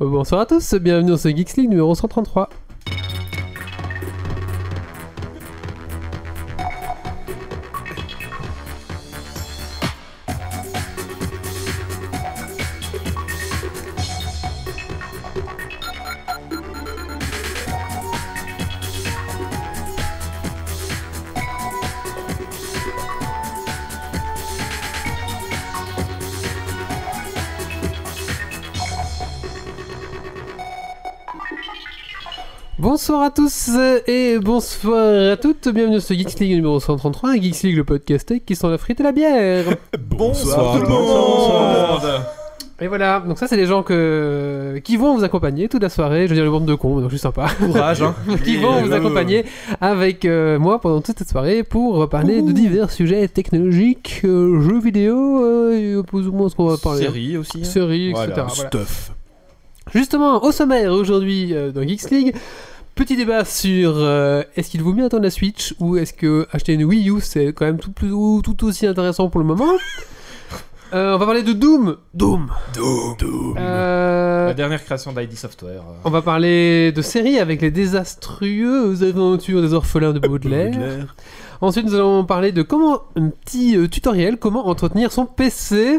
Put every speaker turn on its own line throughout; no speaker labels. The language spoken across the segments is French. Bonsoir à tous, bienvenue dans ce Geeks League numéro 133. Bonsoir à tous euh, et bonsoir à toutes, bienvenue dans ce Geeks League numéro 133, un Geeks League le podcast tech qui sent la frite et la bière.
Bonsoir,
tout le monde.
Et voilà, donc ça c'est les gens que... qui vont vous accompagner toute la soirée, je veux dire le bande de cons, donc je suis sympa.
Courage, hein.
qui vont vous accompagner avec euh, moi pendant toute cette soirée pour parler de divers sujets technologiques, euh, jeux vidéo, euh, et plus ou moins ce qu'on va parler.
Série
hein.
aussi.
Séries,
hein. Voilà,
etc. Voilà.
stuff.
Justement, au sommaire aujourd'hui euh, dans Geeks League, petit débat sur euh, est-ce qu'il vaut mieux attendre la Switch ou est-ce que acheter une Wii U c'est quand même tout, plus, ou tout aussi intéressant pour le moment. Euh, on va parler de Doom. Doom.
Doom.
Euh,
La dernière création d'ID Software. euh,
on va parler de séries avec les désastreuses aventures des orphelins de Baudelaire. Ensuite, nous allons parler de comment un petit euh, tutoriel comment entretenir son PC.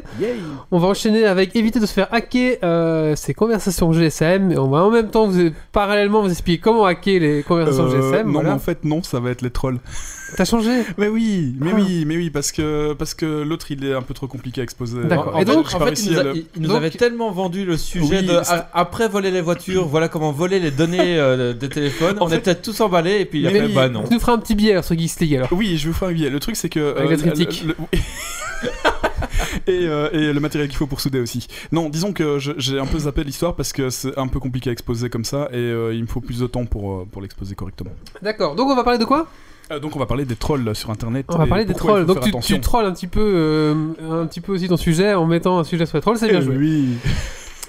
On va enchaîner avec éviter de se faire hacker euh, ses conversations GSM et on va en même temps vous parallèlement vous expliquer comment hacker les conversations
Euh,
GSM.
non, mais
voilà.
en fait, non, ça va être les trolls.
T'as changé.
Mais oui, mais
Ah.
oui, mais oui, parce que, parce que l'autre, il est un peu trop compliqué à exposer.
Euh, D'accord.
En- en
Et
fait,
donc,
j'ai
en
pas
fait,
réussi
il nous,
à
a-
euh, le-
il- il nous
Donc-
avait tellement vendu le sujet
Oui,
de
c'était-
a- après voler les voitures, voilà comment voler les données euh, des téléphones.
En
on
fait-
était tous emballés et puis il a
Mais
fait
oui.
bah non.
Tu nous feras un petit bière sur Geeks League alors.
Oui, je vais vous faire un billet. Le truc, c'est que.
Avec la critique.
Euh, le- le- et, euh, et le matériel qu'il faut pour souder aussi. Non, disons que je- j'ai un peu zappé l'histoire parce que c'est un peu compliqué à exposer comme ça et euh, il me faut plus de temps pour, euh, pour l'exposer correctement.
D'accord. Donc on va parler de quoi
Euh, donc, on va parler des trolls sur internet.
On va
et
parler des
pourquoi il
trolls.
faut
Donc
faire
tu,
attention.
tu trolls un petit peu, euh, un petit peu aussi ton sujet en mettant un sujet sur les trolls. C'est bien
Eh
joué.
Oui.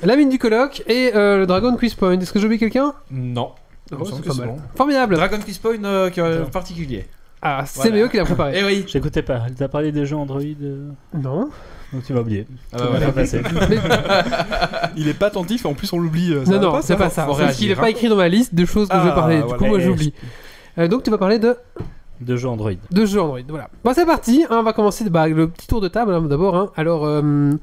La mine du colloque et euh, le Dragon Quiz Point. Est-ce que j'ai oublié quelqu'un
Non.
Oh,
me semble
c'est
que
pas
c'est
mal.
bon.
Formidable.
Dragon Quiz Point euh, qui est
Attends.
particulier.
ah, c'est
Voilà.
Méo qui l'a préparé.
Eh oui.
J'écoutais pas. T'as parlé des jeux Android, euh,
non.
donc tu m'as oublié.
Ah bah voilà.
On va passer.
Il est pas attentif et en plus on l'oublie. euh, ça
Non,
va
non,
pas,
c'est
ça
pas ça.
faut
C'est qu'il n'est
réagir,
pas
hein.
écrit dans ma liste de choses que je
Ah,
parlais. Du
voilà.
coup, moi,
Eh,
j'oublie. Euh, donc, tu vas parler de,
De jeux Android.
de jeux Android. Voilà. Bon, c'est parti. hein, on va commencer bah, le petit tour de table hein, d'abord. hein. Alors, euh, on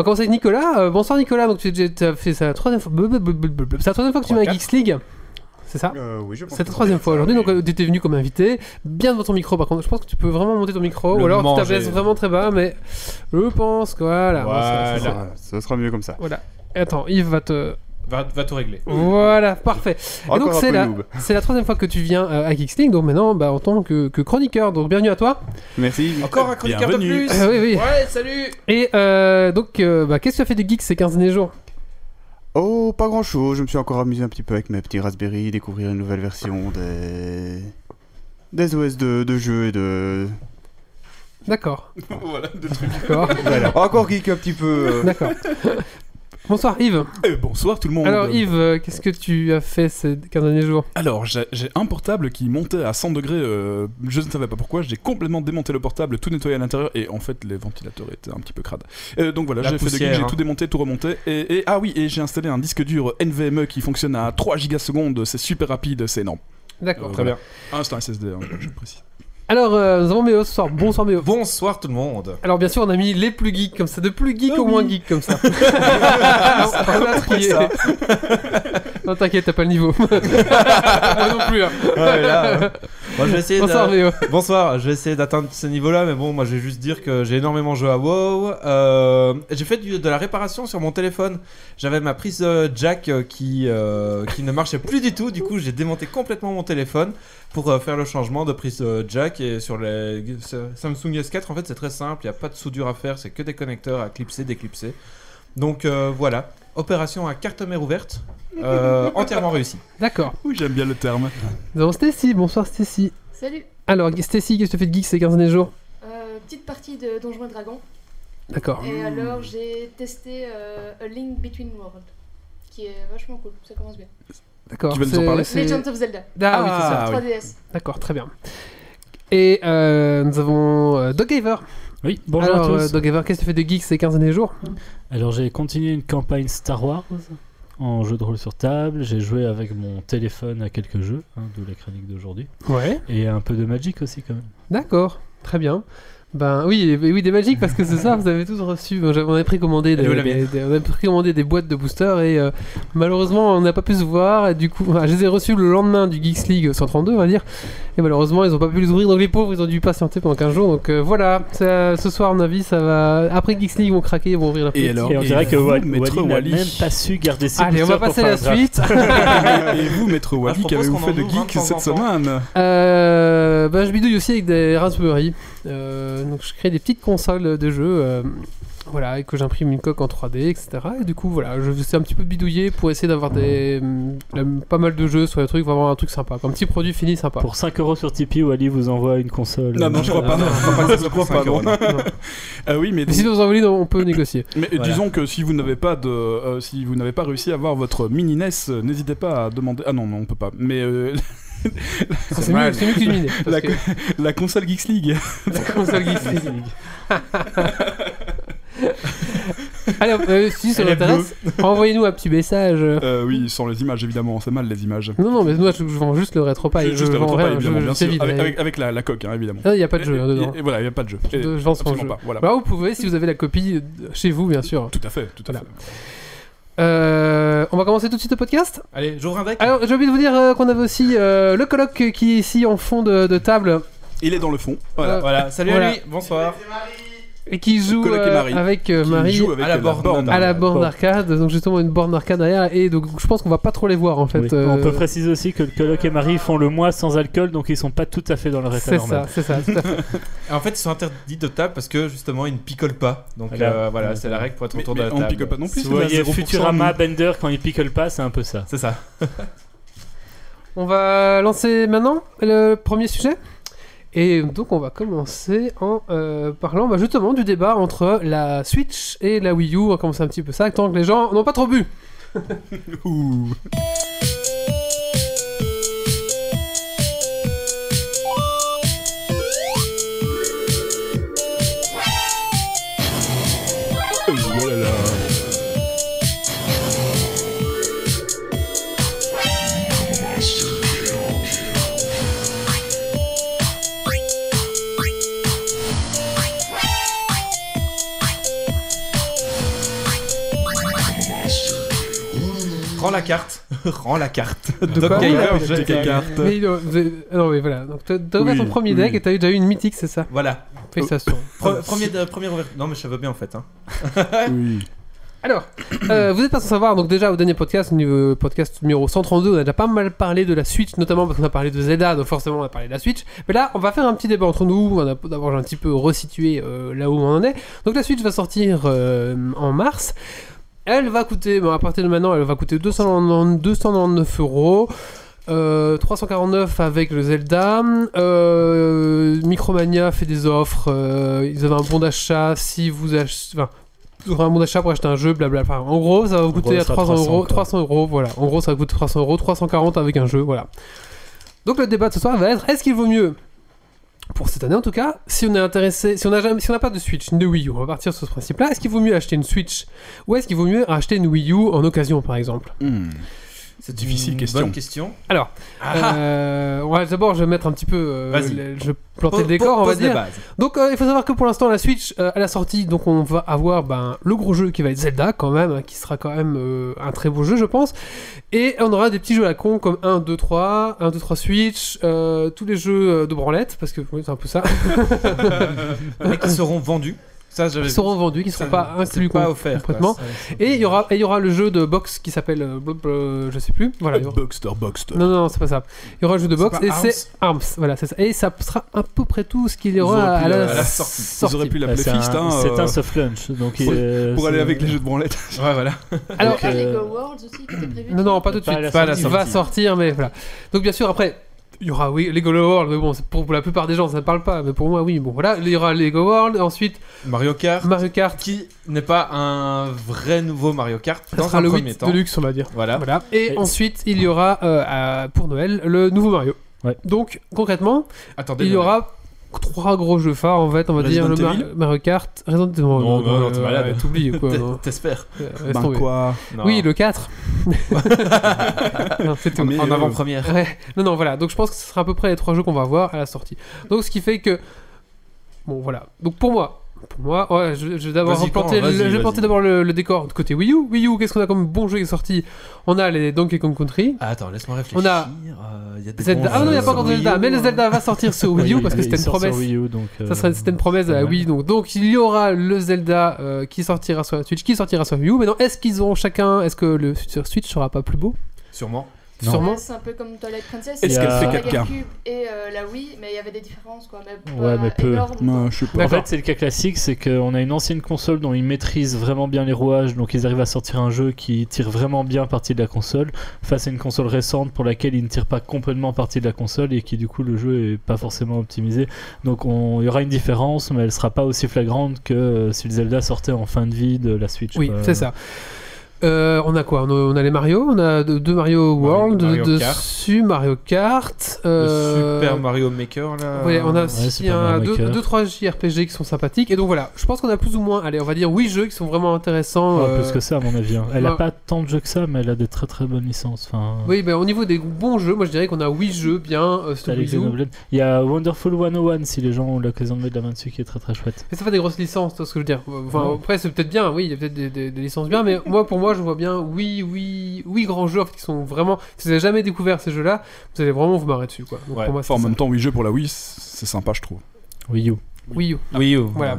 va commencer avec Nicolas. Euh, bonsoir, Nicolas. Donc, tu tu as fait ça la troisième fois. Blablabla. C'est la troisième fois que tu viens à
Trois,
Geeks League. C'est ça
Euh, oui, je pense
C'est
que
ta troisième
ça,
fois aujourd'hui,
oui.
donc euh, tu étais venu comme invité, bien devant ton micro par contre. Je pense que tu peux vraiment monter ton micro,
Le
ou alors tu
manger.
t'abaisses vraiment très bas, mais je pense que voilà.
Voilà.
c'est ça.
Ah, ça sera mieux comme ça.
Voilà. Attends, Yves va te.
Va, va tout régler.
Voilà, parfait. Et
Encore
donc
un
c'est
peu
la,
noob.
c'est la troisième fois que tu viens euh, à Geeksling, donc maintenant bah, en tant que, que chroniqueur, donc bienvenue à toi.
Merci.
Encore un chroniqueur de
Bienvenue.
plus.
Ah oui, oui.
Ouais, salut.
Et euh, donc euh, bah, qu'est-ce que tu as fait de geek ces 15 derniers jours
Oh, pas grand chose. Je me suis encore amusé un petit peu avec mes petits Raspberry, découvrir une nouvelle version des. des OS de, de jeu et de.
D'accord.
Voilà, deux trucs.
D'accord.
Voilà. Encore geek un petit peu. euh.
D'accord. Bonsoir Yves.
Eh, bonsoir tout le monde.
Alors Yves, euh, qu'est-ce que tu as fait ces 15 derniers jours
Alors, j'ai j'ai un portable qui montait à 100 degrés, euh, je ne savais pas pourquoi, j'ai complètement démonté le portable, tout nettoyé à l'intérieur, et en fait, les ventilateurs étaient un petit peu crades. Euh, donc voilà,
La
j'ai fait des
poussière,
geeks, j'ai
hein.
tout démonté, tout remonté, et, et- ah oui, et j'ai installé un disque dur NVMe E qui fonctionne à 3 gigasecondes, c'est super rapide, c'est énorme.
D'accord.
Euh,
Très bien.
Ah, c'est un SSD, hein, je précise.
Alors, euh, nous avons Méo ce soir. Bonsoir Méo.
Bonsoir tout le monde.
Alors, bien sûr, on a mis les plus geeks comme ça, de plus geeks
Ah
au moins
oui.
geeks comme ça. on a trié. non, t'inquiète, t'as pas le niveau. Moi non plus. hein.
Ouais, là, euh, moi, je vais essayer
Bonsoir
de-
Méo.
Bonsoir, je vais essayer d'atteindre ce niveau-là, mais bon, moi je vais juste dire que j'ai énormément joué à WoW. Euh, j'ai fait du- de la réparation sur mon téléphone. J'avais ma prise euh, jack euh, qui, euh, qui ne marchait plus du tout, du coup j'ai démonté complètement mon téléphone pour euh, faire le changement de prise euh, jack. Et sur les sur Samsung S4, en fait, c'est très simple, il n'y a pas de soudure à faire, c'est que des connecteurs à clipser, déclipser. Donc euh, voilà, opération à carte mère ouverte, euh, entièrement réussie.
D'accord. Ah,
Oui, j'aime bien le terme.
Nous avons Stacy. Bonsoir Stacy.
Salut
Alors, Stacy, qu'est-ce que tu fais de geek ces 15 derniers jours
Euh, Petite partie de Donjons et Dragons.
D'accord.
Et alors j'ai testé euh, A Link Between Worlds, qui est vachement cool, ça commence bien.
D'accord.
Tu veux nous en
C'est-
parler
c'est-
Legend of Zelda,
Ah, oui, c'est ça.
Ah oui.
3DS.
D'accord, très bien. Et euh, nous avons euh, Doggiver.
Oui, bonjour
Alors,
à
euh,
tous.
Doggiver, qu'est-ce que tu fais de geek ces 15 derniers jours
Alors j'ai continué une campagne Star Wars. en jeu de rôle sur table, j'ai joué avec mon téléphone à quelques jeux, hein, d'où la chronique d'aujourd'hui,
Ouais.
et un peu de Magic aussi quand même.
D'accord, très bien. Ben oui, et- et oui des magiques parce que c'est ça, vous avez tous reçu. On avait précommandé des,
Elle est où, la
des-
mienne
des- on avait précommandé des boîtes de boosters et euh, malheureusement on n'a pas pu se voir. Et du coup, enfin, je les ai reçus le lendemain du Geeks League 132, on va dire. Et malheureusement, ils n'ont pas pu les ouvrir. Donc les pauvres, ils ont dû patienter pendant 15 jours. Donc euh, voilà, Ça- ce soir, à mon avis, ça va. Après Geeks League, ils vont craquer, ils vont ouvrir la
Et
fenêtre.
alors,
et on dirait que
vous,
Wal-
maître
Wally n'a
Wally,
même pas su garder ses
Allez, on va
boosters pour
passer
faire
la
le draft.
suite.
et vous, maître Wally,
Ah, je
qu'avez-vous
propose
fait de
qu'on en ouvre un
geek
de temps en
cette semaine
Euh, ben, je bidouille aussi avec des Raspberry. Euh, donc je crée des petites consoles de jeux. euh, voilà, et que j'imprime une coque en 3D, etc. Et du coup, voilà, je sais un petit peu bidouiller pour essayer d'avoir des hum, la- pas mal de jeux sur les trucs, vraiment un truc sympa, un petit produit fini sympa.
Pour 5 euros sur Tipeee, Wally vous envoie une console.
Non, non, Ah, je crois pas. Je crois pas, non.
Non.
Ah oui, mais
Mais si vous en voulez, on peut négocier.
Mais euh,
Voilà.
disons que si vous n'avez pas de, euh, si vous n'avez pas réussi à avoir votre mini NES, euh, n'hésitez pas à demander. Ah non, non, on peut pas. Mais euh,
C'est mieux, c'est mieux qu'une idée. parce
La
que-
co- la console Geeks League.
console Geeks League. Allez, euh, si ça
Elle est
m'intéresse, envoyez-nous un petit message.
Euh, oui, sans les images évidemment, c'est mal les images.
Non, non, mais moi je, je vends juste le rétropie.
Juste
Je
le
vends
rétropie,
rien, je,
évidemment,
je
bien
sais
sûr.
vide.
avec,
mais-
avec- avec la, la coque, hein, évidemment.
Ah, Il n'y a pas de jeu hein,
Et-
dedans.
et- et voilà, il n'y a pas de jeu. Et-
Je vends son jeu.
absolument pas, voilà.
Bah, vous pouvez si vous avez la copie de- chez vous, bien sûr.
Tout à fait, tout à
Voilà. Euh, on va commencer tout de suite le podcast.
Allez, j'ouvre un deck.
Alors, j'ai oublié de vous dire euh, qu'on avait aussi euh, le colloque qui est ici en fond de, de table
fait. Il est dans le fond. Voilà.
euh,
Voilà, salut
Voilà.
à lui, bonsoir.
et qui joue
Colloque et
euh,
Marie.
avec euh,
Qui
Marie
joue avec
à la
euh,
borne
à la
Bon.
borne d'arcade. Donc justement une borne d'arcade derrière. Et donc je pense qu'on va pas trop les voir en fait.
Oui.
euh,
On peut préciser aussi que le coloc et Marie font le mois sans alcool, donc ils sont pas tout à fait dans leur état
c'est
normal.
ça, c'est ça. tout à fait.
En fait, ils sont interdits de table parce que justement, ils ne picolent pas. Donc
Voilà.
euh, voilà, c'est la règle pour être
Mais-
autour de
mais
la
on
table.
pique pas non plus.
Si
c'est
vous
pas
voyez
0%,
Futurama
nous.
Bender quand il picole pas, c'est un peu ça.
C'est ça.
On va lancer maintenant le premier sujet. Et donc on va commencer en euh, parlant bah, justement du débat entre la Switch et la Wii U. On va commencer un petit peu ça, tant que les gens n'ont pas trop bu.
Ouh. Euh, voilà là.
Rends la carte. Rends la carte.
quoi
Doc Gamer, jette les cartes.
Mais, euh, vous avez- ah non, mais voilà, donc t'as t'as ouvert
Oui,
ton premier
oui.
deck et t'as eu déjà eu une mythique, c'est ça
Voilà.
Félicitations.
Pre- Premier, euh, premier ouverture. Non, mais je savais bien en fait. hein.
Oui.
Alors, euh, vous n'êtes pas sans savoir, donc déjà au dernier podcast, au niveau podcast numéro 132, on a déjà pas mal parlé de la Switch, notamment parce qu'on a parlé de Zelda, donc forcément on a parlé de la Switch. Mais là, on va faire un petit débat entre nous, on va d'abord un petit peu resituer euh, là où on en est. Donc la Switch va sortir euh, en mars. Elle va coûter, bon, à partir de maintenant, elle va coûter 299 299 euros. Euh, 349 avec le Zelda. Euh, Micromania fait des offres. euh, ils avaient un bon d'achat si vous achetez. Enfin, vous aurez un bon d'achat pour acheter un jeu, blablabla. Enfin, en gros, ça va vous
gros,
coûter
ça
à
sera
300 euros.
300, quoi.
300 euros, voilà. En gros, ça coûte 300 euros. 340 avec un jeu, voilà. Donc le débat de ce soir va être est-ce qu'il vaut mieux pour cette année en tout cas, si on est intéressé, si on n'a jamais- si on n'a pas de Switch, ni de Wii U, on va partir sur ce principe-là. Est-ce qu'il vaut mieux acheter une Switch ou est-ce qu'il vaut mieux acheter une Wii U en occasion, par exemple
Hmm.
C'est
Difficile
une
question.
Bonne question.
Alors,
Ah,
euh, ouais, d'abord, je vais mettre un petit peu, euh,
Vas-y.
le- je vais planter
pose-
le décor, on
pose
va
les
dire.
bases.
Donc euh, il faut savoir que pour l'instant la Switch euh, à la sortie donc on va avoir ben, le gros jeu qui va être Zelda quand même hein, qui sera quand même euh, un très beau jeu je pense et on aura des petits jeux à la con comme 1 2 3 1 2 3 Switch euh, tous les jeux euh, de branlette parce que oui, c'est un peu ça
Et qui seront vendus. Ça, j'avais.
qui seront vendus qui ne
ça,
seront pas hein,
c'est
inclus
Pas
com-
offert. quoi.
complètement.
Ça, ça-
et il y aura et il y aura le jeu de boxe qui s'appelle euh, blub, blub, je sais plus voilà il y aura-
Boxster, Boxster.
Non, non, non, c'est pas ça. Il y aura un jeu de
C'est
boxe
pas
et
Arms
c'est Arms. Voilà, c'est ça. Et ça sera à peu près tout ce qu'il y
Ils auraient
aura à
pu,
la,
euh, à la
sortie.
Ils auraient pu
Bah,
l'appeler
c'est un,
Fist, hein,
c'est
euh,
un soft lunch. Donc,
pour-
euh,
pour aller
c'est-
avec les jeux de branlette.
Ouais, voilà.
Alors,
Donc, euh,
Lego Worlds aussi qui était prévu.
non, non, pas tout de
Pas
suite.
à la
pas à la
il
sortie.
va sortir, mais voilà. Donc, bien sûr, après, il y aura, oui, Lego World, mais bon, c'est pour, pour la plupart des gens, ça ne parle pas, mais pour moi, oui, bon, voilà. Il y aura Lego World, ensuite
Mario Kart.
Mario Kart,
Qui n'est pas un vrai nouveau Mario Kart
ça
dans
sera
un
le
premier
8
temps.
de luxe, on va dire.
Voilà.
Voilà. Et,
Et-
ensuite, il y aura, euh, à- pour Noël, le nouveau Mario.
Ouais.
Donc, concrètement,
Attendez.
il y
non,
aura trois gros jeux phares en fait, on va
Resident
dire
Evil
le Mar- Mario Kart, Resident Evil. Non,
non, non, t'es malade.
ouais, T'oublies quoi. non.
T'espères
Euh, laisse
Ben
tomber.
quoi
Non.
Oui, le 4. Non, c'est tout.
Mais,
En
euh,
avant-première.
Ouais. Non, non, voilà. Donc je pense que ce sera à peu près les trois jeux qu'on va voir à la sortie. Donc ce qui fait que. Bon, voilà. Donc pour moi. Pour moi, ouais, je, je vais d'abord
Vas-y,
planter,
prends,
le,
vas-y,
je vais planter
vas-y.
d'abord le, le décor de côté Wii U. Wii U, qu'est-ce qu'on a comme bon jeu qui est sorti On a les Donkey Kong Country.
Ah, attends, laisse-moi réfléchir.
On a-
Euh, y a des
Zelda.
bons
Ah non, il n'y a
jeux
pas encore
sur
Zelda,
Wii
mais
U,
le
hein.
Zelda va sortir sur Wii U parce que c'était une promesse.
Wii U, donc,
Ça
euh,
serait- c'était une promesse de la Wii, donc, donc il y aura le Zelda euh, qui sortira sur la Switch, qui sortira sur Wii U. Maintenant, est-ce qu'ils auront chacun, est-ce que le futur Switch sera pas plus beau
Sûrement. Euh.
Non.
Sûrement.
Ouais, C'est un peu comme Twilight Princess.
Est-ce
il y
qu'elle
a
fait
la
4K?
GameCube et euh, la Wii, mais il y avait des différences quoi. Mais pas
Ouais, mais peu.
énormes, quoi.
Moi, Je sais pas.
En
D'accord.
fait, c'est le cas classique, c'est qu'on a une ancienne console dont ils maîtrisent vraiment bien les rouages, donc ils arrivent à sortir un jeu qui tire vraiment bien parti de la console, face à une console récente pour laquelle ils ne tirent pas complètement parti de la console et qui du coup le jeu est pas forcément optimisé. Donc on- il y aura une différence, mais elle sera pas aussi flagrante que euh, si le Zelda sortait en fin de vie de la Switch.
Oui,
quoi.
c'est ça. Euh, on a quoi on a, on a les Mario, on a deux deux Mario World,
Mario
deux
Kart.
dessus Mario Kart.
Le
euh,
Super Mario Maker là.
ouais, on a aussi
Super
un,
Mario
deux,
Maker.
deux, trois JRPG qui sont sympathiques. Et donc voilà, je pense qu'on a plus ou moins, allez, on va dire huit jeux qui sont vraiment intéressants.
Ouais,
euh,
Ah, Plus que ça, à mon avis. hein. Elle a
ouais.
pas tant de jeux que ça, mais elle a des très très bonnes licences. Enfin,
Oui, ben, au niveau des bons jeux, moi je dirais qu'on a huit jeux bien. euh,
t'as
sur
les
Wii U.
Xenoblade. Il y a Wonderful 101 si les gens ont l'occasion de mettre la main dessus qui est très très chouette.
Mais c'est pas des grosses licences, toi, ce que je veux dire. Enfin,
Non.
Après, c'est peut-être bien, oui, il y a peut-être des, des- des licences bien, mais moi, pour moi, je vois bien, oui, oui, oui, grands jeux en fait, qui sont vraiment. Si vous avez jamais découvert ces jeux-là, vous allez vraiment vous marrer dessus, quoi. Donc,
Ouais,
pour moi, c'est
Enfin, en
ça.
même temps, oui, jeu pour la Wii, c'est sympa, je trouve.
Wii U.
Wii U.
Wii U.
Voilà.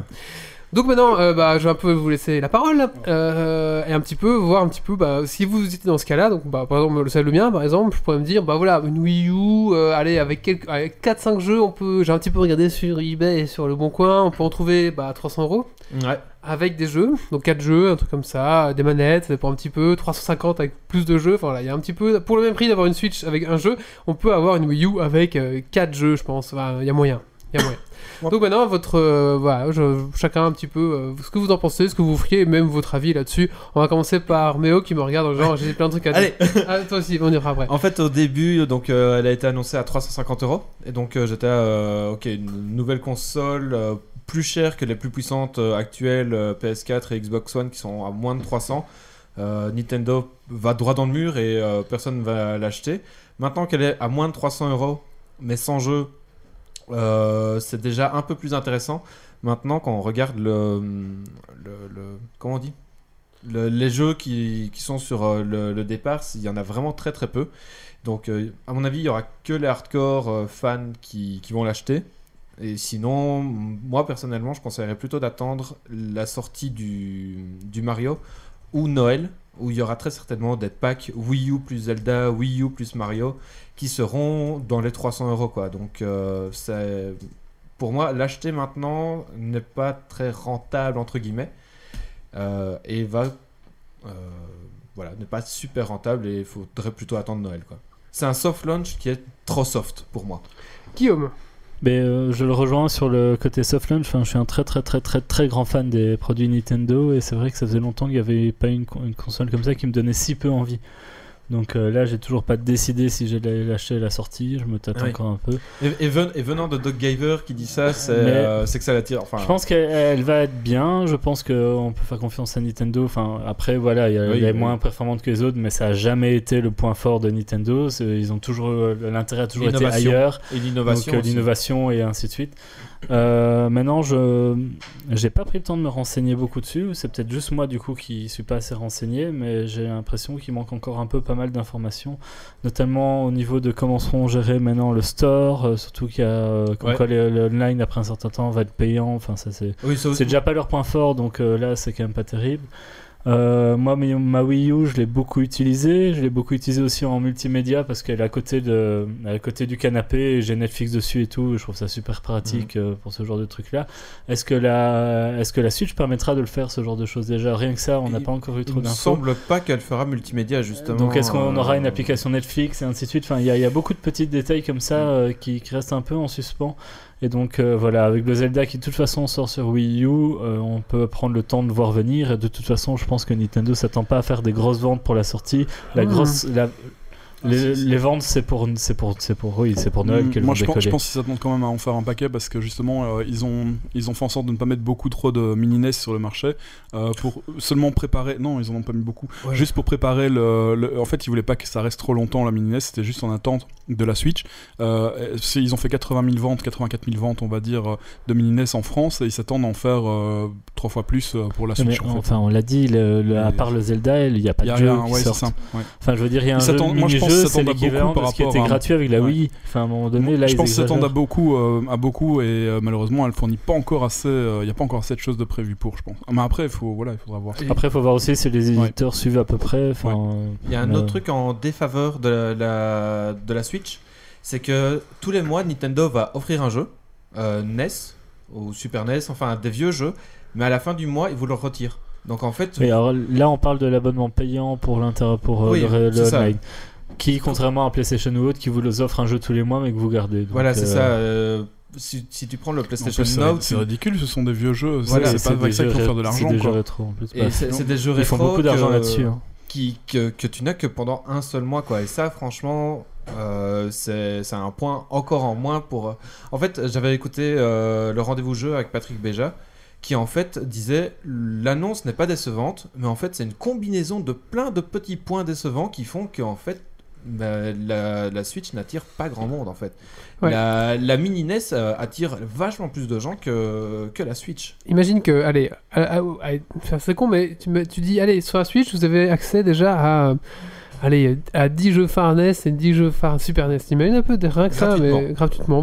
Donc maintenant, euh, bah, je vais un peu vous laisser la parole euh, et un petit peu voir un petit peu bah, si vous étiez dans ce cas-là. Donc bah, par exemple, le seul le mien, par exemple, je pourrais me dire bah voilà une Wii U, euh, allez avec, quelques- avec 4-5 jeux, on peut, j'ai un petit peu regardé sur eBay et sur le Bon Coin, on peut en trouver bah, à 300 euros.
Ouais.
avec des jeux, donc 4 jeux, un truc comme ça, des manettes, ça dépend un petit peu, 350 avec plus de jeux, enfin voilà, il y a un petit peu, pour le même prix d'avoir une Switch avec un jeu, on peut avoir une Wii U avec 4 jeux, je pense, Enfin, il y a moyen. il Y a moyen. donc maintenant, votre, euh, voilà, je- chacun un petit peu euh, ce que vous en pensez, ce que vous feriez, et même votre avis là-dessus. On va commencer par Méo qui me regarde, dans le genre j'ai plein de trucs à dire.
Allez.
Ah, toi aussi, on ira après.
En fait, au début, donc, euh, elle a été annoncée à 350 euros. Et donc, euh, j'étais, euh, ok, une nouvelle console euh, plus chère que les plus puissantes euh, actuelles euh, PS4 et Xbox One qui sont à moins de 300. Euh, Nintendo va droit dans le mur et euh, personne ne va l'acheter. Maintenant qu'elle est à moins de 300 euros, mais sans jeu, euh, c'est déjà un peu plus intéressant. Maintenant, quand on regarde le. le- le- comment on dit Le- Les jeux qui, qui sont sur euh, le, le départ, il y en a vraiment très très peu. Donc, euh, à mon avis, il y aura que les hardcore euh, fans qui, qui vont l'acheter. Et sinon, m- moi personnellement, je conseillerais plutôt d'attendre la sortie du, du Mario ou Noël, où il y aura très certainement des packs Wii U plus Zelda, Wii U plus Mario, qui seront dans les 300 euros. Quoi. Donc, euh, c'est- pour moi, l'acheter maintenant n'est pas très rentable, entre guillemets, euh, et va. euh, voilà, n'est pas super rentable et il faudrait plutôt attendre Noël. quoi. C'est un soft launch qui est trop soft pour moi.
Guillaume,
Mais euh, je le rejoins sur le côté soft launch. Enfin, je suis un très très très très très grand fan des produits Nintendo et c'est vrai que ça faisait longtemps qu'il n'y avait pas une, con- une console comme ça qui me donnait si peu envie. Donc euh, là, j'ai toujours pas décidé si j'allais l'acheter à la sortie. Je me tâte
Ah oui.
encore un peu.
Et, et ven- et venant de Doc Giver qui dit ça, c'est
Mais-
euh, c'est que ça l'attire. Enfin,
Je pense qu'elle elle va être bien. Je pense qu'on peut faire confiance à Nintendo. Enfin, après, voilà, il y a-
Oui,
elle est
oui.
moins performante que les autres, mais ça a jamais été le point fort de Nintendo. C'est- Ils ont toujours euh, l'intérêt a toujours été
L'innovation.
ailleurs.
et l'innovation.
Donc, euh,
aussi.
l'innovation et ainsi de suite. Euh, maintenant, je j'ai pas pris le temps de me renseigner beaucoup dessus. C'est peut-être juste moi du coup qui suis pas assez renseigné, mais j'ai l'impression qu'il manque encore un peu pas mal d'informations, notamment au niveau de comment seront gérés maintenant le store, euh, surtout qu'il y a euh, comme
Ouais.
quoi les- le- l'online après un certain temps va être payant. Enfin, ça c'est
Oui, ça aussi.
c'est déjà pas leur point fort, donc euh, là, c'est quand même pas terrible. Euh, moi, mi- ma Wii U, je l'ai beaucoup utilisée. Je l'ai beaucoup utilisée aussi en multimédia parce qu'elle est à côté, de, à côté du canapé. et J'ai Netflix dessus et tout. Je trouve ça super
Mm.
pratique euh, pour ce genre de truc-là. Est-ce que, la, est que la Switch permettra de le faire, ce genre de choses déjà Rien que ça, on n'a
Il-
pas encore eu
Il
trop
ne
d'infos.
semble pas qu'elle fera multimédia justement.
Donc est-ce
Oh.
qu'on aura une
euh,
application Netflix et ainsi de suite Enfin, il y, a- il y a beaucoup de petits détails comme
Mm.
ça euh, qui, qui restent un peu en suspens. Et donc euh, voilà, avec le Zelda qui de toute façon sort sur Wii U, euh, on peut prendre le temps de voir
Mm.
venir. Et de toute façon, je pense que Nintendo s'attend pas à faire des grosses ventes pour la sortie. La
Ah,
Hmm.
grosse, la, Les, les ventes, c'est pour, c'est pour, c'est pour, oui, c'est pour Noël
Mm,
qu'elles vont
Moi, je pense, je
décoller.
pense qu'ils s'attendent quand même à en faire un paquet parce que justement, euh, ils, ont, ils ont fait en sorte de ne pas mettre beaucoup trop de mini NES sur le marché euh, pour seulement préparer. Non, ils en ont pas mis beaucoup.
Ouais.
Juste pour préparer le, le- En fait, ils voulaient pas que ça reste trop longtemps la mini NES, c'était juste en attente de la Switch. Euh, et c'est- ils ont fait 80 000 ventes, 84 000 ventes, on va dire, euh, de mini NES en France et ils s'attendent à en faire euh, trois fois plus euh, pour la
Mais
Switch. en fait.
enfin, on l'a dit, le- le- à
Mais-
part le Zelda, il n'y a pas
Il y
de
a
jeu
rien,
qui
ouais, c'est
sort.
ça. ouais.
Enfin, je veux dire, il y a un
Ils
jeu,
s'attendent- moi, je pense
mini-jeu,
qu'ils
c'est
s'attendent à
l'équivalent
beaucoup
de
par
ce qui
rapport
était
à-
gratuit avec la
Ouais.
Wii. Enfin, à un moment donné, là,
je
ils
pense qu'ils s'attendent à
exagèrent.
beaucoup, euh, à beaucoup et euh, malheureusement elle fournit pas encore assez, il n'y a pas encore assez de choses de prévues pour, je pense. Ah, Mais après, il faut, voilà, il faudra voir.
Après, faut voir aussi si les
Ouais.
éditeurs suivent à peu près. Enfin,
Il y a un
euh,
autre truc en défaveur de la, la- de la Switch, c'est que tous les mois, Nintendo va offrir un jeu, euh, NES ou Super NES, enfin des vieux jeux, mais à la fin du mois, ils vous le retirent. Donc en fait,
Oui, alors là, on parle de l'abonnement payant pour l'intérêt pour euh,
Oui,
le, le
c'est ça.
online. Qui, contrairement à PlayStation ou autre, qui vous les offre un jeu tous les mois mais que vous gardez. Donc,
voilà, c'est
euh,
ça. euh, si, si tu prends le
En
PlayStation
plus, c'est
Now,
c'est
tu-
ridicule, ce sont des vieux jeux, c'est-
Voilà,
c'est pas
des
avec ça qu'ils
jeux
vont faire
ré-
de
c'est
l'argent.
des jeux
quoi.
rétro, en plus.
et
Bah,
c'est c'est des jeux
Ils font
rétro
beaucoup d'argent
que-
là-dessus. hein.
qui, que, que tu n'as que pendant un seul mois quoi et ça franchement euh, c'est c'est un point encore en moins pour euh, en fait j'avais écouté euh, le rendez-vous jeu avec Patrick Béja qui en fait disait l'annonce n'est pas décevante mais en fait c'est une combinaison de plein de petits points décevants qui font que en fait bah, la, la Switch n'attire pas grand monde en fait
Ouais.
la, la mini NES euh, attire vachement plus de gens que, que la Switch
Imagine que, allez, à- à- à- enfin, c'est con, mais tu, me- tu dis, allez, sur la Switch, vous avez accès déjà à, euh, allez, à 10 jeux phares NES et 10 jeux phares Super NES. T'imagines un peu des- rien que ça, mais
Gratuitement.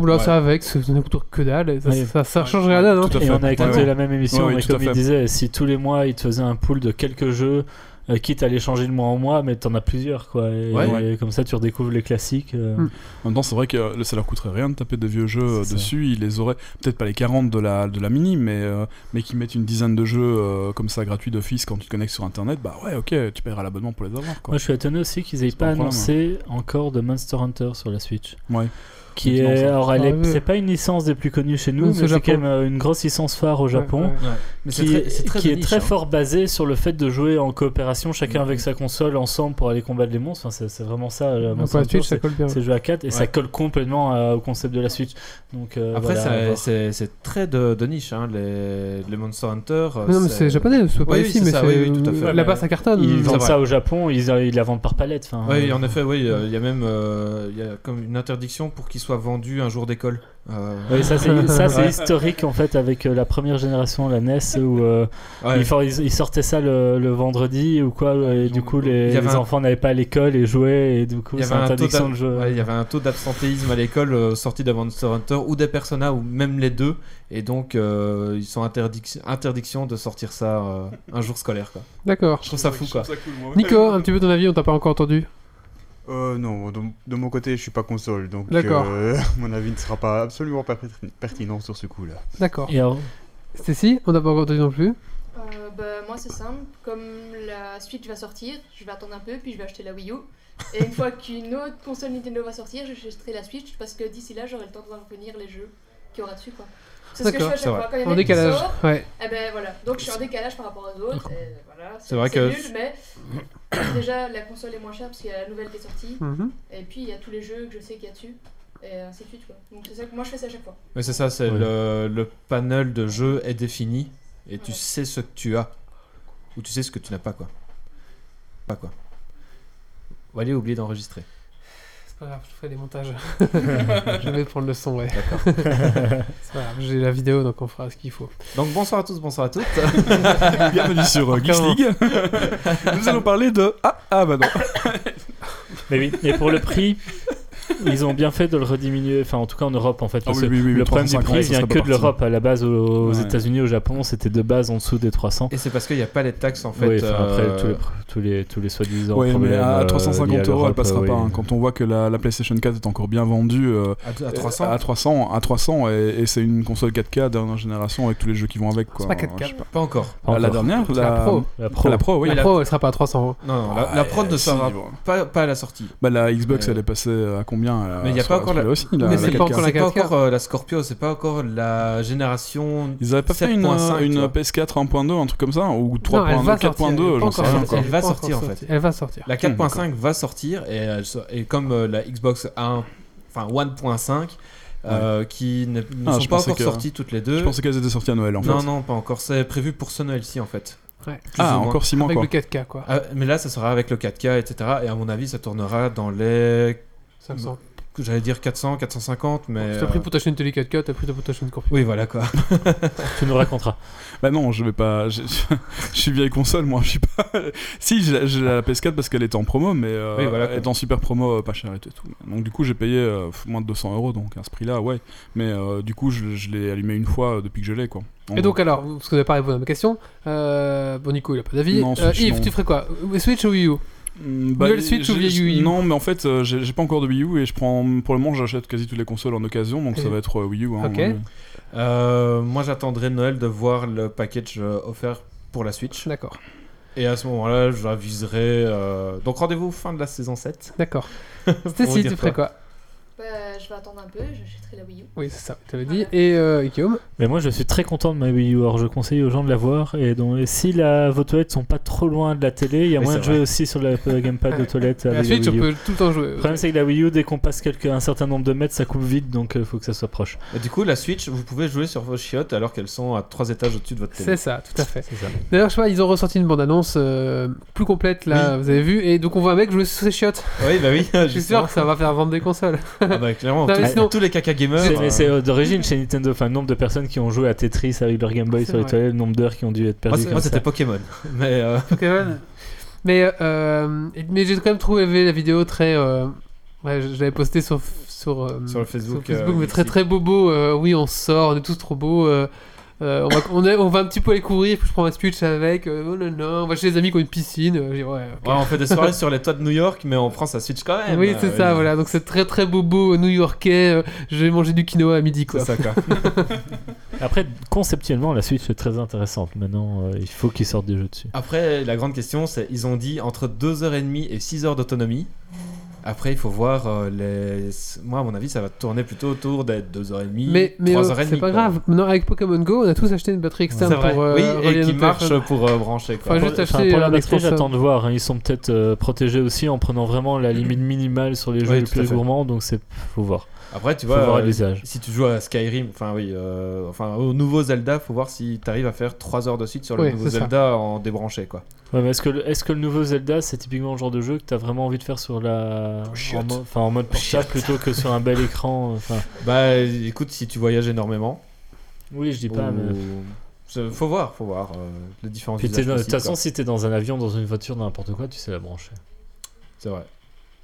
gratuitement. Là,
Ouais.
ça avec, ça ne coûte que dalle, ça,
Ouais.
ça, ça
Ouais,
changerait
ouais,
la donne. hein.
tout à
Et
fait.
on a écouté
Ouais, ouais.
la même émission,
Ouais, ouais,
mais
tout à
comme il
fait.
disait, si tous les mois ils te faisaient un pool de quelques jeux, euh, quitte à les changer de mois en mois, mais t'en as plusieurs quoi. Et,
Ouais,
et comme ça tu redécouvres les classiques. euh,
Hmm.
Mm.
En même temps, c'est vrai que euh, ça leur coûterait rien de taper des vieux jeux euh,
C'est ça.
dessus. Ils les auraient peut-être pas les 40 de la, de la mini, mais, euh, mais qu'ils mettent une dizaine de jeux euh, comme ça gratuits d'office quand tu te connectes sur internet. Bah ouais, ok, tu paieras l'abonnement pour les avoir. Quoi.
Moi je suis étonné aussi qu'ils aient
C'est pas
pas
un problème,
annoncé encore de Monster Hunter sur la Switch.
Ouais.
Qui
Effectivement,
est,
ça.
alors elle
Ah,
est-
oui.
c'est pas une licence des plus connues chez nous,
Non,
mais
c'est
c'est
Japon.
quand même euh, une grosse licence phare au Japon.
Ouais, ouais.
mais
qui est qui est très,
hein.
fort basé sur le fait de jouer en coopération,
Mm.
chacun avec sa console, ensemble pour aller combattre les monstres. Enfin, c'est c'est vraiment ça. euh,
Donc,
Monster
pour la
Hunter,
Switch, ça
c'est-
colle bien.
c'est joué à 4 et ça
Ouais.
colle complètement euh, au concept de la Switch. Donc, euh,
Après,
voilà,
ça-
à voir.
c'est c'est très de, de niche, hein, les, les Monster Hunter. euh,
Ah.
Mais non, mais c'est japonais, c'est pas
Oui, oui,
ici, mais
c'est ça, oui, oui, tout à
c'est.
fait.
Là-bas, ça cartonne.
Ils vendent
vrai.
ça au Japon, ils, ils la vendent par palette. Enfin,
Oui,
euh,
en effet, oui, euh, il y a même euh, il y a comme une interdiction pour qu'il soit vendu un jour d'école. Euh,
oui, ça c'est ça, c'est
Ouais.
historique en fait avec euh, la première génération, la NES, où euh,
ouais.
ils, for- ils- ils sortaient ça le, le vendredi ou quoi, et du coup les,
Il y avait
les
un-
enfants n'allaient pas à l'école et jouaient, et du coup
Il y
c'est
avait un taux
interdiction
d'ab-
de jeu.
ouais, il y avait un taux d'absentéisme à l'école euh, sorti de Monster Hunter ou des Persona ou même les deux. Et donc, euh, ils sont interdic- interdiction de sortir ça euh, un jour scolaire. Quoi.
D'accord.
Je trouve ça fou, quoi.
Nico, un petit peu ton avis, on t'a pas encore entendu.
Euh, non, de, de mon côté, je suis pas console, donc
D'accord.
euh, mon avis ne sera pas absolument pas pertin- pertinent sur ce coup-là.
D'accord.
Et alors,
Stacy, on t'a pas encore entendu non plus.
Euh, bah, moi c'est simple, comme la Switch va sortir, je vais attendre un peu puis je vais acheter la Wii U. Et une fois qu'une autre console Nintendo va sortir, j'achèterai la Switch parce que d'ici là j'aurai le temps de voir venir les jeux qu'il y aura dessus quoi. C'est ce que je fais
D'accord,
à chaque
c'est vrai.
fois. Quand il y a
En
un mec qui
décalage.
sort,
Ouais.
eh ben voilà, donc je suis en décalage par rapport aux autres. et voilà,
C'est vrai que-
nul, mais déjà la console est moins chère parce qu'il y a la nouvelle qui est sortie.
Mhm.
Et puis il y a tous les jeux que je sais qu'il y a dessus. Et ainsi de suite quoi. Donc c'est ça que moi je fais ça à chaque fois.
Mais c'est ça, c'est
Ouais.
le, le panel de jeu est défini et tu
Ouais.
sais ce que tu as. Ou tu sais ce que tu n'as pas, quoi. Pas quoi. Ou allez, oublier d'enregistrer.
C'est pas grave, je ferai des montages. je vais prendre le son, ouais. C'est pas grave, j'ai la vidéo, donc on fera ce qu'il faut.
Donc bonsoir à tous, bonsoir à toutes.
Bienvenue sur euh, Geeks League. Nous allons parler de. Ah, ah bah non.
Mais oui, et pour le prix, ils ont bien fait de le rediminuer, enfin en tout cas en Europe en fait. parce
Ah oui,
que
oui, oui,
le problème du
350,
prix
ça
vient
serait
que
pas
de l'Europe, à la base aux, aux
Ouais.
États-Unis, au Japon, c'était de base en dessous des 300.
Et c'est parce qu'il n'y a pas les taxes en fait.
oui, enfin, après
euh,
tous les, pr- tous les, tous les soi-disant.
Ouais, mais
problèmes,
à
euh, liés à
350 euros, elle
l'Europe,
passera
euh,
pas.
oui.
hein. Quand on voit que la, la PlayStation 4 est encore bien vendue euh,
à, à 300.
à 300, à 300 et, et c'est une console 4K dernière génération avec tous les jeux qui vont avec. Quoi.
pas 4K.
Je sais pas. Ah,
Pas encore.
Pas
la
encore.
dernière,
La Pro.
La Pro.
Euh, La Pro, oui.
la
la-
pro, elle sera pas à 300 euros.
Non, non, la, la prod ne
Ah,
sera
si, bon.
pas, pas à la sortie.
Bah, la Xbox,
Euh,
elle est passée à combien bien. euh,
Mais il y a
sur
pas encore la-
celui-là aussi, là,
Mais
la
c'est
4K.
pas encore la
C'est pas
4K.
encore euh, la Scorpio, c'est pas encore la génération.
Ils avaient pas fait une, euh,
7.5,
une
tu vois.
PS4 1.2, un truc comme ça, ou
Non, elle
3.2, 4.2,
va sortir. elle est pas
j'en sais
encore
Elle va
rien. quoi.
sortie, elle est pas
sortir,
encore
en fait.
sortie. Elle va sortir.
La 4.5 va sortir et, elle so- et comme euh, la Xbox 1, enfin 1.5, euh, qui ne, ne
Ah,
sont
je
pas
pensais
encore
que-
sorties toutes les deux.
Je pensais qu'elles étaient sorties à Noël en fait.
non, non, pas encore. C'est prévu pour ce Noël-ci en fait.
Ouais.
Plus
Ah,
ou moins.
encore 6 mois
Avec
quoi.
le 4K, quoi.
Ah, mais là, ça sera avec le 4K, etc. Et à mon avis, ça tournera dans les.
Ça me semble.
J'allais dire 400, 450, mais.
Tu t'as pris
euh,
pour ta chaîne télé 4K, t'as pris pour ta chaîne Scorpio.
Oui, voilà quoi.
Tu nous raconteras.
Bah non, je vais pas. Je, je suis vieille console, moi. Je suis pas. si, j'ai la- j'ai la PS4 parce qu'elle était en promo, mais euh,
Oui, voilà,
elle est
quoi.
en super promo, euh, pas cher et tout. Donc du coup, j'ai payé euh, moins de 200 euros, donc à ce prix-là, ouais. Mais euh, du coup, je, je l'ai allumé une fois euh, depuis que je l'ai, quoi. En
Et
gros.
donc alors, parce que vous n'avez pas répondu à ma question, euh, bon Nico il a pas d'avis.
Non,
Euh,
Switch,
Yves,
non.
tu ferais quoi Euh, Switch ou Wii U
Mm,
Nouvelle Switch ou
j'ai-
vieille
j'ai-
Wii U
Non, mais en fait, euh, j'ai j'ai pas encore de Wii U et je prends. Pour le moment, j'achète quasi toutes les consoles en occasion, donc
Et-
ça va être euh, Wii U. Hein,
Ok.
ouais.
Euh, moi, j'attendrai Noël de voir le package euh, offert pour la Switch.
D'accord,
Et à ce moment-là, j'aviserai. euh, Donc rendez-vous fin de la saison 7.
d'accord.
Pour
Stacy,
dire
tu ferais quoi
Bah, je vais attendre un peu, j'achèterai la Wii U.
Oui, c'est ça, tu l'avais dit. Et euh, et Guillaume
Mais moi, je suis très content de ma Wii U. Alors, je conseille aux gens de l'avoir. Et donc, et si la, vos toilettes sont pas trop loin de la télé, il y a
Oui,
moyen
c'est
de jouer aussi sur la euh, gamepad de toilette.
La
avec
Switch,
la
on
Wii U.
peut tout le temps jouer.
Le problème, c'est que la Wii U, dès qu'on passe quelques- un certain nombre de mètres, ça coupe vite, donc il faut que ça soit proche.
Et du coup, la Switch, vous pouvez jouer sur vos chiottes alors qu'elles sont à 3 étages au-dessus de votre télé.
C'est ça, tout à fait.
C'est ça.
D'ailleurs, je sais pas, ils ont ressorti une bande-annonce euh, plus complète là, vous avez vu, et donc on voit un mec jouer sur ses chiottes.
Oui, bah oui,
Je suis sûr que ça va faire vendre des consoles.
Ah bah, clairement,
Non,
tous,
mais sinon-
tous les caca gamers.
C'est, mais
euh,
c'est euh, d'origine chez Nintendo, enfin, le nombre de personnes qui ont joué à Tetris avec leur Game Boy
C'est
sur les
vrai.
toilettes, le nombre d'heures qui ont dû être
Moi,
perdues.
c'est-
comme
moi,
ça.
c'était Pokémon. Mais euh,
Pokémon. Mais, euh, mais j'ai quand même trouvé la vidéo très. euh, ouais, je je l'avais postée sur, sur, euh,
Sur le Facebook, euh,
mais très
Mexique.
très bobo. euh, oui, on sort, on est tous trop beaux. euh, euh, on, va, on, est- on va un petit peu aller courir, puis je prends un Switch avec. euh, oh non, non, on va chez les amis qui ont une piscine. euh, j'ai- ouais, ok.
ouais, on fait des soirées sur les toits de New York, mais on prend sa Switch quand même.
oui,
euh,
c'est ça, voilà. Donc c'est très très bobo euh, new-yorkais. euh, je vais manger du quinoa à midi, quoi.
C'est ça, quoi.
Après, conceptuellement, la Switch est très intéressante. Maintenant, euh, il faut qu'ils sortent des jeux dessus.
Après, la grande question, c'est ils ont dit entre 2h30 et 6h d'autonomie. Après, il faut voir euh, les. Moi, à mon avis, ça va tourner plutôt autour des 2h30.
Mais, mais euh,
3h30,
c'est pas
quoi.
grave. Maintenant, avec Pokémon Go, on a tous acheté une batterie
C'est
externe
vrai.
pour euh,
oui,
relier
et qui
notre
marche
téléphone.
pour euh, brancher, quoi.
Enfin,
Pour-
juste
enfin,
acheter,
pour
euh,
la
un
batterie,
expanseur.
j'attends de voir. hein. Ils sont peut-être euh, protégés aussi en prenant vraiment la limite minimale sur les jeux
Oui,
les
tout à
plus
fait.
gourmands, donc c'est faut voir.
Après, tu
Faut
vois,
voir à
euh,
l'usage.
si tu joues à Skyrim, enfin oui, euh, enfin au nouveau Zelda, faut voir si t'arrives à faire 3 heures de suite sur le
Oui,
nouveau
c'est ça.
Zelda en débranché, quoi.
Ouais, mais est-ce que, le- est-ce que le nouveau Zelda, c'est typiquement le genre de jeu que t'as vraiment envie de faire sur la.
Oh,
En, mo- enfin, en mode portable plutôt que sur un bel écran euh, enfin...
Bah écoute, si tu voyages énormément,
Oui, je dis pas,
ou-
mais.
C'est- faut voir, faut voir euh, les différents
Puis t'es
usages
dans- de toute
possibles,
façon,
quoi.
si t'es dans un avion, dans une voiture, dans n'importe quoi, tu sais la brancher.
c'est vrai.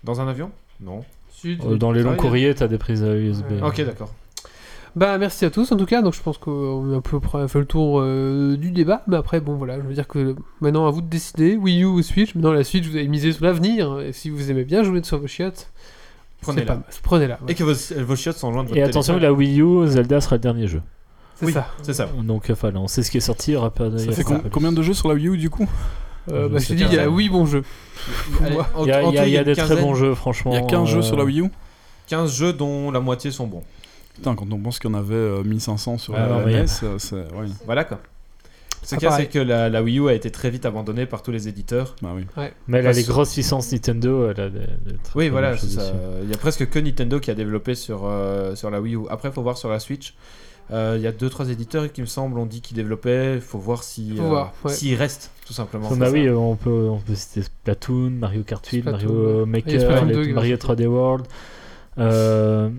Dans un avion Non.
Sud,
Euh, dans les longs
Paris.
courriers, t'as des prises euh, USB.
Ouais.
Ok, d'accord.
Bah merci à tous en tout cas, donc je pense qu'on a à peu près fait le tour euh, du débat, mais après bon voilà, je veux dire que maintenant à vous de décider, Wii U ou Switch, maintenant la Switch vous avez misé sur l'avenir, et si vous aimez bien jouer sur vos chiottes, c'est pas
Prenez-la.
mal. prenez-la,
Et
voilà.
que vos, vos chiottes sont loin de votre
Et attention,
téléphone.
la Wii U, Zelda sera le dernier jeu.
c'est
Oui,
ça.
c'est ça.
Donc, enfin, là, on sait ce qui est sorti, il y aura pas de. il y
Ça
aura
fait
pas
com-
de-
combien de jeux sur la Wii U du coup
Euh,
Je
bah, je
sais
t'ai dit, il y a
pas.
oui bon jeu.
Allez,
Moi.
en-
Il y a,
en
il y a-
tout,
il y a
une
des très bons
quinzaine-
jeux, franchement. euh,
Il y a 15 jeux sur la Wii U
15 jeux dont la moitié sont bons.
Putain, quand on pense qu'il y en avait euh, 1500 sur
Ah
la
non, mais-
NES, euh, c'est. Ouais.
Voilà quoi. Ce
Ah,
qu'il y a,
pareil.
c'est que la, la Wii U a été très vite abandonnée par tous les éditeurs.
Bah oui.
Mais elle a
Parce-
les grosses Ah, licences Nintendo. Elle a des, des très
Oui,
bonnes
voilà, c'est
choses
ça.
dessus.
Il y a presque que Nintendo qui a développé sur, euh, sur la Wii U. Après, faut voir sur la Switch. Euh, Il y a deux trois éditeurs qui me semble ont dit qu'ils développaient. Faut voir si
Faut
euh,
voir, ouais.
s'ils restent tout simplement.
Bah
C'est
oui,
ça.
euh, on peut, on peut citer Splatoon, Mario Kart 8,
Splatoon,
Mario euh,
Il y a
Maker,
Splatoon
les-
2 qui va
Mario
sortir.
3D World. Euh,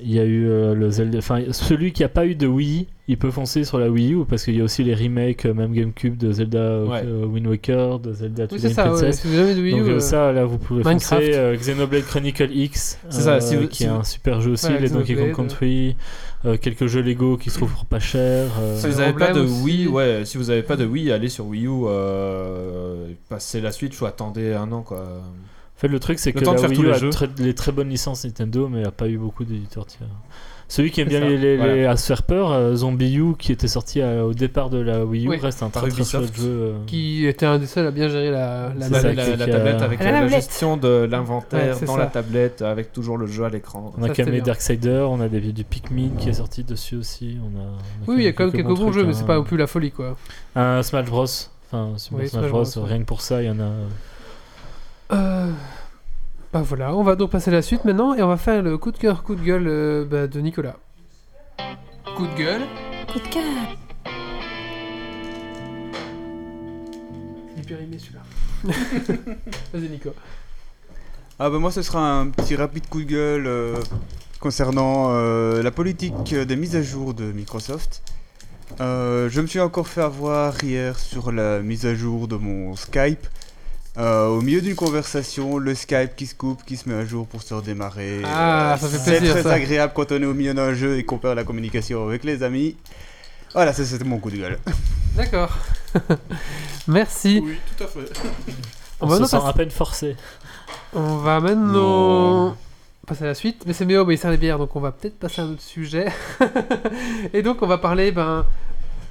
Il y a eu euh, le Zelda. Enfin, celui qui n'a pas eu de Wii, il peut foncer sur la Wii U parce qu'il y a aussi les remakes, euh, même GameCube, de Zelda euh,
Ouais.
euh, Wind Waker, de Zelda
Oui
Twilight
c'est ça, ouais,
Princess.
si vous avez de Wii
Donc
U,
euh,
euh,
ça, là, vous pouvez
Minecraft.
foncer. euh, Xenoblade Chronicle X, euh,
C'est ça, si vous-
qui
si
est
vous-
un super jeu aussi,
Voilà,
les Donkey Kong
Xenoblade,
Country, euh, quelques jeux Lego qui se trouvent pour pas cher. euh,
Si vous
Fire
n'avez pas de
Emblem aussi.
Wii, ouais, si vous avez pas de Wii, allez sur Wii U, euh, passez la Switch ou attendez un an quoi.
En fait, le truc, c'est
Le
que
temps de
la
faire
Wii
tous
U
les
a
jeux.
très- les très bonnes licences Nintendo, mais a pas eu beaucoup d'éditeurs tiers. Celui qui aime
C'est
bien
ça.
les, les-
Voilà.
les- à se faire peur, euh, Zombie U, qui était sorti à- au départ de la Wii U,
Oui.
reste un
Par
très très chouette
Ubisoft.
jeu. euh.
Qui était un des seuls à bien gérer la, la
C'est
La,
manette.
ça,
la- la- la
qui a-
tablette avec
La
euh, la,
tablette.
gestion de l'inventaire
Ouais, c'est
dans
ça.
la tablette, avec toujours le jeu à l'écran.
On a
Ça, c'était
camé
bien.
Darksider, on a des, du Pikmin qui est sorti dessus aussi. On a, on a
Oui, il y a quand même quelques bons
trucs,
jeux, mais
hein.
c'est pas au plus la folie quoi.
Un Smash Bros. Enfin, Super
Oui,
Smash,
Smash
Bros.
Bros, ouais.
Rien que pour ça, il y en a.
Euh, Bah voilà, on va donc passer à la suite maintenant et on va faire le coup de cœur, coup de gueule euh, bah, de Nicolas. Coup de gueule.
Coup de cœur.
Il est périmé celui-là. Vas-y Nico.
Ah bah moi ce sera un petit rapide coup de gueule euh, concernant euh, la politique euh, des mises à jour de Microsoft. Euh, je me suis encore fait avoir hier sur la mise à jour de mon Skype. Euh, au milieu d'une conversation, le Skype qui se coupe, qui se met à jour pour se redémarrer.
Ah, ça fait plaisir,
C'est très
ça.
agréable quand on est au milieu d'un jeu et qu'on perd la communication avec les amis. Voilà, ça c'était mon coup de gueule.
D'accord. Merci. bah,
Oui, tout à fait.
On,
On va,
se
maintenant
sent
passer-
à peine forcé.
on va maintenant passer à la suite. Mais c'est Méo, bah, il sert les bières, donc on va peut-être passer à un autre sujet. et donc on va parler, ben...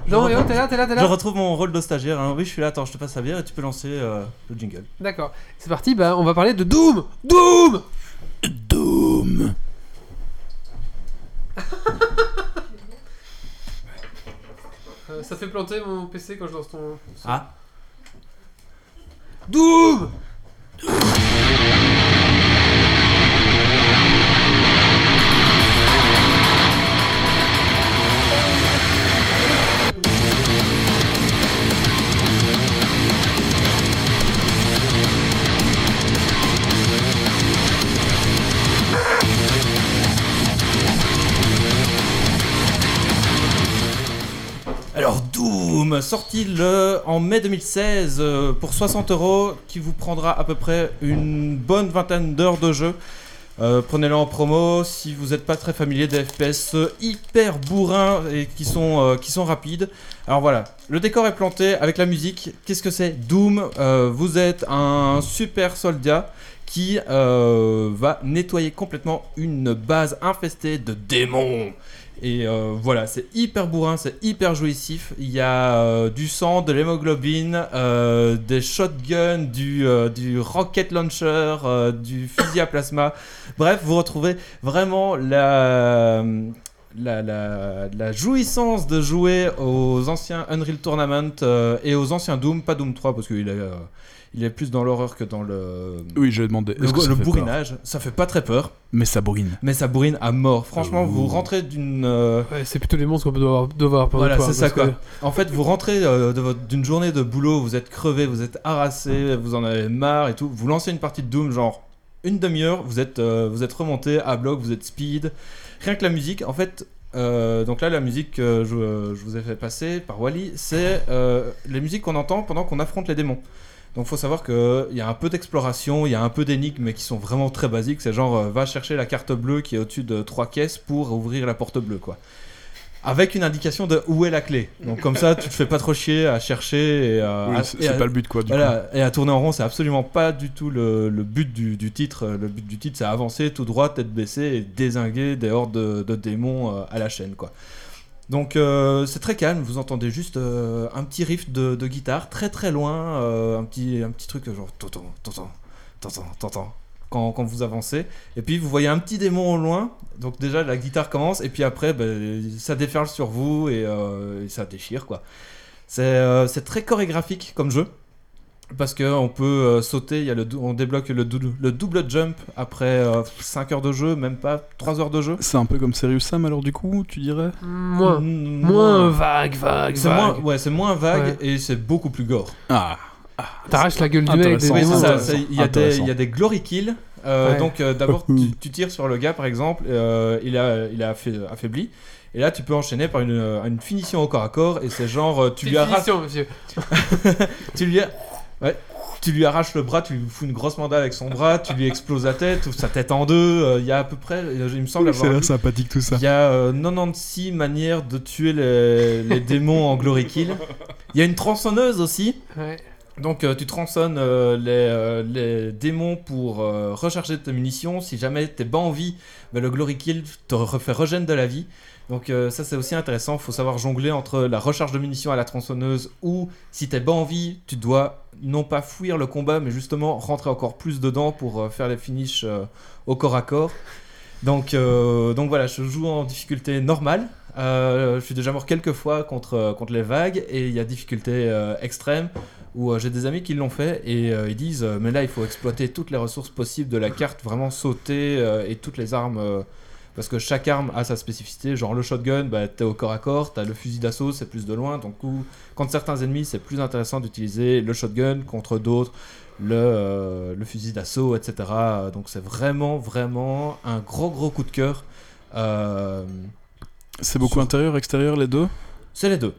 Non,
Je
Méo,
reprends.
t'es là, t'es là, t'es
Je
là
retrouve mon rôle de stagiaire. hein. Oui, je suis là. Attends, je te passe la bière et tu peux lancer euh, le jingle.
D'accord. C'est parti, ben,
bah,
on va parler de Doom Doom
Doom.
Euh, Ça fait planter mon PC quand je lance ton...
Ah,
Doom
Alors Doom, sorti le en mai 2016 euh, pour 60 euros, qui vous prendra à peu près une bonne vingtaine d'heures de jeu. Euh, Prenez-le en promo si vous n'êtes pas très familier des FPS euh, hyper bourrins et qui sont, euh, qui sont rapides. Alors voilà, le décor est planté avec la musique. Qu'est-ce que c'est Doom, euh, vous êtes un super soldat qui euh, va nettoyer complètement une base infestée de démons. Et euh, voilà, c'est hyper bourrin, c'est hyper jouissif. Il y a euh, du sang, de l'hémoglobine, euh, des shotguns, du, euh, du rocket launcher, euh, du fusil à plasma. Bref, vous retrouvez vraiment la, la, la, la jouissance de jouer aux anciens Unreal Tournament euh, et aux anciens Doom, pas Doom 3 parce qu'il est, euh, il est plus dans l'horreur que dans le,
Oui, j'ai demandé.
le,
est-ce que ça
le
fait peur
bourrinage. Ça fait pas très peur,
Mais ça bourrine.
mais ça bourrine à mort. Franchement, vous
Ouh.
rentrez d'une... euh,
Ouais, c'est plutôt les monstres qu'on peut devoir, devoir pendant
Voilà,
toi,
c'est ça
parce
quoi.
que-
En fait, vous rentrez euh, de votre- d'une journée de boulot, vous êtes crevé, vous êtes harassé, vous en avez marre et tout. Vous lancez une partie de Doom, genre une demi-heure, vous êtes, euh, vous êtes remonté à bloc, vous êtes speed. Rien que la musique, en fait. euh, donc là, la musique que je, euh, je vous ai fait passer par Wally, c'est euh, les musiques qu'on entend pendant qu'on affronte les démons. Donc faut savoir qu'il y a un peu d'exploration, il y a un peu d'énigmes mais qui sont vraiment très basiques. C'est genre euh, va chercher la carte bleue qui est au-dessus de trois caisses pour ouvrir la porte bleue quoi. Avec une indication de où est la clé. Donc comme ça tu te fais pas trop chier à chercher et à,
Oui,
à-
c'est
et à-
c'est pas le but quoi. Du coup.
voilà, et à tourner en rond, c'est absolument pas du tout le, le but du, du titre. Le but du titre, c'est avancer tout droit, tête baissée et désinguer des hordes de, de démons euh, à la chaîne, quoi. Donc euh, c'est très calme, vous entendez juste euh, un petit riff de, de guitare très très loin, euh, un, petit, un petit truc genre t'entends, t'entends, t'entends, t'entends quand, quand vous avancez. Et puis vous voyez un petit démon au loin, donc déjà la guitare commence et puis après ben, ça déferle sur vous et, euh, et ça déchire quoi. C'est euh, c'est très chorégraphique comme jeu. Parce que on peut euh, sauter, il y a le dou- on débloque le, dou- le double jump après 5 heures de jeu, même pas 3 heures de jeu.
C'est un peu comme Serious Sam alors du coup, tu dirais
Moins.
Mm,
Moins vague, vague,
C'est
vague.
moins, ouais, c'est moins vague et c'est beaucoup plus gore.
Ah.
T'arraches la gueule du mec. Des
Intéressant.
Oui,
démons,
c'est
euh,
ça.
intéressant,
c'est- Il y, a des-
intéressant.
il y a des glory kills. Euh,
Ouais.
Donc, euh, d'abord, tu, tu tires sur le gars, par exemple, euh, il a, il a affa- affaibli. Et là, tu peux enchaîner par une, euh, une finition au corps à corps. Et c'est genre, euh, tu
petite
lui, arraches,
finition, monsieur.
tu, lui, a- ouais, tu lui arraches le bras, tu lui fous une grosse mandale avec son bras, tu lui exploses la tête, ou sa tête en deux. euh, Il y a à peu près, euh, il me semble avoir. lu-
sympathique tout ça.
Il y a euh, 96 manières de tuer les, les démons en glory kill. Il y a une tronçonneuse aussi.
Ouais.
Donc euh, tu tronçonnes euh, les, euh, les démons pour euh, recharger tes munitions. Si jamais t'es pas en vie, bah, le Glory Kill te refait regen de la vie. Donc euh, ça c'est aussi intéressant, faut savoir jongler entre la recharge de munitions à la tronçonneuse ou si t'es pas en vie, tu dois non pas fuir le combat mais justement rentrer encore plus dedans pour euh, faire les finishes euh, au corps à corps. Donc, euh, donc voilà, je joue en difficulté normale. Euh, je suis déjà mort quelques fois contre, euh, contre les vagues et il y a difficulté euh, extrême où euh, j'ai des amis qui l'ont fait et euh, ils disent euh, mais là il faut exploiter toutes les ressources possibles de la carte, vraiment sauter euh, et toutes les armes euh, parce que chaque arme a sa spécificité. Genre le shotgun, bah, t'es au corps à corps, t'as le fusil d'assaut, c'est plus de loin. Donc où- contre certains ennemis, c'est plus intéressant d'utiliser le shotgun contre d'autres. Le, euh, le fusil d'assaut, etc. Donc c'est vraiment, vraiment un gros, gros coup de cœur. Euh,
C'est beaucoup intérieur, extérieur, les deux
c'est les deux.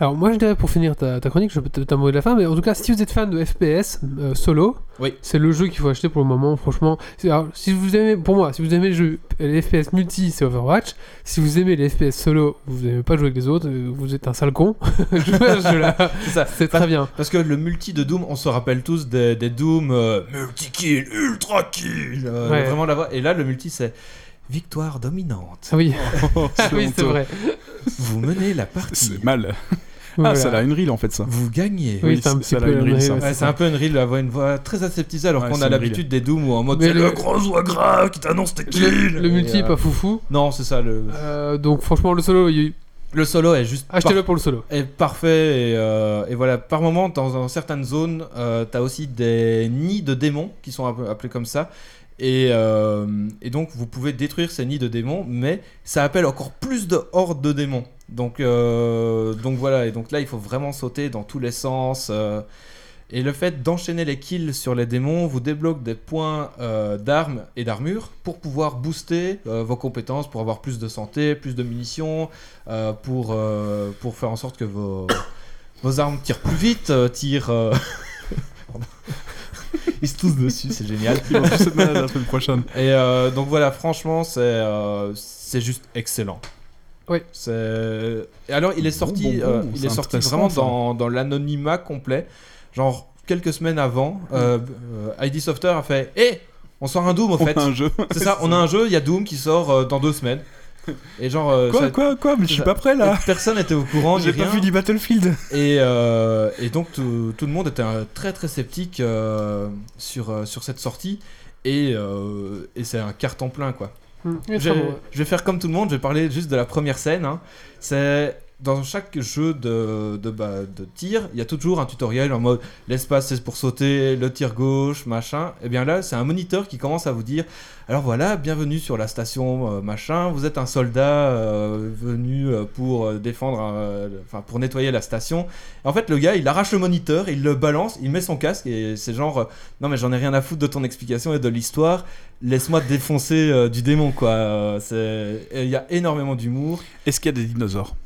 Alors moi je dirais pour finir ta, ta chronique, je peux peut-être un mot de la fin, mais en tout cas si vous êtes fan de FPS euh, solo,
Oui.
c'est le jeu qu'il faut acheter pour le moment, franchement. C'est- alors, si vous aimez, pour moi, si vous aimez les, jeux, les FPS multi, c'est Overwatch. Si vous aimez les FPS solo, vous n'aimez pas jouer avec les autres, euh, vous êtes un sale con. Jouez à ce jeu-là,
C'est ça.
c'est très bien.
Parce que le multi de Doom, on se rappelle tous des, des Doom euh, multi-kill, ultra-kill. euh,
Ouais.
Vraiment la voix. Et là, le multi, c'est victoire dominante. Oh,
Ah oui, Ah oui, c'est
honteux.
vrai.
Vous menez la partie.
C'est mal. Ah,
Voilà.
ça a une reel en fait, ça.
Vous gagnez.
Oui, c'est un
c'est-
petit
ça a
peu
une rime,
la-
ça.
ouais,
Ouais, c'est un peu une reel d'avoir une voix très aseptisée alors
Ouais,
qu'on
c'est
a
une
l'habitude des Doom où en mode
Mais
c'est
le-
le grand joie gras qui t'annonce tes kills.
Le multi
Et,
est
euh,
pas foufou.
Non, c'est ça. Le,
Euh, donc franchement le solo, il-
le solo est juste.
achetez-le pour le solo.
est parfait et, euh, et voilà par moment dans, dans certaines zones euh, t'as aussi des nids de démons qui sont app- appelés comme ça et, euh, et donc vous pouvez détruire ces nids de démons mais ça appelle encore plus de hordes de démons donc euh, donc voilà et donc là il faut vraiment sauter dans tous les sens euh, et le fait d'enchaîner les kills sur les démons vous débloque des points euh, d'armes et d'armure pour pouvoir booster euh, vos compétences, pour avoir plus de santé, plus de munitions, euh, pour, euh, pour faire en sorte que vos, vos armes tirent plus vite, euh, tirent... euh, Pardon. Ils se toussent dessus, c'est génial.
Ils vont tous être malades la semaine prochaine.
Et euh, donc voilà, franchement, c'est euh, c'est juste excellent.
Oui.
C'est- Et alors, il est sorti,
Bon, bon, bon,
euh, il
c'est
est sorti
intéressant,
vraiment
ça.
dans, dans l'anonymat complet. Genre, quelques semaines avant,
Mm.
euh, euh, ID Software a fait Hé On sort un Doom en
On
fait
a un jeu.
C'est ça, on a un jeu, il y a Doom qui sort euh, dans deux semaines. Et genre. euh,
Quoi,
ça-
quoi, quoi Mais je suis
ça-
pas prêt là.
Personne n'était au courant,
J'ai
ni
pas
rien.
vu du Battlefield.
Et, euh, et donc tout, tout le monde était euh, très très sceptique euh, sur, euh, sur cette sortie. Et, euh, et c'est un carton plein quoi.
Hum, il est
Je
très
vais,
bon, ouais.
je vais faire comme tout le monde, je vais parler juste de la première scène. hein. C'est dans chaque jeu de, de, bah, de tir, il y a toujours un tutoriel en mode l'espace c'est pour sauter, le tir gauche, machin. Et bien là, c'est un moniteur qui commence à vous dire alors voilà, bienvenue sur la station euh, machin, vous êtes un soldat euh, venu euh, pour euh, défendre, euh, enfin pour nettoyer la station. En fait, le gars il arrache le moniteur, il le balance, il met son casque et c'est genre euh, non mais j'en ai rien à foutre de ton explication et de l'histoire. Laisse-moi te défoncer euh, du démon, quoi. Euh, c'est- et Il y a énormément d'humour.
Est-ce qu'il y a des dinosaures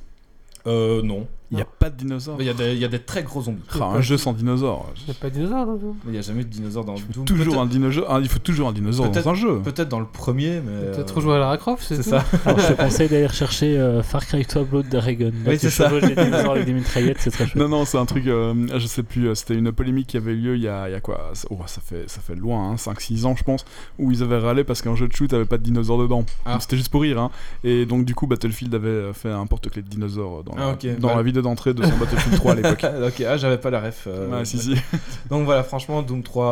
Euh, non.
Il n'y a pas de dinosaures.
Il y, a des- il y a des très gros zombies.
Ah, un jeu sans dinosaures.
Il n'y a pas de dinosaures dans le jeu.
Mais Il n'y a jamais de dinosaures dans Doom.
Toujours
Peut-être-
un dinosaure. ah, il faut toujours un dinosaure
Peut-être-
dans un jeu.
Peut-être dans le premier, mais.
Peut-être
euh,
jouer à Lara Croft, c'est
C'est
tout.
ça.
Alors, je te conseille d'aller chercher Far Cry 3 Blood d'Aragon. Là,
Oui,
tu
c'est ça.
chevauches des dinosaures avec des mitraillettes, c'est très chouette.
Non, non, c'est un truc, euh, je sais plus, euh, c'était une polémique qui avait eu lieu il y a, il y a quoi ça- oh, ça, fait, ça fait loin, 5-6 ans je pense, où ils avaient râlé parce qu'un jeu de shoot avait pas de dinosaures dedans.
Ah.
Donc, C'était juste pour rire. Hein. Et donc du coup, Battlefield avait euh, fait un porte-clés de dinosaures euh, dans, la,
Ah, ok,
dans
bah-
la vidéo d'entrée de son Battlefield 3 à l'époque.
ok, ah, j'avais pas la ref. euh,
Ouais, si, si.
Donc voilà, franchement, Doom 3,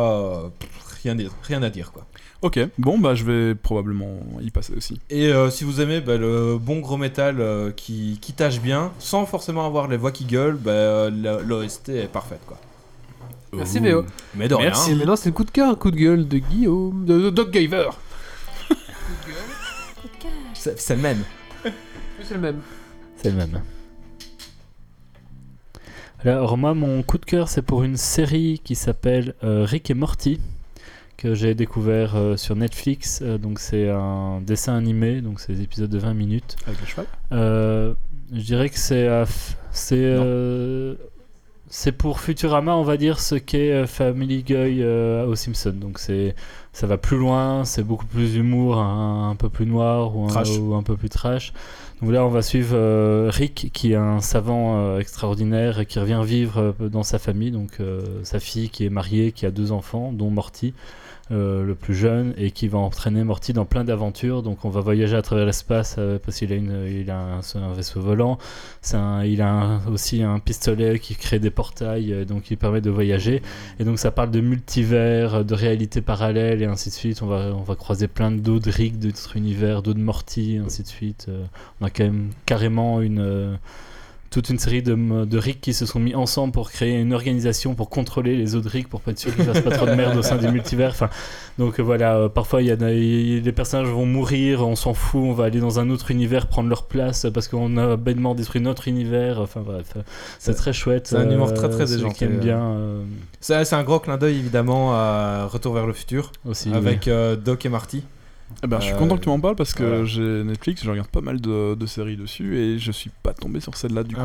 euh, pff, rien, dire- rien à dire, quoi.
Ok, bon, bah je vais probablement y passer aussi.
Et euh, si vous aimez bah, le bon gros métal euh, qui, qui tâche bien, sans forcément avoir les voix qui gueulent, bah, euh, l'OST est parfaite, quoi.
Merci, Méo.
Mais de rien.
Et maintenant, c'est le coup de cœur, coup de gueule de Guillaume, de, de Doc Giver.
C'est c'est le même.
C'est le même.
C'est le même. Alors moi, mon coup de cœur, c'est pour une série qui s'appelle euh, Rick et Morty que j'ai découvert euh, sur Netflix. Euh, donc c'est un dessin animé, donc c'est des épisodes de 20 minutes.
Avec le cheval
Euh, je dirais que c'est à f- c'est euh, C'est pour Futurama, on va dire, ce qu'est euh, Family Guy euh, aux Simpsons. Donc c'est, ça va plus loin, c'est beaucoup plus humour, un, un peu plus noir ou un,
Trash.
ou un peu plus trash. Donc là, on va suivre euh, Rick, qui est un savant euh, extraordinaire et qui revient vivre euh, dans sa famille. Donc euh, sa fille qui est mariée, qui a deux enfants, dont Morty. euh, le plus jeune et qui va entraîner Morty dans plein d'aventures donc on va voyager à travers l'espace euh, parce qu'il a, une, il a un- un vaisseau volant c'est un- il a un- aussi un pistolet qui crée des portails, euh, donc il permet de voyager. Et donc ça parle de multivers, euh, de réalité parallèle et ainsi de suite. On va, on va croiser plein d'autres rigs d'autres univers, d'autres Morty, et ainsi de suite. Euh, on a quand même carrément une, euh, toute une série de, m- de rigs qui se sont mis ensemble pour créer une organisation pour contrôler les autres rigs, pour pas être sûr qu'ils fassent pas trop de merde au sein du multivers. Enfin, donc euh, voilà, euh, parfois il y a, des- il y a- les personnages vont mourir, on s'en fout, on va aller dans un autre univers prendre leur place euh, parce qu'on a bêtement détruit notre univers. Enfin bref, euh, c'est
C'est-
très chouette.
c'est un
euh,
humour très, très
ceux
déjanté,
qui aiment
euh.
bien euh,
C'est c'est un gros clin d'œil évidemment à Retour vers le futur
aussi.
avec euh, Doc et Marty.
Eh ben, je suis
Euh,
content que tu m'en parles parce que
voilà.
j'ai Netflix, je regarde pas mal de, de séries dessus et je suis pas tombé sur celle-là
Ah
du coup.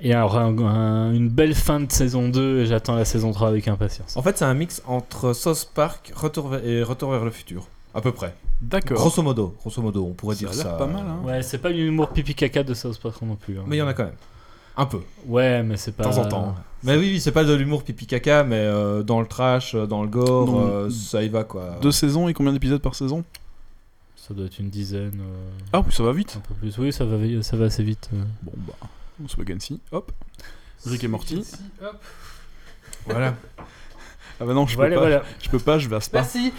Et alors, un- un- une belle fin de saison 2 et j'attends la saison 3 avec impatience.
En fait, c'est un mix entre Sauce Park Retour vers- et Retour vers le futur, à peu près.
D'accord.
Grosso modo, grosso modo, on pourrait
Ça a
dire
l'air
ça.
pas mal, hein.
Ouais, c'est pas l'humour pipi caca de South Park non plus. hein.
Mais il y en a quand même. Un peu,
Ouais, mais c'est pas.
de temps en temps. Mais oui, oui, c'est pas de l'humour pipi caca, mais euh, dans le trash, euh, dans le gore,
Non,
euh, ça y va quoi.
Deux saisons et combien d'épisodes par saison
Ça doit être une dizaine, euh,
Ah oui, ça va vite.
un peu plus. Oui, ça va, ça va assez vite. euh.
Bon bah, on se voit si. Hop. Rick et Morty.
Voilà.
Ah bah non, je
Voilà,
peux pas.
voilà.
Je peux pas, je vais à Spa.
Merci.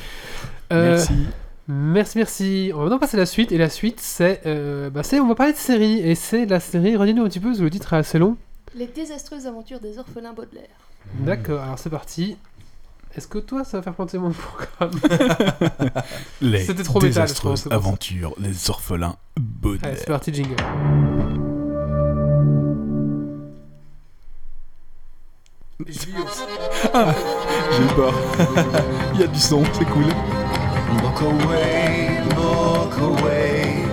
Euh,
Merci.
Merci, merci. On va maintenant passer à la suite. Et la suite, c'est. euh, bah, c'est on va parler de série. Et c'est la série. Redis-nous un petit peu, parce que le titre est assez long.
Les désastreuses aventures des orphelins Baudelaire.
Hmm.
D'accord, alors c'est parti. Est-ce que toi, ça va faire planter mon programme
Les
C'était trop métal, je
désastreuses
pense, c'est pour ça.
aventures des orphelins
Allez,
Baudelaire.
c'est parti, jingle.
Ah, J'ai peur. Il y a du son, c'est cool.
bah,
Look away, look away,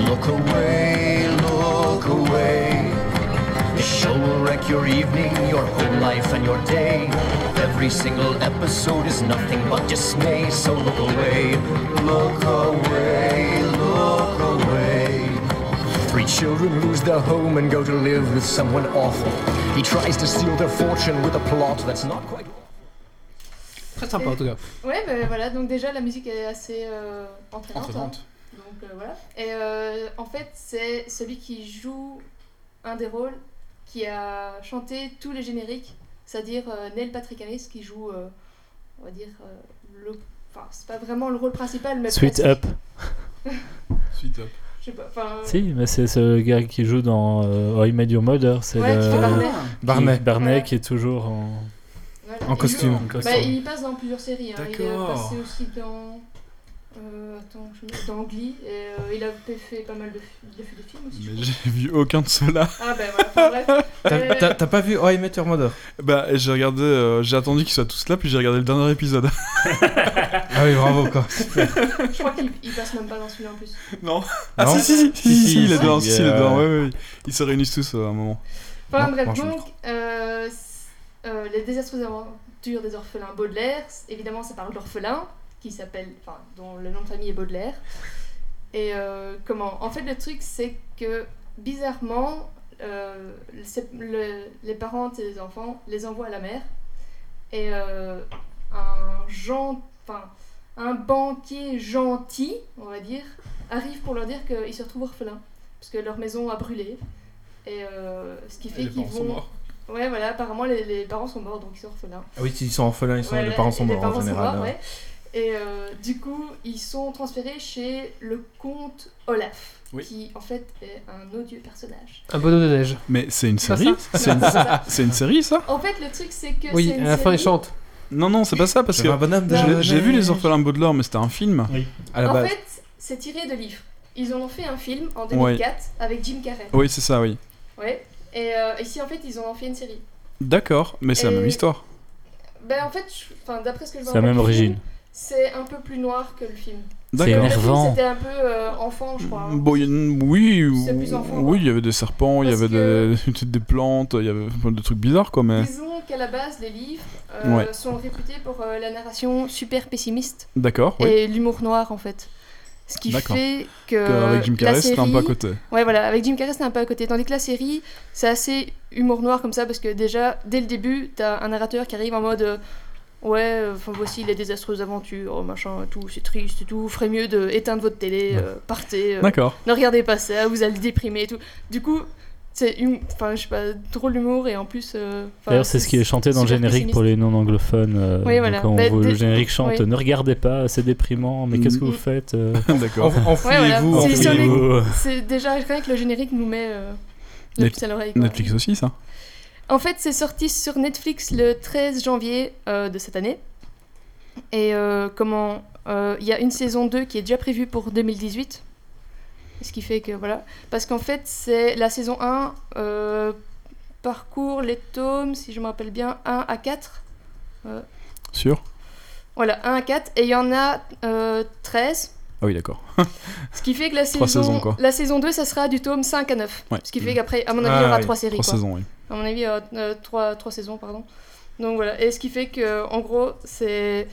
look away, look away. This show will wreck your evening, your whole life, and your day. Every single episode is nothing but dismay, so look away, look away, look away. Three children lose their home and go to live with someone awful. He tries to steal their fortune with a plot that's not quite.
Très sympa en tout cas.
Ouais, ben voilà, donc déjà la musique est assez euh, entraînante. hein. Donc euh, voilà. Et euh, en fait, c'est celui qui joue un des rôles qui a chanté tous les génériques, c'est-à-dire euh, Neil Patrick Harris qui joue, euh, on va dire, euh, le. Enfin, c'est pas vraiment le rôle principal, mais.
Sweet
presque.
Up.
Suite up.
Je sais pas, enfin.
Si, mais c'est ce gars qui joue dans euh, How I Met Your Mother. C'est
Ouais,
le-
qui fait Barney.
qui-
Barnet.
Barney
Voilà.
qui est toujours en.
Voilà.
En
Il-
costume.
en costume.
Bah, il passe dans plusieurs séries. hein. Il est
D'accord.
passé aussi dans. euh, attends, je me- dans Glee. Et, euh, il a fait pas mal de, fi- il a fait des films aussi. je
Mais
crois.
j'ai vu aucun de ceux-là.
Ah, ben voilà, enfin,
T'as
bref.
t'as- t'as pas vu Oh, I Met Your Mother
Bah, et j'ai regardé, euh, j'ai attendu qu'ils soient tous là, puis j'ai regardé le dernier épisode.
Ah oui, bravo quoi.
Euh, je crois qu'il il passe même pas dans celui-là en plus.
Non. Ah
Non
si si si si si,
si,
il est dedans,
si,
si, si, il est
euh,
dedans, ouais, ouais, ouais. Ils se réunissent tous euh, à un moment.
Enfin,
Non,
bref,
moi, je me
donc, euh, c- euh, les désastreuses aventures des orphelins Baudelaire. c- Évidemment, ça parle d'orphelins qui s'appelle, enfin, dont le nom de famille est Baudelaire. Et euh, comment En fait, le truc, c'est que bizarrement, euh, c'est- le- les parents et les enfants les envoient à la mer. Et euh, un gen- enfin, un banquier gentil, on va dire, arrive pour leur dire qu'ils se retrouvent orphelins parce que leur maison a brûlé. Et euh, ce qui fait qu'ils vont Ouais, voilà, apparemment les, les parents sont morts, donc ils sont orphelins.
Ah oui, ils sont orphelins, ils sont,
Voilà,
les parents sont
et
morts en
parents sont
général.
morts,
hein.
ouais. Et euh, du coup, ils sont transférés chez le comte Olaf,
Oui.
qui en fait est un odieux personnage.
Un bonhomme de neige.
Mais c'est une
Ça,
série C'est
Non,
une...
c'est ça.
c'est une série ça
En fait, le truc, c'est que.
Oui,
c'est
à
une
la fin il
série-
chante.
Non non, c'est pas ça parce
Parce
que
que un bonhomme de
je l'ai-
neige
j'ai vu les orphelins Baudelaire, mais c'était un film.
à la
en
base.
fait, c'est tiré de livres. Ils en ont fait un film en 2004 avec Jim Carrey.
Oui, c'est ça, oui.
Ouais. Et euh, ici, en fait, ils en ont fait une série.
D'accord, mais c'est la
Et-
même histoire.
Ben, en fait, je- enfin, d'après ce que je vois.
C'est la même origine.
C'est un peu plus noir que le film.
C'est
D'accord.
énervant.
C'était un peu euh, enfant, je crois. hein.
Bon, il y a une- oui,
C'est plus enfant,
oui,
quoi.
il y avait des serpents, il y
Parce
avait des, des plantes, il y avait des trucs bizarres quoi, mais
Disons qu'à la base, les livres euh,
Ouais.
sont réputés pour euh, la narration super pessimiste
d'accord, oui.
et l'humour noir, en fait. Ce qui
D'accord.
fait que.
Avec Jim
la
Carrey, c'était un peu à
série-
côté.
Ouais, voilà, avec Jim Carrey, c'était un peu à côté. Tandis que la série, c'est assez humour noir comme ça, parce que déjà, dès le début, t'as un narrateur qui arrive en mode euh, Ouais, euh, enfin voici les désastreuses aventures, machin, et tout, c'est triste et tout, vous ferez mieux de éteindre votre télé, euh, partez, euh,
D'accord.
ne regardez pas ça, vous allez déprimer et tout. Du coup, c'est une. Enfin, je sais pas, drôle d'humour et en plus. euh, enfin,
D'ailleurs, c'est ce qui est chanté dans le
super
générique pour les non-anglophones. euh,
Oui, voilà.
donc, Quand
Bah,
on voit le
dé-
générique chante
oui. Mm.
Ne regardez pas, c'est déprimant, mais qu'est-ce que vous faites euh,
d'accord.
En- Enfuyez-vous.
Ouais, voilà. C'est-
enfuyez-vous.
enfuyez-vous.
C'est déjà rien que le générique nous met euh, le
Net-
plus à l'oreille. quoi.
Netflix aussi ça.
En fait, c'est sorti sur Netflix le 13 janvier euh, de cette année. Et euh, comment euh, Il y a une saison 2 qui est déjà prévue pour 2018. Ce qui fait que voilà. Parce qu'en fait, c'est la saison 1 euh, parcourt les tomes, si je me rappelle bien, 1 à 4.
Sûr.
Voilà, 1 à 4. Et il y en a euh, 13.
Ah oui, d'accord.
Ce qui fait que la
Trois
saison,
saisons, quoi.
la saison 2, ça sera du tome 5 à 9.
Ouais.
Ce qui
Mhm.
fait qu'après, à mon avis,
Ah
il y aura
oui,
3 séries.
Trois
quoi.
saisons, oui.
à mon avis, euh, euh, trois, trois saisons, pardon. Donc voilà, et ce qui fait que, en gros, c'est...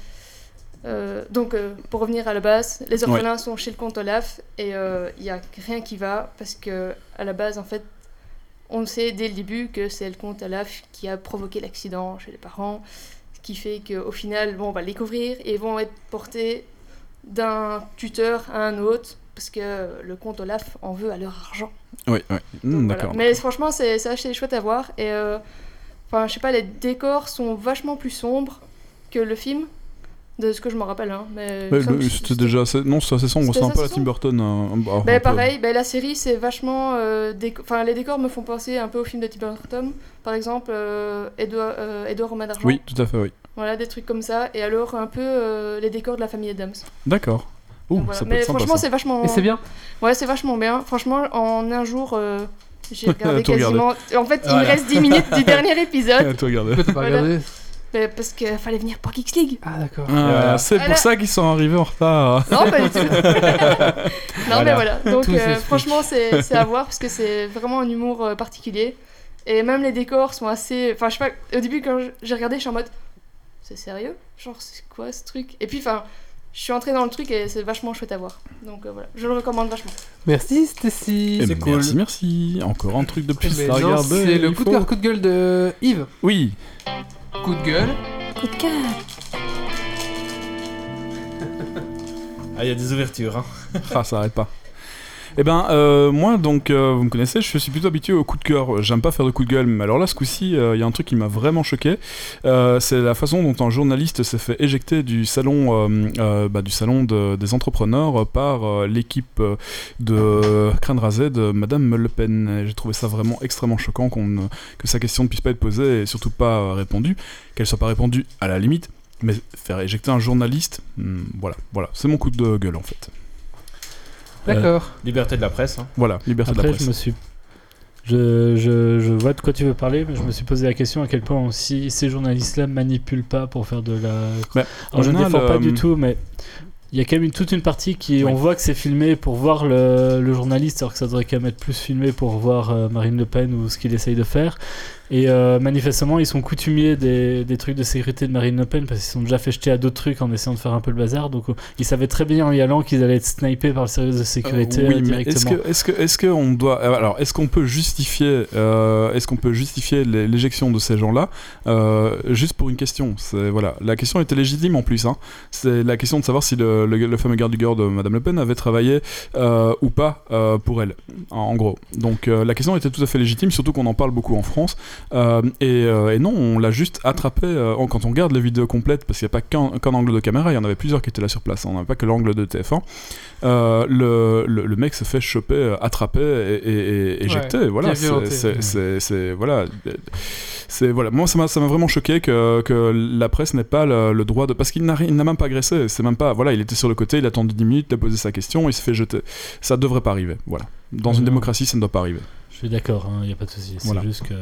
euh, donc, euh, pour revenir à la base, les orphelins sont chez le comte Olaf et euh, il n'y a rien qui va parce que, à la base, en fait, on sait dès le début que c'est le comte Olaf qui a provoqué l'accident chez les parents, ce qui fait qu'au final, bon, on va les couvrir et vont être portés d'un tuteur à un autre parce que le comte Olaf en veut à leur argent.
Oui, oui.
Donc,
Hmm,
voilà.
D'accord.
Mais franchement, c'est c'est assez chouette à voir. Et euh, enfin, je sais pas, les décors sont vachement plus sombres que le film, de ce que je me rappelle. Hein. Mais,
Ouais,
il me semble
le-
que
C'était déjà assez... Non, c'est assez sombre,
C'était
c'est un
assez
peu la Tim
sombre.
Burton. euh, bah, un
Ben,
peu-
pareil, ben, la série, c'est vachement. euh, déco- Enfin, les décors me font penser un peu au film de Tim Burton, par exemple, euh, Edouard, euh, Edouard Romain d'Argent.
Oui, tout à fait, oui.
Voilà, des trucs comme ça. Et alors, un peu euh, les décors de la famille Adams.
D'accord. Ouh,
Donc, voilà.
ça peut
Mais
être sympa.
franchement,
ça.
c'est vachement.
Et c'est bien.
Ouais, c'est vachement bien. Franchement, en un jour, euh, j'ai regardé
Tout regardé.
quasiment. En fait, il
Voilà.
me reste 10 minutes du dernier épisode.
Ah, toi, regarde.
Pourquoi t'as pas
Voilà.
regardé
Mais parce qu'il fallait venir pour Geeks League.
Ah d'accord.
Ah, C'est pour
Alors-
ça qu'ils sont arrivés en retard.
Non, pas du tout. non, mais voilà. Donc,
Tout
euh,
s'explique.
franchement, c'est c'est à voir parce que c'est vraiment un humour euh, particulier. Et même les décors sont assez. Enfin, je sais pas, au début, quand je- j'ai regardé, je suis en mode. C'est sérieux Genre, c'est quoi ce truc Et puis, enfin, je suis entrée dans le truc et c'est vachement chouette à voir. Donc, euh, voilà. Je le recommande vachement.
Merci Stacy.
Eh, Merci, merci. Encore un truc de plus
Mais
à
Eh ben, non,
regarder.
C'est le
il
coup de
faut.
cœur, coup de gueule de Yves.
Oui,
Coup de gueule.
Coup de cœur.
Ah, il y a des ouvertures. hein.
Ah, ça arrête pas. Eh ben, euh, moi, donc, euh, vous me connaissez, je suis plutôt habitué aux coups de cœur. J'aime pas faire de coups de gueule, mais alors là, ce coup-ci, euh, il y a un truc qui m'a vraiment choqué. Euh, c'est la façon dont un journaliste s'est fait éjecter du salon, euh, euh, bah, du salon de- des entrepreneurs euh, par euh, l'équipe euh, de crâne rasé de Madame Le Pen. Et J'ai trouvé ça vraiment extrêmement choquant qu'on, ne- que sa question ne puisse pas être posée et surtout pas euh, répondue. Qu'elle soit pas répondue à la limite, mais faire éjecter un journaliste, hmm, voilà, voilà, c'est mon coup de gueule en fait.
D'accord.
Liberté de la presse. hein.
Euh, Voilà, liberté de la
Après,
presse.
je me suis. Je, je, je vois de quoi tu veux parler, mais je me suis posé la question à quel point aussi ces journalistes-là manipulent pas pour faire de la.
Bah, en
Alors, je ne
général,
défends pas
euh,
du tout, mais il y a quand même une- toute une partie qui.
Oui.
On voit que c'est filmé pour voir le, le journaliste, alors que ça devrait quand même être plus filmé pour voir euh, Marine Le Pen ou ce qu'il essaye de faire. Et euh, manifestement, ils sont coutumiers des, des trucs de sécurité de Marine Le Pen parce qu'ils se sont déjà fait jeter à d'autres trucs en essayant de faire un peu le bazar. Donc, euh, ils savaient très bien en y allant qu'ils allaient être snipés par le service de sécurité
Euh,
euh,
oui, mais
directement.
est-ce que est-ce que est-ce que on doit euh, alors est-ce qu'on peut justifier euh, est-ce qu'on peut justifier l'é- l'éjection de ces gens-là euh, juste pour une question c'est voilà la question était légitime en plus hein. c'est la question de savoir si le, le- le fameux garde du corps de Madame Le Pen avait travaillé euh, ou pas euh, pour elle en, en gros donc euh, la question était tout à fait légitime surtout qu'on en parle beaucoup en France Euh, et, euh, et non on l'a juste attrapé euh, en- quand on regarde les vidéos complètes parce qu'il n'y a pas qu'un qu'un angle de caméra il y en avait plusieurs qui étaient là sur place hein. on n'avait pas que l'angle de TF1 euh, le, le, le mec se fait choper, euh, attraper et, et, et éjecter.
Ouais,
voilà,
bien violenté.
c'est- c'est- c'est c'est- voilà, c'est voilà. Moi, ça m'a ça m'a vraiment choqué que, que la presse n'ait pas le, le droit de parce qu'il n'a ri- il n'a même pas agressé. C'est même pas voilà, il était sur le côté, il a attendu 10 minutes, il a posé sa question, il se fait jeter. Ça devrait pas arriver. Voilà. Dans
Ouais.
une démocratie, ça ne doit pas arriver.
Je suis d'accord, il n'y a pas de souci. C'est
Voilà.
juste que.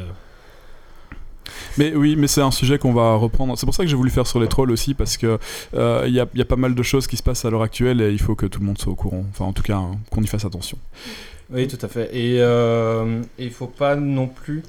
Mais oui, mais c'est un sujet qu'on va reprendre. C'est pour ça que j'ai voulu faire sur les trolls aussi, parce que euh, il y, a, il y a pas mal de choses qui se passent à l'heure actuelle et il faut que tout le monde soit au courant. Enfin, en tout cas, hein, qu'on y fasse attention.
Oui, tout à fait. Et euh, il faut pas non plus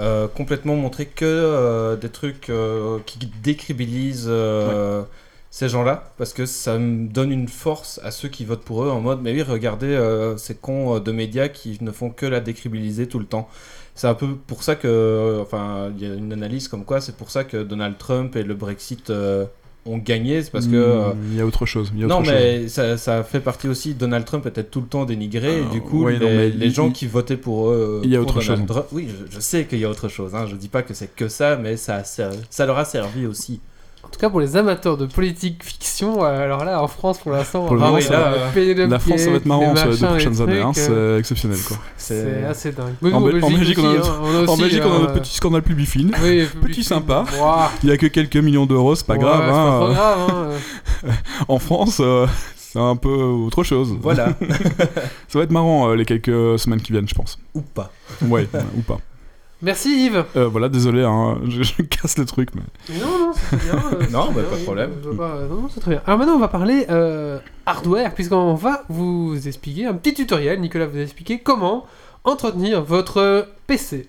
euh, complètement montrer que euh, des trucs euh, qui décribilisent euh, ces gens-là, parce que ça me donne une force à ceux qui votent pour eux en mode mais oui, regardez euh, ces cons euh, de médias qui ne font que la décribiliser tout le temps. C'est un peu pour ça que, euh, enfin, il y a une analyse comme quoi c'est pour ça que Donald Trump et le Brexit euh, ont gagné, c'est parce que. euh,
Mm, il y a autre chose. il y a
non,
autre chose.
mais ça, ça fait partie aussi. Donald Trump était tout le temps dénigré,
Ah,
et du coup,
ouais,
les,
non, mais
les
il-
gens
il-
qui votaient pour. euh,
il y a
pour
autre chose.
Donald Trump- oui, je, je sais qu'il y a autre chose. Hein, je dis pas que c'est que ça, mais ça, ça, ça leur a servi aussi.
En tout cas, pour les amateurs de politique fiction, euh, alors là, en France, pour l'instant,
Pour le
on a
moment,
vraiment
va.
ça
le Penelope
La France, ça va
Gate,
être marrant
les
sur les deux
machins, les
prochaines années. hein,
trucs, euh,
C'est exceptionnel, quoi.
C'est assez dingue.
En
Oui,
Bel- en Belgique, on a
aussi,
notre-
hein, on
En
aussi,
Belgique, on a
euh,
notre petit scandale publifine.
oui,
petit sympa.
Ouah,
Il y a que quelques millions d'euros, c'est pas
ouais,
grave.
c'est
hein.
pas trop grave, hein.
En France, euh, c'est un peu autre chose.
Voilà,
Ça va être marrant euh, les quelques semaines qui viennent, je pense.
ou pas.
Ouais, ouais, ou pas.
Merci Yves.
Euh, voilà, désolé, hein, je, je casse le truc, mais.
Non, non, c'est bien. euh,
Non,
c'est
bah,
bien,
pas de
oui,
problème.
je vois pas- euh, non, non, c'est très bien. Alors maintenant, on va parler euh, hardware, puisqu'on va vous expliquer un petit tutoriel. Nicolas vous expliquer comment entretenir votre euh, PC.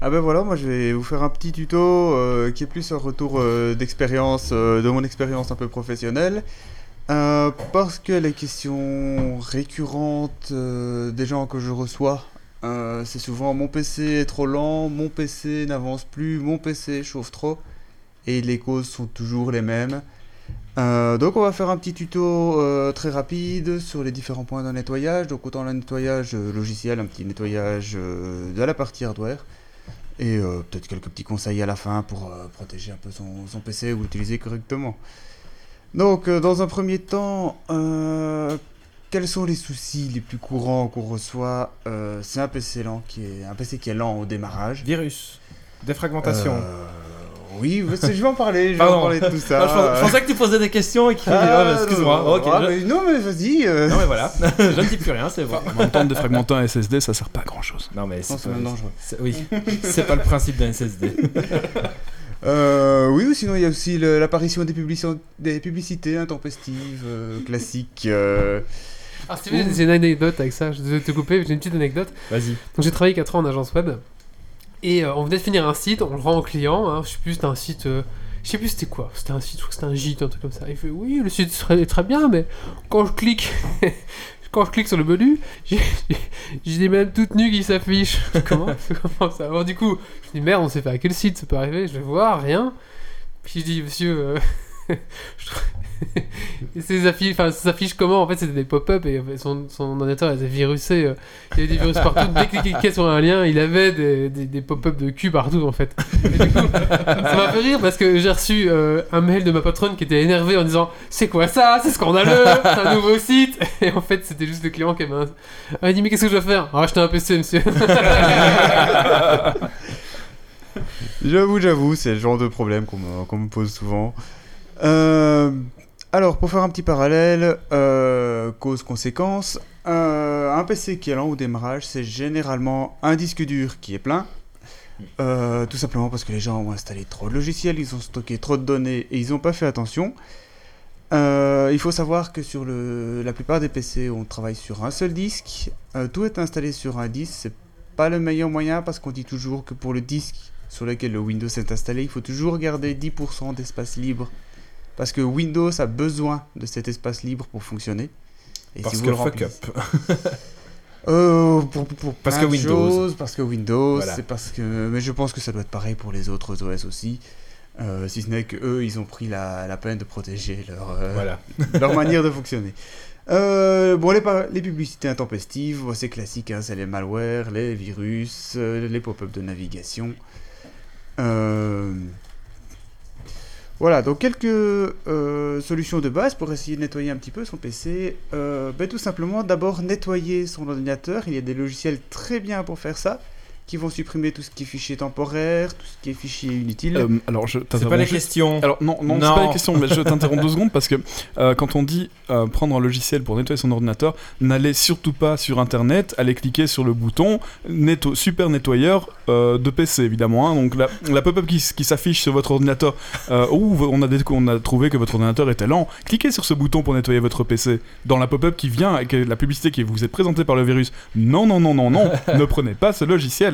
Ah ben voilà, moi je vais vous faire un petit tuto euh, qui est plus un retour euh, d'expérience, euh, de mon expérience un peu professionnelle. Euh, parce que les questions récurrentes euh, des gens que je reçois, euh, c'est souvent mon PC est trop lent, mon PC n'avance plus, mon PC chauffe trop. Et les causes sont toujours les mêmes. Euh, donc on va faire un petit tuto euh, très rapide sur les différents points d'un nettoyage. Donc autant le nettoyage euh, logiciel, un petit nettoyage euh, de la partie hardware. Et euh, peut-être quelques petits conseils à la fin pour euh, protéger un peu son, son PC ou l'utiliser correctement. Donc, euh, dans un premier temps, euh, quels sont les soucis les plus courants qu'on reçoit Euh, C'est un PC lent qui est un PC qui est lent au démarrage.
Virus, défragmentation.
Euh, oui, parce que je vais en parler. Je vais
Pardon.
en parler de tout ça.
Ah, je, pense- je pensais que tu posais des questions et qu'il fallait.
Ah,
Ah, bah, Excuse-moi.
non,
ok.
ah,
je-
mais non, mais vas-y. euh,
Non mais voilà, je ne dis plus rien, c'est bon.
En même temps, défragmenter un SSD, ça sert pas à grand chose.
Non mais
non,
c'est
Eh, c'est
pas,
même dangereux.
c'est- oui, c'est pas le principe d'un SSD.
Euh, oui, ou sinon il y a aussi le- l'apparition des, publici- des publicités intempestives euh, classiques. euh,
Alors, Ah, si tu veux, j'ai une anecdote avec ça. Je vais te couper, mais j'ai une petite anecdote.
Vas-y.
Donc j'ai travaillé 4 ans en agence web. Et euh, on venait de finir un site, on le rend au client. hein, je sais plus, c'était un site. euh, je sais plus c'était quoi. C'était un site, je crois que c'était un gîte, un truc comme ça. Il fait Oui, le site serait très bien, mais quand je clique. Quand je clique sur le menu, j'ai j'ai des mêmes toutes nues qui s'affichent. Je fais, Comment, comment ça Alors du coup, je dis merde, on sait pas à quel site ça peut arriver. Je vais voir, rien. Puis je dis monsieur, euh, je trouve- et ces affiches, enfin, ces affiches comment En fait, c'était des pop-up et euh, son, son ordinateur était virusé. euh, il y avait des virus partout. Dès qu'il cliquait sur un lien, il avait des, des, des pop-up de cul partout en fait. Et du coup, ça m'a fait rire parce que j'ai reçu euh, un mail de ma patronne qui était énervée en disant C'est quoi ça C'est scandaleux C'est un nouveau site Et en fait, c'était juste le client qui avait un. Ah, il dit Mais qu'est-ce que je dois faire Ah, acheter un PC, monsieur.
J'avoue, j'avoue, c'est le genre de problème qu'on me, qu'on me pose souvent. Euh, alors, pour faire un petit parallèle, euh, cause-conséquence, euh, un PC qui est lent au démarrage, c'est généralement un disque dur qui est plein. Euh, tout simplement parce que les gens ont installé trop de logiciels, ils ont stocké trop de données et ils n'ont pas fait attention. Euh, il faut savoir que sur le, la plupart des PC, on travaille sur un seul disque. Euh, tout est installé sur un disque, c'est pas le meilleur moyen parce qu'on dit toujours que pour le disque sur lequel le Windows est installé, il faut toujours garder 10% d'espace libre. Parce que Windows a besoin de cet espace libre pour fonctionner. Et si
Parce
vous
que
le
fuck
remplissez-
up.
euh, pour, pour- pour
Parce
plein
que
de
Windows.
choses, parce que Windows,
Voilà.
c'est parce que. Mais je pense que ça doit être pareil pour les autres OS aussi. Euh, si ce n'est que eux, ils ont pris la, la peine de protéger leur, euh,
Voilà.
leur manière de fonctionner. Euh, bon, les, par- les publicités intempestives, bon, c'est classique, hein, c'est les malwares, les virus, euh, les pop-up de navigation. Euh, Voilà, donc quelques euh, solutions de base pour essayer de nettoyer un petit peu son PC. Euh, ben, tout simplement, d'abord nettoyer son ordinateur. Il y a des logiciels très bien pour faire ça, qui vont supprimer tout ce qui est fichier temporaire, tout ce qui est fichier inutile.
Euh, alors, je
C'est pas
t'interromps
la
juste-
question.
Alors non, non, c'est
Non.
pas la question, mais je t'interromps deux secondes parce que euh, quand on dit euh, prendre un logiciel pour nettoyer son ordinateur, n'allez surtout pas sur Internet, allez cliquer sur le bouton netto- super nettoyeur euh, de PC évidemment. hein. donc la, la pop-up qui, s- qui s'affiche sur votre ordinateur, euh, où on a, dé- on a trouvé que votre ordinateur était lent, cliquez sur ce bouton pour nettoyer votre PC. Dans la pop-up qui vient et que la publicité qui vous est présentée par le virus, non, non, non, non, non, ne prenez pas ce logiciel.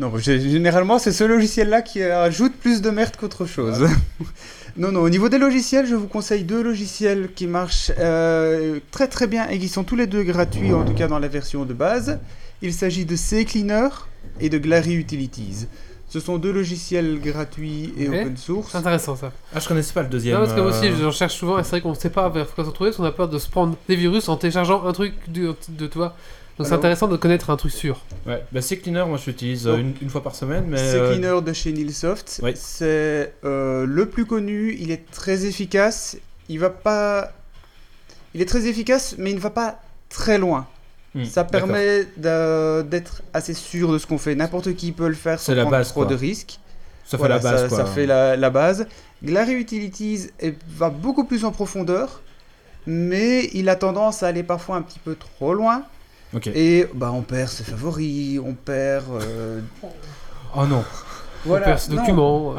Non, mais gé- généralement, c'est ce logiciel-là qui ajoute plus de merde qu'autre chose. non, non, au niveau des logiciels, je vous conseille deux logiciels qui marchent euh, très très bien et qui sont tous les deux gratuits, en tout cas dans la version de base. Il s'agit de CCleaner et de Glary Utilities. Ce sont deux logiciels gratuits et
Ok.
open source.
C'est intéressant ça.
Ah, je connaissais pas le deuxième.
Non, parce que moi aussi
euh,
j'en cherche souvent et c'est vrai qu'on sait pas vers quoi s'en trouver parce qu'on a peur de se prendre des virus en téléchargeant un truc de, de toi. Donc c'est
Alors
intéressant de connaître un truc sûr. Oh.
Ouais, bah c'est Cleaner, moi je l'utilise euh,
Donc,
une, une fois par semaine, mais.
C'est
euh,
Cleaner de chez Nilsoft.
Oui.
C'est euh, le plus connu. Il est très efficace. Il va pas. Il est très efficace, mais il ne va pas très loin.
hmm,
Ça
d'accord.
permet d'a- d'être assez sûr de ce qu'on fait. N'importe qui peut le faire sans
C'est la
prendre
base,
trop
quoi.
de risques.
Ça fait
Voilà,
la base
ça,
quoi.
ça fait la, la base. Glary Utilities est- va beaucoup plus en profondeur, mais il a tendance à aller parfois un petit peu trop loin.
Ok.
Et bah, on perd ses favoris, on perd. euh,
Oh non,
Voilà.
voilà.
ce
Non,
document.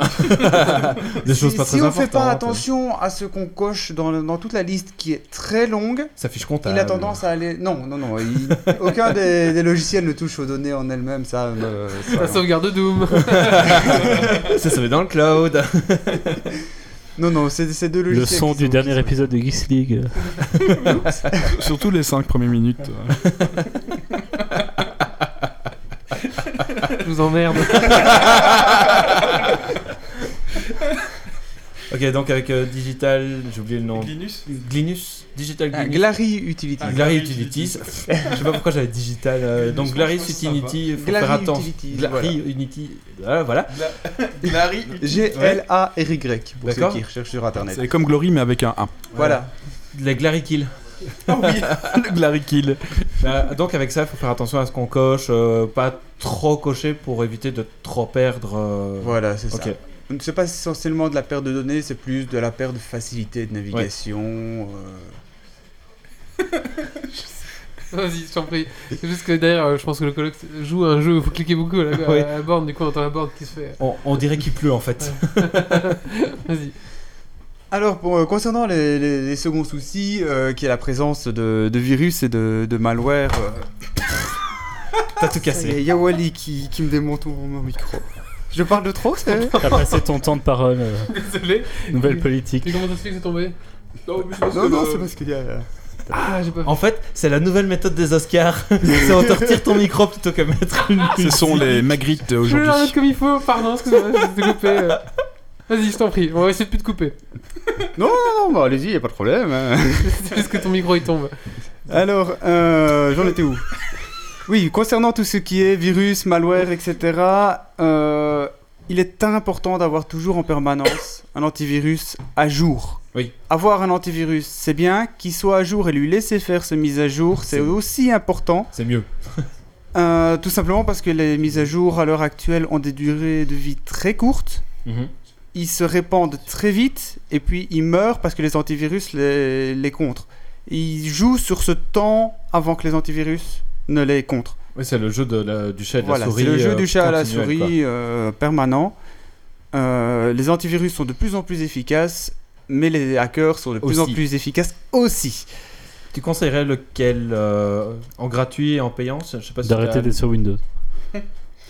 des
si,
choses pas
si
très
on
importantes.
fait pas attention à ce qu'on coche dans, le- dans toute la liste qui est très longue,
Ça fiche comptable.
il a tendance à aller. Non, non, non. il- Aucun des, des logiciels ne touche aux données en elles-mêmes. Ça, euh, ça,
La
non.
sauvegarde de Doom.
Ça se met dans le cloud.
Non, non, c'est c'est deux
Le
logiciels.
son
qui
du
sont-
dernier épisode de Geeks League.
Surtout les 5 premières minutes. euh.
Je vous emmerde.
ok, donc avec euh, Digital, j'ai oublié le nom.
Linus
Glinus Digital
Ah,
Glinus.
Glary Utility.
Ah, Glary Utilities. je sais pas pourquoi j'avais Digital. euh,
Glinus,
donc Glary
franchement, c'est
Utility, faut
Glary
faire attention.
Utilities,
Glary Unity. Voilà, voilà.
Larry.
Euh, G-L-A-R-Y, pour ceux
D'accord.
qui recherchent sur internet.
C'est comme Glory mais avec un A.
Voilà. Ah
Les Glary Kill.
le Glary Kill.
Bah, donc avec ça, il faut faire attention à ce qu'on coche, euh, pas trop cocher pour éviter de trop perdre. euh,
Voilà, c'est
Ok.
ça. Donc, c'est pas essentiellement de la perte de données, c'est plus de la perte de facilité de navigation. euh,
Vas-y, je t'en prie. C'est juste que derrière, euh, je pense que le colloque joue à un jeu où vous cliquez beaucoup à
euh.
la, à
Oui.
la borne, du coup on entend la borne qui se fait.
On, on dirait qu'il pleut en fait.
Vas-y.
Alors, pour, euh, concernant les, les- les seconds soucis, euh, qui est la présence de, de virus et de, de malware. euh,
T'as tout
Il y a
cassé.
Yawali qui, qui me démonte mon, mon micro. Je parle de trop, c'est
T'as passé ton temps de parole. euh,
Désolé.
nouvelle politique.
Et comment ça se fait que c'est tombé
Non, non, c'est parce qu'il y a. euh,
Ah, j'ai pas
En fait, c'est la nouvelle méthode des Oscars. c'est on te retire ton micro plutôt que mettre une.
Ce sont les Magritte
Je le
aujourd'hui.
regarde comme il faut, pardon, excuse-moi, je t'ai coupé. euh. Vas-y, je t'en prie, on va essayer de plus te couper.
Non, bah, allez-y, il a pas de problème. hein.
C'est juste que ton micro il tombe.
Alors, euh, j'en étais où Oui, concernant tout ce qui est virus, malware, etc., euh, il est important d'avoir toujours en permanence un antivirus à jour.
Oui.
Avoir un antivirus, c'est bien. Qu'il soit à jour et lui laisser faire ses mises à jour, c'est
C'est-
aussi important.
C'est mieux.
Euh, tout simplement parce que les mises à jour à l'heure actuelle ont des durées de vie très courtes.
Mhm.
Ils se répandent très vite et puis ils meurent parce que les antivirus les, les contre. Ils jouent sur ce temps avant que les antivirus ne les contre.
Oui, c'est le jeu de la- du chat et de
Voilà,
la souris.
c'est le jeu
euh,
du chat à la
continuel, quoi.
souris euh, permanent. Euh, les antivirus sont de plus en plus efficaces, mais les hackers sont de plus en
Aussi.
plus efficaces aussi.
Tu conseillerais lequel euh, En gratuit et en payant Je sais pas si
D'arrêter
t'as-
d'être sur Windows.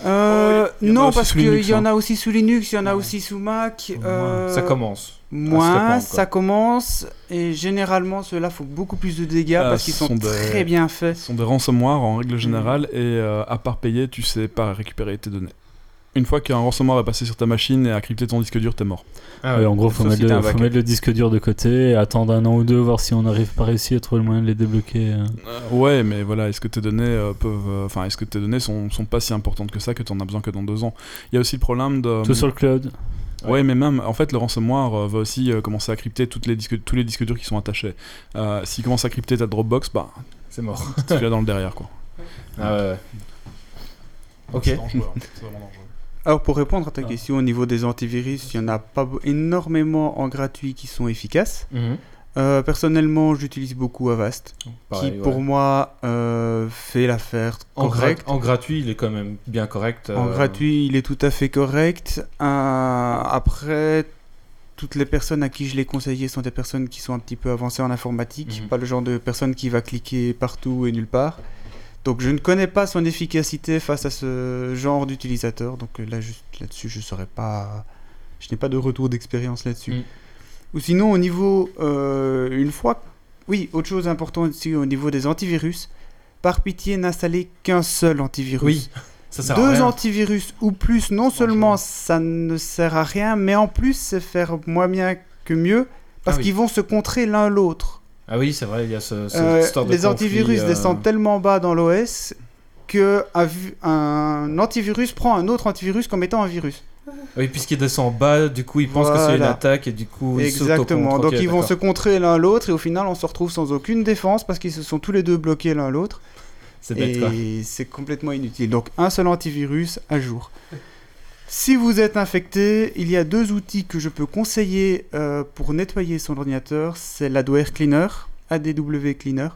Euh,
Oh, il y en a
non,
aussi
parce
sous Linux,
qu'il y en
hein.
a aussi sous Linux, il y en a aussi sous Mac. euh,
Ça commence.
Moins,
répandre, quoi.
ça commence, et généralement ceux-là font beaucoup plus de dégâts
Ah,
parce qu'ils
ce
sont,
sont des-
très bien faits. Mm.
Ce sont des ransomware en règle générale et euh, à part payer, tu sais pas récupérer tes données. une fois qu'un ransomware est passé sur ta machine et a crypté ton disque dur, t'es mort.
Ah
Ouais, en gros, faut,
Sauf
mettre,
si t'as un
le, faut
backup.
mettre le disque dur de côté, attendre un an ou deux, voir si on n'arrive pas réussi à trouver le moyen de les débloquer. euh.
ouais, mais voilà, est-ce que tes données euh, peuvent, euh, enfin, est-ce que tes données sont, sont pas si importantes que ça que t'en as besoin que dans deux ans Il y a aussi le problème de.
Tout sur le cloud.
Ouais, mais même, en fait, le ransomware euh, va aussi euh, commencer à crypter toutes les disques, tous les disques durs qui sont attachés. Euh, S'il commence à crypter ta Dropbox, bah,
C'est mort.
tu l'as dans le derrière, quoi.
Ah ouais, ouais. Ok.
C'est dangereux, hein. c'est vraiment dangereux.
Alors pour répondre à ta question au niveau des antivirus, il n'y en a pas be- énormément en gratuit qui sont efficaces.
Mhm.
Euh, personnellement, j'utilise beaucoup Avast,
Oh,
Pareil,
qui
ouais.
pour moi euh, fait l'affaire
en, gra-
correcte.
en gratuit, il est quand même bien correct.
En
euh,
gratuit, il est tout à fait correct. Euh, après, toutes les personnes à qui je l'ai conseillé sont des personnes qui sont un petit peu avancées en informatique,
Mhm.
pas le genre de personne qui va cliquer partout et nulle part. Donc je ne connais pas son efficacité face à ce genre d'utilisateur. Donc euh, là, juste là-dessus, je saurais pas. Je n'ai pas de retour d'expérience là-dessus.
Mhm.
Ou sinon, au niveau, euh, une fois, oui, autre chose importante aussi au niveau des antivirus. Par pitié, n'installez qu'un seul antivirus.
Oui, ça sert à
Deux
rien.
antivirus ou plus, non seulement ça ne sert à rien, mais en plus c'est faire moins bien que mieux,
Ah
parce
oui.
qu'ils vont se contrer l'un l'autre.
Ah oui, c'est vrai, il y a ce, cette
Euh,
histoire de
les
conflit,
antivirus
euh,
descendent tellement bas dans l'OS que un, vu- un antivirus prend un autre antivirus comme étant un virus.
Oui, puisqu'il descend en bas, du coup, il pense que c'est une
Voilà.
attaque et du coup, il
Exactement. Donc ils vont se contrer l'un l'autre et au final on se retrouve sans aucune défense parce qu'ils se sont tous les deux bloqués l'un l'autre.
C'est bête, quoi.
Et c'est complètement inutile. Donc un seul antivirus à jour. Si vous êtes infecté, il y a deux outils que je peux conseiller euh, pour nettoyer son ordinateur. C'est l'AdWare Cleaner, ADW Cleaner,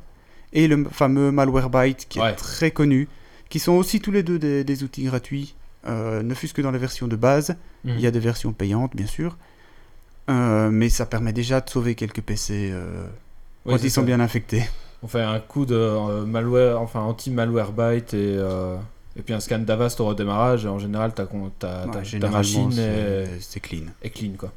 et le m- fameux Malwarebytes qui
Ouais.
est très connu, qui sont aussi tous les deux des, des outils gratuits, euh, ne fût-ce que dans la version de base.
Mhm.
Il y a des versions payantes, bien sûr. Euh, mais ça permet déjà de sauver quelques PC euh,
Oui,
quand
c'est
ils sont
ça.
bien infectés.
On fait un coup de euh, malware, enfin anti-malwarebyte et, euh, et puis un scan d'Avast au redémarrage. Et en général, ta, con- ta, ta-
Ouais,
ta
généralement,
machine est,
c'est- c'est clean.
est clean, quoi.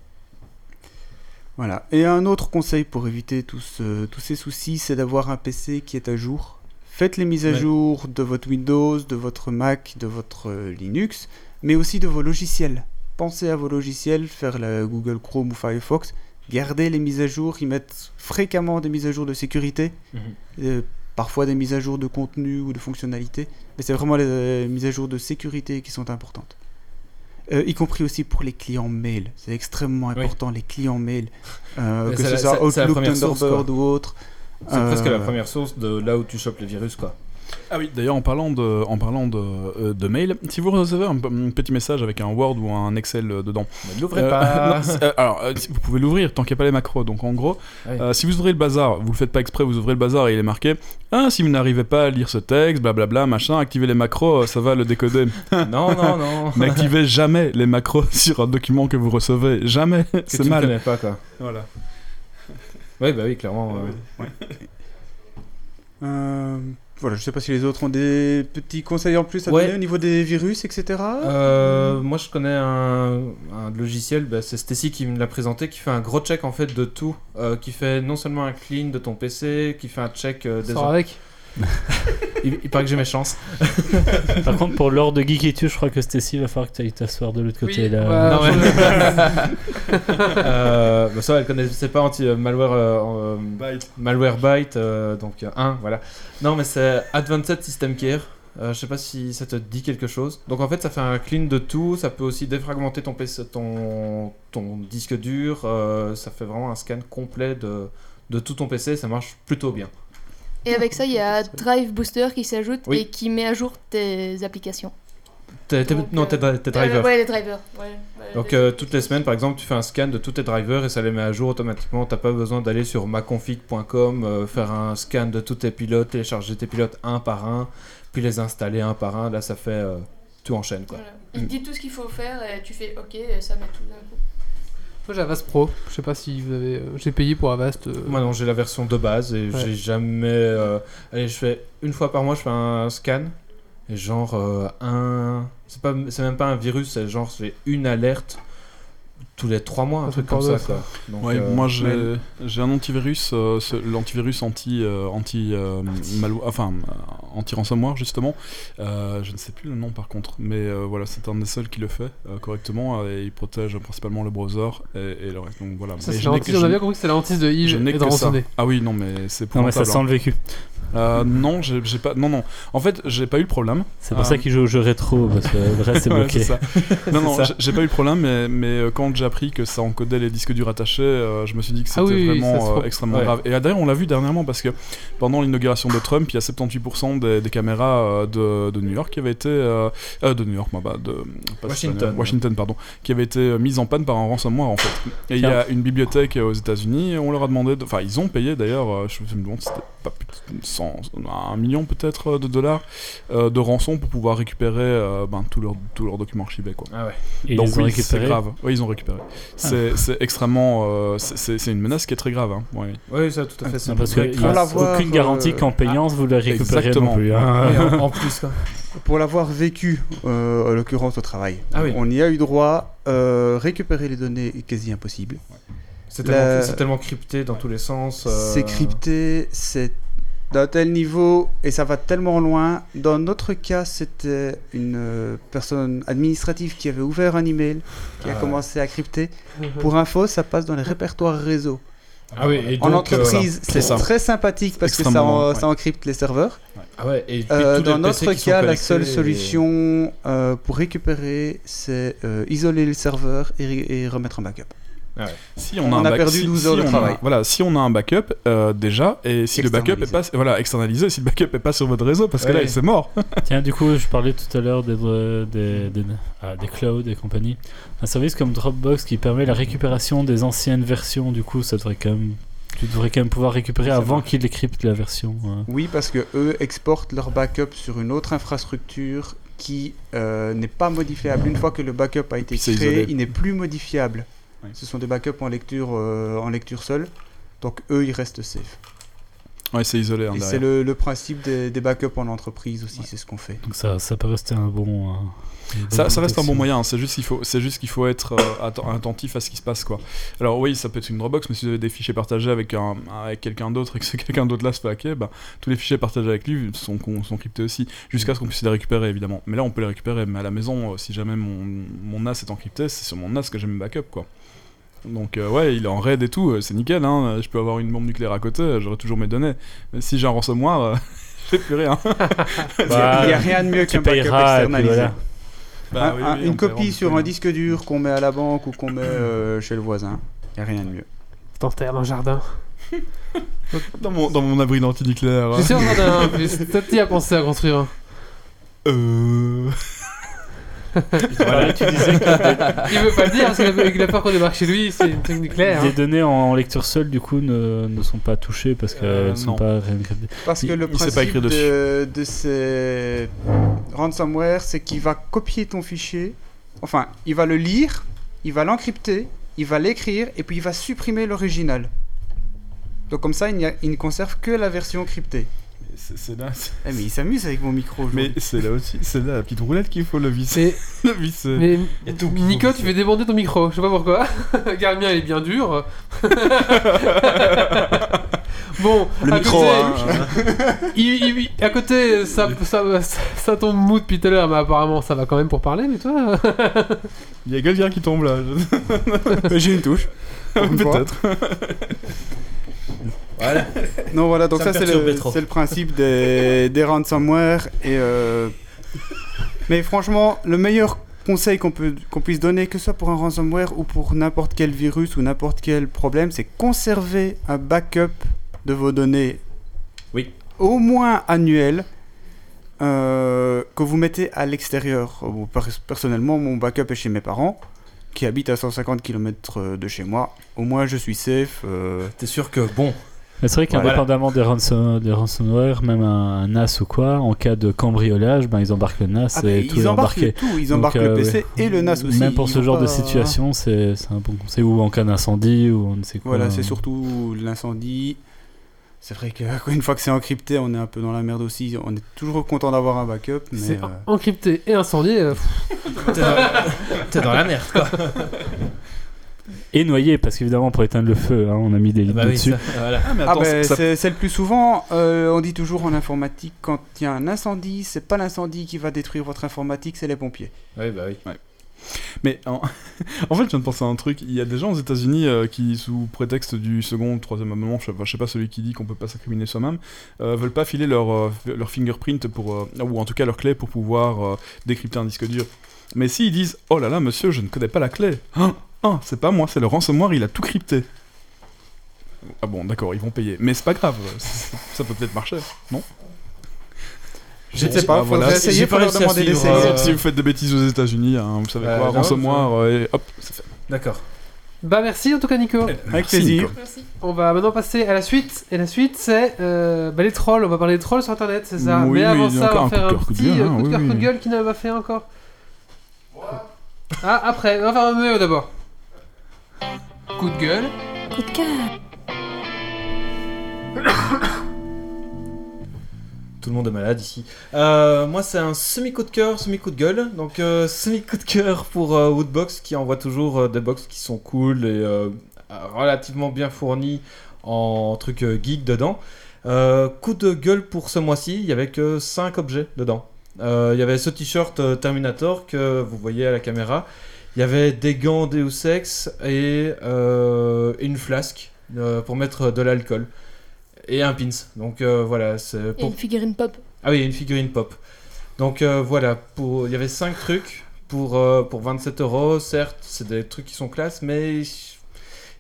Voilà. Et un autre conseil pour éviter tous ce- tous ces soucis, c'est d'avoir un PC qui est à jour. Faites les mises à
Ouais.
jour de votre Windows, de votre Mac, de votre euh, Linux, mais aussi de vos logiciels. Pensez à vos logiciels, faire la Google Chrome ou Firefox. Gardez les mises à jour, ils mettent fréquemment des mises à jour de sécurité,
Mhm.
euh, parfois des mises à jour de contenu ou de fonctionnalité, mais c'est vraiment les euh, mises à jour de sécurité qui sont importantes. Euh, y compris aussi pour les clients mail, c'est extrêmement
Oui.
important, les clients mail. Euh,
Mais
que
c'est
ce
la-
soit
c'est- c'est la
Outlook,
première source,
Thunderbird ou autre.
C'est
Euh,
presque la première source de là où tu chopes les virus, quoi.
Ah oui, d'ailleurs, en parlant de, en parlant de, euh, de mail, si vous recevez un, p- un petit message avec un Word ou un Excel euh, dedans,
Ne l'ouvrez
euh,
pas.
non, c'est- euh, alors euh, vous pouvez l'ouvrir tant qu'il n'y a pas les macros. Donc en gros,
Ah oui.
euh, si vous ouvrez le bazar, vous le faites pas exprès, vous ouvrez le bazar et il est marqué Ah, si vous n'arrivez pas à lire ce texte, blablabla, machin, activez les macros, euh, ça va le décoder.
non, non, non.
N'activez jamais les macros sur un document que vous recevez, jamais,
Que
c'est
tu ne
mal.
connais pas, quoi.
Voilà.
Oui, bah oui, clairement. euh,
euh, voilà, je sais pas si les autres ont des petits conseils en plus à
Ouais.
donner au niveau des virus, etc.
Euh, moi, je connais un, un logiciel, bah, c'est Stacy qui me l'a présenté, qui fait un gros check en fait de tout, euh, qui fait non seulement un clean de ton PC, qui fait un check euh, des.
Sors avec.
Il, il paraît que j'ai mes chances.
Par contre, pour l'ordre de geekitude, je crois que Stacy va falloir que tu ailles t'asseoir de l'autre côté.
Oui,
là.
voilà.
non, mais... Euh, bah, ça, elle connaissait pas anti euh, malware. euh, euh, Malwarebyte, euh, donc 1, voilà. Non, mais c'est Advanced System Care. Euh, je sais pas si ça te dit quelque chose. Donc en fait, ça fait un clean de tout. Ça peut aussi défragmenter ton, PC, ton, ton disque dur. euh, ça fait vraiment un scan complet de, de tout ton PC. Ça marche plutôt bien.
Et avec ça, il y a Drive Booster qui s'ajoute
Oui.
et qui met à jour tes applications.
T'es- t'es-
Donc,
non,
euh,
t'es dri- t'es driver.
Euh, ouais, les drivers. ouais. Ouais,
Donc
les-
euh, toutes les semaines, par exemple, tu fais un scan de tous tes drivers et ça les met à jour automatiquement. T'as pas besoin d'aller sur maconfig.com, euh, faire un scan de tous tes pilotes, télécharger tes pilotes un par un, puis les installer un par un. Là, ça fait euh, tout enchaîne quoi. Mm.
Voilà. Il te dit tout ce qu'il faut faire et tu fais OK, et ça met tout d'un coup.
Moi j'ai Avast Pro. Je sais pas si vous avez. euh, J'ai payé pour Avast. euh,
Moi non, j'ai la version de base et
Ouais.
j'ai jamais. euh, Allez, je fais une fois par mois, je fais un scan et genre euh, un. C'est pas, c'est même pas un virus, c'est genre j'ai une alerte tous les trois mois, un
Ça,
truc
c'est
comme ça.
pas
Quoi. Donc,
Ouais,
euh,
moi j'ai
ouais.
j'ai un antivirus, euh, ce- l'antivirus anti euh, anti euh, malwa- enfin euh, anti-ransomware justement. Euh, je ne sais plus le nom par contre, mais euh, voilà, c'est un des seuls qui le fait euh, correctement euh, et il protège principalement le browser et, et le reste. Donc voilà.
Ça,
Mais
c'est
je
la
n'ai
hantise,
que-
on a
je-
bien compris que c'est la hantise de Yves
je n'ai
et de
que ça.
rançonner.
Ah oui, non, mais c'est pour
Non, mais ça sent le vécu.
Euh, non, j'ai j'ai pas. Non, non. En fait, j'ai pas eu le problème.
C'est pour
Ah.
ça qu'il joue au jeu rétro, parce que
euh,
le reste c'est
Ouais,
bloqué.
ça. Non, non,
ça.
j'ai- j'ai pas eu le problème, mais, mais euh, quand j'ai appris que ça encodait les disques durs attachés, euh, je me suis dit que c'était
Ah oui, oui, ça se
vraiment euh,
trouve.
extrêmement
Ouais.
grave. Et euh, d'ailleurs, on l'a vu dernièrement parce que pendant l'inauguration de Trump, il y a 78% des, des caméras euh, de, de New York qui avaient été. euh, euh, de New York, moi, bah, de. pas
Washington.
New York, Washington, pardon. Qui avaient été euh, mises en panne par un ransomware, en fait. Et il y a une bibliothèque euh, aux États-Unis, et on leur a demandé. de- Enfin, ils ont payé d'ailleurs, euh, je je me demande si c'était pas plus de 100, un million peut-être euh, de dollars euh, de rançon pour pouvoir récupérer euh, ben, tous leurs tous leurs documents archivés. Quoi.
Ah ouais.
Et ils
Donc
les ont Ah.
oui, c'est
récupérés.
grave. Oui, ils ont récupéré. C'est c'est extrêmement... euh, c'est- c'est c'est une menace qui est très grave. Hein. Ouais.
Oui, ça, tout à fait. c'est
Non, Ah, parce
une-
qu'il n'y a
l'avoir,
aucune
euh,
garantie qu'en payant vous la récupérez
Exactement.
non plus. hein.
Et en, en plus, quoi.
Pour l'avoir vécu, euh, en l'occurrence au travail,
Ah oui.
on y a eu droit. euh, récupérer les données est quasi impossible.
C'est
La-
tellement, c'est tellement crypté dans tous les sens. euh,
C'est crypté, c'est d'un tel niveau et ça va tellement loin. Dans notre cas, c'était une euh, personne administrative qui avait ouvert un email, qui a
Ah.
commencé à crypter. Pour info, ça passe dans les répertoires réseau.
Ah oui, et
En
donc, euh,
entreprise,
c'est
c'est
ça.
très sympathique parce que ça,
Extrêmement,
en-
ouais.
ça encrypte les serveurs.
ah ouais, et puis
Euh,
tous les
dans
PC
notre
qui sont
cas, la
connectés
seule
et-
solution euh, pour récupérer, c'est euh, isoler le serveur et, ré- et remettre un backup.
Ah
Si on,
On
a, un
a
back-
perdu
si-
12 heures
si
de
on a-
travail.
voilà, si on a un backup euh, déjà, et si le backup est pas... Voilà, externalisé, si le backup est pas sur votre réseau, parce que là,
Ouais.
il c'est mort.
Tiens, du coup, je parlais tout à l'heure des, euh, des, des, ah, des clouds et compagnie. Un service comme Dropbox qui permet la récupération des anciennes versions, du coup, ça devrait quand même, tu devrais quand même pouvoir récupérer
Ça
avant
marche.
qu'il décrypte la version. euh.
Oui, parce que eux exportent leur backup sur une autre infrastructure qui euh, n'est pas modifiable. Une fois que le backup a été
Puis c'est
créé,
isolé.
il n'est plus modifiable.
Ouais.
Ce sont des backups en lecture, euh, en lecture seule. Donc eux, ils restent safe.
Ouais, c'est isolé. hein,
Et
derrière.
c'est le, le principe des, des backups en entreprise aussi, c'est ce qu'on fait.
Donc ça, Ah, ça peut rester un bon. euh, une bonne
Ça, ça reste un bon
protection.
moyen, hein, c'est juste qu'il faut, c'est juste qu'il faut être euh, atten- attentif à ce qui se passe quoi. Alors oui, ça peut être une Dropbox, mais si vous avez des fichiers partagés avec, un, avec quelqu'un d'autre et que ce quelqu'un d'autre là se fait hacker, bah, tous les fichiers partagés avec lui sont, con- sont cryptés aussi, jusqu'à ce qu'on puisse les récupérer évidemment. Mais là on peut les récupérer, mais à la maison, euh, si jamais mon, mon NAS est encrypté, c'est sur mon NAS que j'ai mes backups quoi. Donc euh, ouais, il est en raid et tout, euh, c'est nickel, hein, euh, je peux avoir une bombe nucléaire à côté, euh, j'aurai toujours mes données. Mais si j'ai un ransomware, euh, j'ai plus rien.
Il n'y a, il y a rien de mieux
Bah, tu
qu'un backup
payeras, et puis
externalisé.
voilà.
Bah
Un-
oui,
un-
oui, on
une
peut
copie
rendre
sur
plus.
un disque dur qu'on met à la banque ou qu'on met euh, chez le voisin. Il n'y a rien de mieux.
T'enterres dans le jardin.
Dans mon, dans mon abri antinucléaire.
Je suis sûr qu'on en a un, mais c'est- toi, t'y as pensé à construire hein. un.
Euh.
Voilà, tu disais
Il veut pas le dire parce qu'il a, il a peur qu'on débarque chez lui, c'est une truc nucléaire.
Les
hein.
données en lecture seule, du coup, ne, ne sont pas touchées parce qu'elles
Euh,
ne sont
non.
pas récupérées.
Parce que
Il-
le
il sait pas
principe
écrire
de, de ces ransomware, c'est qu'il va copier ton fichier. Enfin, il va le lire, il va l'encrypter, il va l'écrire et puis il va supprimer l'original. Donc comme ça, il, n'y a- il ne conserve que la version cryptée.
C'est c'est là, c'est-
Eh, mais il s'amuse avec mon micro.
mais
aujourd'hui.
c'est là aussi, c'est là la petite roulette qu'il faut le visser.
Mais,
Le visser.
mais
y a tout qui
Nico,
faut-
tu fais débander ton micro, je sais pas pourquoi. Regarde, le mien, il est bien dur. bon, à côté,
hein.
il- il- il- à côté ça, ça, ça, ça tombe mou depuis tout à l'heure, mais apparemment ça va quand même pour parler, mais toi
Il y a quelqu'un qui tombe là. hein.
j'ai une touche.
Peut-être.
Non, voilà, donc
Ça
ça,
me
c'est
perturbe
le,
trop.
c'est le principe des, des ransomware. Et, euh, Mais franchement, le meilleur conseil qu'on peut- qu'on puisse donner, que ce soit pour un ransomware ou pour n'importe quel virus ou n'importe quel problème, c'est conserver un backup de vos données.
Oui.
Au moins annuel. euh, que vous mettez à l'extérieur. Euh, Bon, pers- Personnellement, mon backup est chez mes parents, qui habitent à 150 km euh, de chez moi. Au moins, je suis safe. euh,
T'es sûr que, bon,
Mais c'est vrai
Voilà.
qu'indépendamment des, ransom- des ransomware, même un, un NAS ou quoi, en cas de cambriolage, ben, ils embarquent le NAS
Ah, mais
et tout est
ils embarquent
embarqué.
tout, ils
Donc,
embarquent
euh,
le PC et le NAS aussi.
Même pour
ils
ce
vont
genre de
pas-
situation, c'est c'est un bon conseil. Ou en cas d'incendie, ou on ne sait quoi.
Voilà, c'est surtout l'incendie. C'est vrai qu'une fois que c'est encrypté, on est un peu dans la merde aussi. On est toujours content d'avoir un backup, mais
C'est
euh,
encrypté et incendié. euh, pff,
t'es dans, t'es dans la merde, quoi.
Et noyé, parce qu'évidemment, pour éteindre le feu, hein, on a mis des litres
Bah oui,
dessus.
ça, voilà.
Ah, mais
Ah
attends,
ben,
ça-
c'est c'est le plus souvent. euh, on dit toujours en informatique, quand il y a un incendie, c'est pas l'incendie qui va détruire votre informatique, c'est les pompiers.
Oui, bah oui.
Mais en... en fait, je viens de penser à un truc. Il y a des gens aux États-Unis euh, qui, sous prétexte du second ou troisième amendement, je sais pas, je sais pas celui qui dit qu'on peut pas s'incriminer soi-même, euh, veulent pas filer leur, euh, leur fingerprint pour, euh, ou en tout cas leur clé pour pouvoir euh, décrypter un disque dur. Mais s'ils disent Oh là là, monsieur, je ne connais pas la clé. Ah, ah, c'est pas moi, c'est le ransomware, il a tout crypté. Ah bon, d'accord, ils vont payer. Mais c'est pas grave, ça peut peut-être marcher, non
Je ne sais pas, faudrait
voilà,
essayer,
bah j'ai pas
faudrait
réussi à
demander
suivre,
d'essayer.
euh,
Si vous faites des bêtises aux États-Unis, hein, vous savez
Euh,
quoi,
non,
ransomware, et hop, c'est fait.
D'accord.
Bah merci en tout cas Nico.
Avec
Merci,
plaisir.
Nico.
Merci.
On va maintenant passer à la suite. Et la suite c'est euh, bah, les trolls. On va parler des trolls sur internet, c'est ça.
Oui,
mais
oui,
avant
il y a
ça,
encore
on va
un
faire
coup de
un
cœur, coup de
petit
gueule,
euh,
hein,
coup de cœur,
oui,
coup de
oui.
gueule qui n'a pas fait encore. Ah après, on va faire un méo d'abord. Coup de gueule.
Coup de cœur.
Tout le monde est malade ici. Euh, moi, c'est un semi-coup de cœur, semi-coup de gueule. Donc, euh, semi-coup de cœur pour euh, Woodbox qui envoie toujours euh, des box qui sont cool et euh, relativement bien fournies en trucs euh, geek dedans. Euh, coup de gueule pour ce mois-ci, il y avait que 5 objets dedans. Euh, il y avait ce t-shirt euh, Terminator que vous voyez à la caméra. Il y avait des gants Deus Ex et euh, une flasque euh, pour mettre de l'alcool. Et un pins. Donc euh, voilà, c'est
Et
pour
une figurine pop.
ah oui, une figurine pop. Donc euh, voilà, pour... il y avait 5 trucs pour, euh, pour 27 euros. Certes, c'est des trucs qui sont classe, mais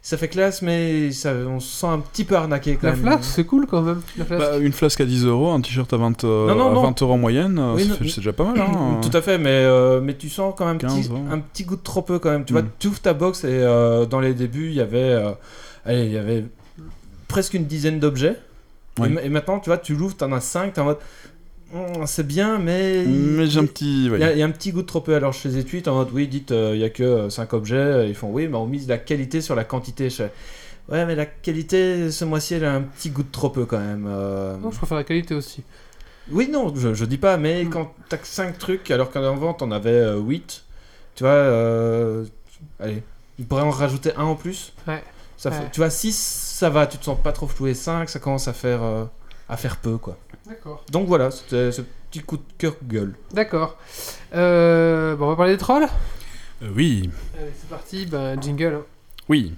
ça fait classe, mais ça... on se sent un petit peu arnaqué quand
La
même.
flasque, c'est cool quand même. La flasque.
Bah, une flasque à 10 euros, un t-shirt à 20, euh,
Non, non,
à
non.
20 euros en moyenne, euh,
Oui,
ça
non,
fait-
non.
c'est déjà pas mal. Hein.
Tout à fait, mais, euh, mais tu sens quand même un
15,
petit,
ouais.
un petit goût de trop peu quand même. Tu
Mm.
vois, tu ouvres ta box et euh, dans les débuts, il y avait, euh, allez, il y avait presque une dizaine d'objets.
Oui.
Et, ma- et maintenant, tu vois, tu l'ouvres, t'en as 5, t'es en mode, Hum, c'est bien, mais...
Mais j'ai un petit. ouais.
Il y, a- il y a un petit goût de trop peu. Alors chez les tweets, en mode oui, dites, euh, il y a que 5 objets. Ils font oui, mais on mise la qualité sur la quantité. Je fais, Ouais, mais la qualité, ce mois-ci, elle a un petit goût de trop peu quand même. euh.
Non, je préfère la qualité aussi.
Oui, non, je, je dis pas,
Hmm.
mais quand t'as 5 trucs, alors qu'en vente, on avait 8, euh, tu vois, euh, allez, il pourrait en rajouter un en plus.
Ouais.
Ça fait-
Ouais.
Tu vois, 6, ça va, tu te sens pas trop floué. 5, ça commence à faire, euh, à faire peu, quoi.
D'accord.
Donc voilà, c'était ce petit coup de cœur gueule.
D'accord. Euh, bon, on va parler des trolls.
Euh, oui,
Allez, c'est parti. Ben, jingle. hein.
oui.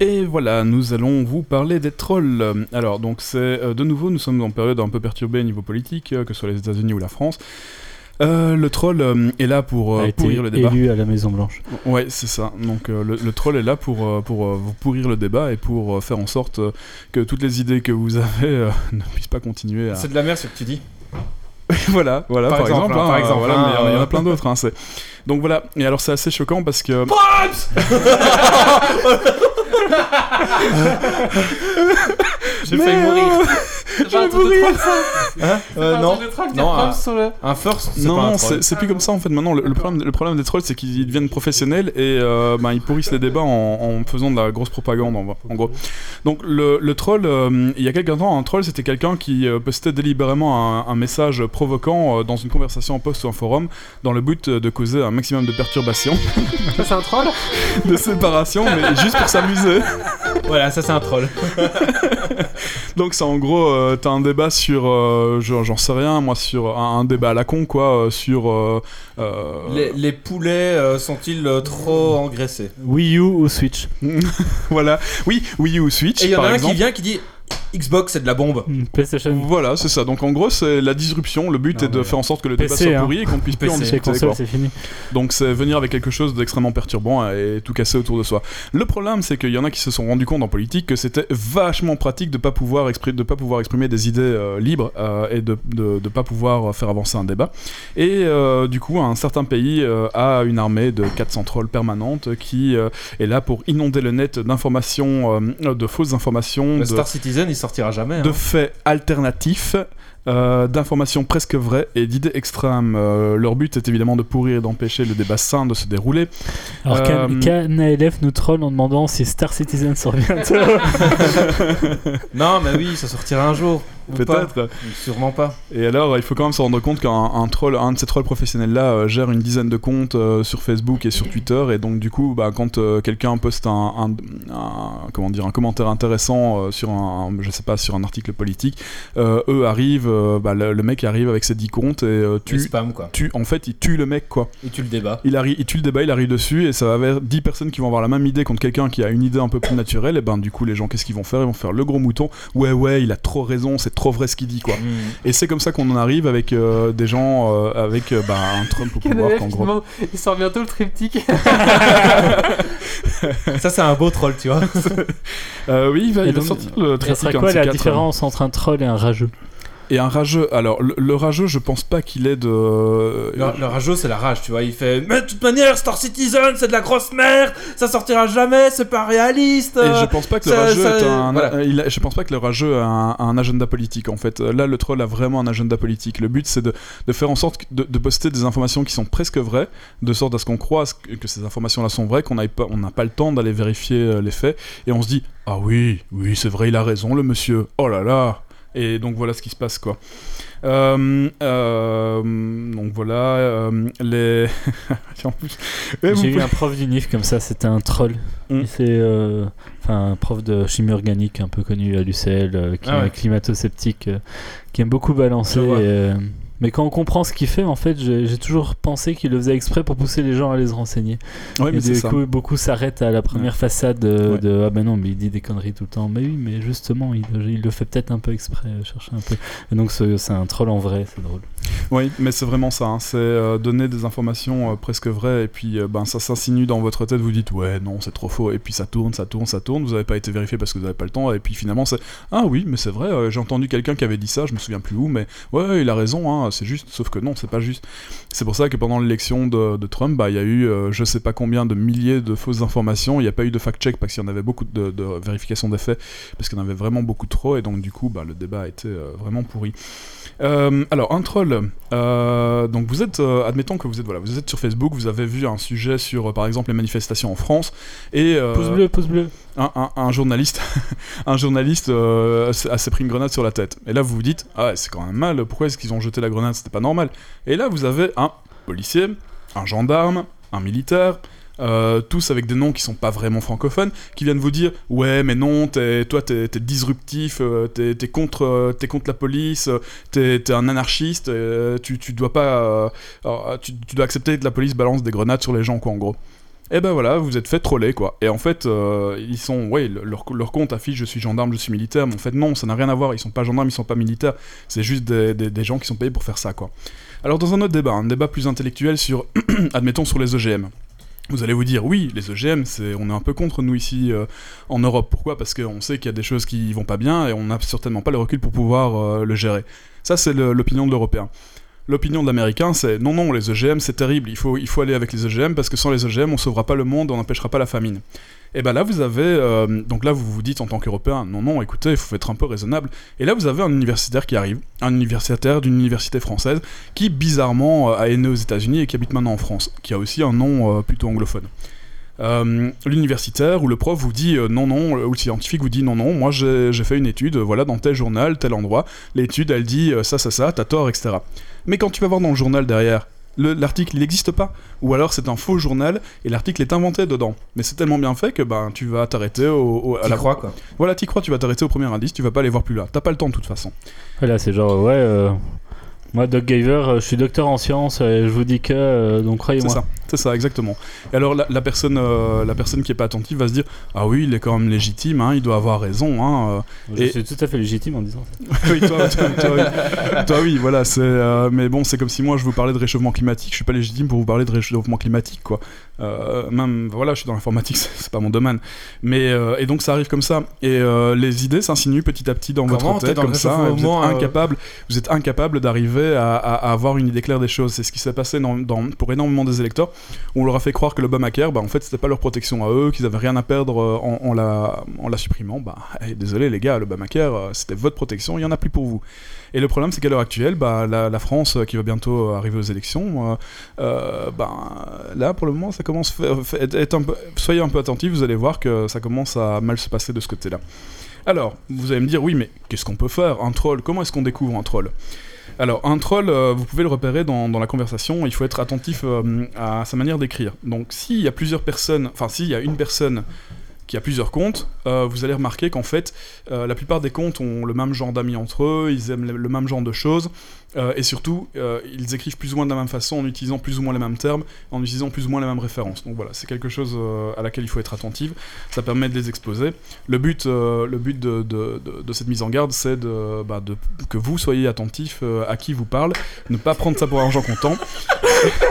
Et voilà, nous allons vous parler des trolls. Euh, Alors, donc, c'est euh, de nouveau, nous sommes en période un peu perturbée au niveau politique, euh, que ce soit les États-Unis ou la France. Euh, le troll euh, est là pour
a
euh,
été
pourrir le débat.
élu à la Maison Blanche.
Ouais, c'est ça. Donc euh, le, le troll est là pour, euh, pour euh, vous pourrir le débat et pour euh, faire en sorte euh, que toutes les idées que vous avez euh, ne puissent pas continuer à,
C'est de la merde ce que tu dis.
Ah,
voilà, voilà,
Par
par,
exemple,
exemple,
hein,
hein,
par
euh,
exemple,
voilà,
hein,
mais il y en a- il y, en
euh.
a plein d'autres. hein, c'est- Donc voilà, et alors c'est assez choquant parce que.
Hein
J'ai failli mourir.
C'est pas un truc de troll, ça.
Hein
C'est
Euh,
pas un
non,
truc de troll,
Non,
t'es
un-
prompt sur le-
un first, c'est pas
Non,
un
non,
troll.
c'est c'est plus comme ça en fait. Maintenant, le, le problème, le problème des trolls, c'est qu'ils deviennent professionnels et euh, ben, ils pourrissent les débats en, en faisant de la grosse propagande, en, en gros. Donc, le, le troll, euh, il y a quelqu'un temps, un troll, c'était quelqu'un qui euh, postait délibérément un, un message provoquant euh, dans une conversation en post ou un forum, dans le but euh, de causer un maximum de perturbations,
Ça, c'est un troll.
de séparation, mais juste pour s'amuser.
Voilà, ça c'est un troll.
Donc c'est en gros, euh, t'as un débat sur, euh, genre, j'en sais rien, moi, sur un, un débat à la con, quoi, euh, sur... euh, euh,
Les, les poulets euh, sont-ils euh, trop engraissés
Wii U ou Switch
voilà, oui, Wii U Switch,
Et il y en
par
a un
exemple.
qui vient qui dit Xbox, c'est de la bombe.
PlayStation.
Voilà, c'est ça. Donc en gros, c'est la disruption. Le but
Non,
est de
mais-
faire en sorte que le débat
PC,
soit
hein.
pourri et qu'on puisse plus en
PC,
discuter.
chez console,
quoi.
c'est fini.
Donc c'est venir avec quelque chose d'extrêmement perturbant et tout casser autour de soi. Le problème, c'est qu'il y en a qui se sont rendus compte en politique que c'était vachement pratique de pas pouvoir exprimer, de pas pouvoir exprimer des idées euh, libres euh, et de, de, de pas pouvoir faire avancer un débat. Et euh, du coup, un certain pays euh, a une armée de 400 trolls permanentes qui euh, est là pour inonder le net d'informations, euh, de fausses informations,
Le
de,
Star Citizen, il sortira jamais.
de
hein.
faits alternatifs, euh, d'informations presque vraies et d'idées extrêmes. Euh, leur but est évidemment de pourrir et d'empêcher le débat sain de se dérouler.
Alors qu'un-
Euh,
KNALF nous troll en demandant si Star Citizen sort bientôt.
Non, mais oui, ça sortira un jour. Ou pas.
Peut-être.
Sûrement pas.
Et alors, il faut quand même se rendre compte qu'un un troll, un de ces trolls professionnels-là euh, gère une dizaine de comptes euh, sur Facebook et sur Twitter. Et donc, du coup, bah, quand euh, quelqu'un poste un, un- un- comment dire, un commentaire intéressant euh, sur un, je sais pas, sur un article politique, euh, eux arrivent, euh, bah, le, le mec arrive avec ses 10 comptes et euh,
Tu
tue,
spam quoi.
tue- en fait, il tue le mec, quoi.
Et tu le débats.
il, arrive, il tue le débat, il arrive dessus, et ça va vers 10 personnes qui vont avoir la même idée contre quelqu'un qui a une idée un peu plus naturelle, et ben du coup les gens qu'est-ce qu'ils vont faire Ils vont faire le gros mouton, ouais ouais, il a trop raison, c'est trop vrai ce qu'il dit quoi. Et c'est comme ça qu'on en arrive avec euh, des gens, euh, avec euh, bah, un Trump au pouvoir
KNF,
qu'en
qui
gros...
demande- Il sort bientôt le triptyque.
Ça, c'est un beau troll, tu vois.
Euh, oui, il va,
Et
il va
donc,
sortir le
Ça
trafic
serait quoi la différence entre un troll et un rageux
Et un rageux, alors le, le rageux je pense pas qu'il est de...
Le, le rageux, c'est la rage, tu vois. Il fait Mais de toute manière, Star Citizen, c'est de la grosse merde. Ça sortira jamais, c'est pas réaliste.
Et
euh,
je pense pas que le
ça-
rageux
ça-
est un,
voilà.
euh, il a- je pense pas que le rageux a un, un agenda politique en fait. Euh, Là, le troll a vraiment un agenda politique. Le but, c'est de, de faire en sorte que- de, de poster des informations qui sont presque vraies, de sorte à ce qu'on croit à ce que, que ces informations-là sont vraies, qu'on n'aille pas, on n'a pas le temps d'aller vérifier euh, les faits, et on se dit ah oui, oui, c'est vrai, il a raison, le monsieur. Oh là là. Et donc voilà ce qui se passe quoi. Euh, euh, donc voilà euh, les. Tiens, en plus- Eh, vous
J'ai eu
pouvez-
un prof du NIF comme ça, c'était un troll.
Mm.
Il s'est, euh, enfin, un prof de chimie organique un peu connu à l'UCL, euh, qui
Ah ouais.
est climato-sceptique, euh, qui aime beaucoup balancer.
Je vois.
et, euh, mais quand on comprend ce qu'il fait, en fait, j'ai j'ai toujours pensé qu'il le faisait exprès pour pousser les gens à aller se renseigner.
Ouais, mais
et
c'est
du
ça.
coup, beaucoup s'arrêtent à la première façade euh,
Ouais.
de Ah ben non, mais il dit des conneries tout le temps. Mais oui, mais justement, il, il le fait peut-être un peu exprès, euh, chercher un peu. Et donc, ce- c'est un troll en vrai, c'est drôle.
Oui, mais c'est vraiment ça. hein. C'est euh, donner des informations euh, presque vraies et puis euh, ben, ça s'insinue dans votre tête. Vous dites ouais, non, c'est trop faux. Et puis ça tourne, ça tourne, ça tourne. Vous n'avez pas été vérifié parce que vous n'avez pas le temps. Et puis finalement, c'est ah oui, mais c'est vrai. euh, J'ai entendu quelqu'un qui avait dit ça. Je me souviens plus où, mais ouais, ouais, il a raison. hein, c'est juste. Sauf que non, c'est pas juste. C'est pour ça que pendant l'élection de, de Trump, bah, il y a eu euh, je sais pas combien de milliers de fausses informations. Il n'y a pas eu de fact-check parce qu'il y en avait beaucoup de, de vérification des faits parce qu'il y en avait vraiment beaucoup trop. Et donc du coup, bah, le débat a été euh, vraiment pourri. Euh, alors, un troll. Euh, donc, vous êtes, euh, admettons que vous êtes, voilà, vous êtes sur Facebook, vous avez vu un sujet sur, euh, par exemple, les manifestations en France, et euh,
Pouce bleu, pouce bleu.
un, un- un journaliste, un journaliste euh, s- a s'est pris une grenade sur la tête. Et là, vous vous dites, ah, ouais, c'est quand même mal. Pourquoi est-ce qu'ils ont jeté la grenade C'était pas normal. Et là, vous avez un policier, un gendarme, un militaire. euh, tous avec des noms qui sont pas vraiment francophones, qui viennent vous dire ouais mais non, t'es- toi t'es t'es disruptif, euh, t'es t'es contre, euh, t'es contre la police, euh, t'es t'es un anarchiste, euh, tu, tu dois pas, euh, alors, tu, tu dois accepter que la police balance des grenades sur les gens quoi en gros. Et ben voilà, vous êtes fait troller quoi. Et en fait, euh, ils sont, ouais, le- leur, leur compte affiche je suis gendarme, je suis militaire, mais en fait non, ça n'a rien à voir, ils sont pas gendarmes, ils sont pas militaires, c'est juste des, des- des gens qui sont payés pour faire ça quoi. Alors dans un autre débat, un débat plus intellectuel sur, admettons sur les EGM. Vous allez vous dire, oui, les EGM, c'est, on est un peu contre nous ici euh, en Europe. Pourquoi Parce qu'on sait qu'il y a des choses qui vont pas bien et on n'a certainement pas le recul pour pouvoir euh, le gérer. Ça, c'est le- l'opinion de l'Européen. L'opinion de l'Américain, c'est non, non, les EGM, c'est terrible, il faut, il faut aller avec les EGM parce que sans les EGM, on sauvera pas le monde, on n'empêchera pas la famine. Et ben là, vous avez. euh, donc là, vous vous dites en tant qu'Européen, non, non, écoutez, il faut être un peu raisonnable. Et là, vous avez un universitaire qui arrive, un universitaire d'une université française qui, bizarrement, euh, a né aux États-Unis et qui habite maintenant en France, qui a aussi un nom euh, plutôt anglophone. Euh, l'universitaire ou le prof vous dit euh, non, non, ou le scientifique vous dit non, non, moi j'ai j'ai fait une étude, euh, voilà, dans tel journal, tel endroit, l'étude elle dit euh, ça, ça, ça, t'as tort, etc. Mais quand tu vas voir dans le journal derrière, le- l'article il n'existe pas, ou alors c'est un faux journal et l'article est inventé dedans. Mais c'est tellement bien fait que ben tu vas t'arrêter au, au- à
Tu
la
crois quoi.
Voilà, t'y crois, tu vas t'arrêter au premier indice, tu vas pas aller voir plus là, t'as pas le temps de toute façon.
Voilà, c'est genre, ouais, euh, moi, Doc Gaver, euh, je suis docteur en sciences, et je vous dis que, euh, donc
C'est
croyez-moi.
ça. C'est ça, exactement. Et alors la, la personne, euh, la personne qui est pas attentive va se dire ah oui, il est quand même légitime, hein, il doit avoir raison. Hein, euh,
Je
Et-
suis tout à fait légitime en disant ça.
oui, toi, toi- toi, oui. Toi, oui, voilà. C'est, euh, mais bon, c'est comme si moi je vous parlais de réchauffement climatique. Je suis pas légitime pour vous parler de réchauffement climatique, quoi. Euh, même, voilà, je suis dans l'informatique, c'est, c'est pas mon domaine. Mais euh, et donc ça arrive comme ça. Et euh, les idées s'insinuent petit à petit dans
Comment
votre
t'es
tête,
dans le
comme ça. et Vous êtes,
réchauffement, euh,
incapable, vous êtes incapable d'arriver à, à- à avoir une idée claire des choses. C'est ce qui s'est passé dans- dans- pour énormément des électeurs. On leur a fait croire que l'Obamacare, bah, en fait, c'était pas leur protection à eux, qu'ils avaient rien à perdre euh, en, en la, en la supprimant. Bah, eh, désolé les gars, l'Obamacare, euh, c'était votre protection, il y en a plus pour vous. Et le problème, c'est qu'à l'heure actuelle, bah, la, la France, euh, qui va bientôt euh, arriver aux élections, euh, euh, bah, là, pour le moment, ça commence. fa- fa- être- être un peu- soyez un peu attentifs, vous allez voir que ça commence à mal se passer de ce côté-là. Alors, vous allez me dire, oui, mais qu'est-ce qu'on peut faire Un troll, comment est-ce qu'on découvre un troll alors, un troll, euh, vous pouvez le repérer dans, dans la conversation, il faut être attentif euh, à sa manière d'écrire. Donc, s'il y a plusieurs personnes, enfin, s'il y a une personne qui a plusieurs comptes, euh, vous allez remarquer qu'en fait, euh, la plupart des comptes ont le même genre d'amis entre eux, ils aiment le, le même genre de choses, euh, et surtout, euh, ils écrivent plus ou moins de la même façon en utilisant plus ou moins les mêmes termes, en utilisant plus ou moins les mêmes références. Donc voilà, c'est quelque chose euh, à laquelle il faut être attentif, ça permet de les exposer. Le but, euh, le but de, de- de- de cette mise en garde, c'est de, bah, de- que vous soyez attentif euh, à qui vous parle, ne pas prendre ça pour argent comptant.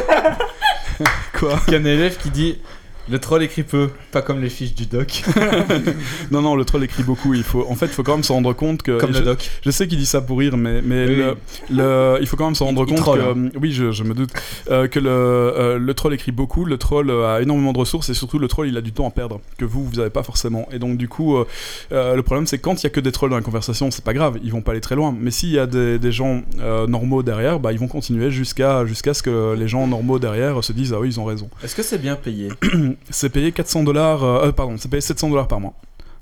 Quoi
Il y a un élève qui dit le troll écrit peu, pas comme les fiches du doc,
Non, non, le troll écrit beaucoup. Il faut, en fait, il faut quand même se rendre compte que.
comme
je,
le doc.
je sais qu'il dit ça pour rire, mais, mais
Oui,
le,
oui.
le- il faut quand même se rendre
Il- il
compte
troll, hein.
que. Oui, je, je me doute. euh, que le, euh, le troll écrit beaucoup, le troll euh, a énormément de ressources et surtout le troll il a du temps à perdre que vous, vous n'avez pas forcément. Et donc, du coup, euh, euh, le problème c'est que quand il y a que des trolls dans la conversation, c'est pas grave, ils vont pas aller très loin. Mais s'il y a des, des gens euh, normaux derrière, bah, ils vont continuer jusqu'à jusqu'à ce que les gens normaux derrière se disent Ah oui, ils ont raison.
Est-ce que c'est bien payé
C'est payé 400 dollars, euh, pardon, c'est payé 700 dollars par mois.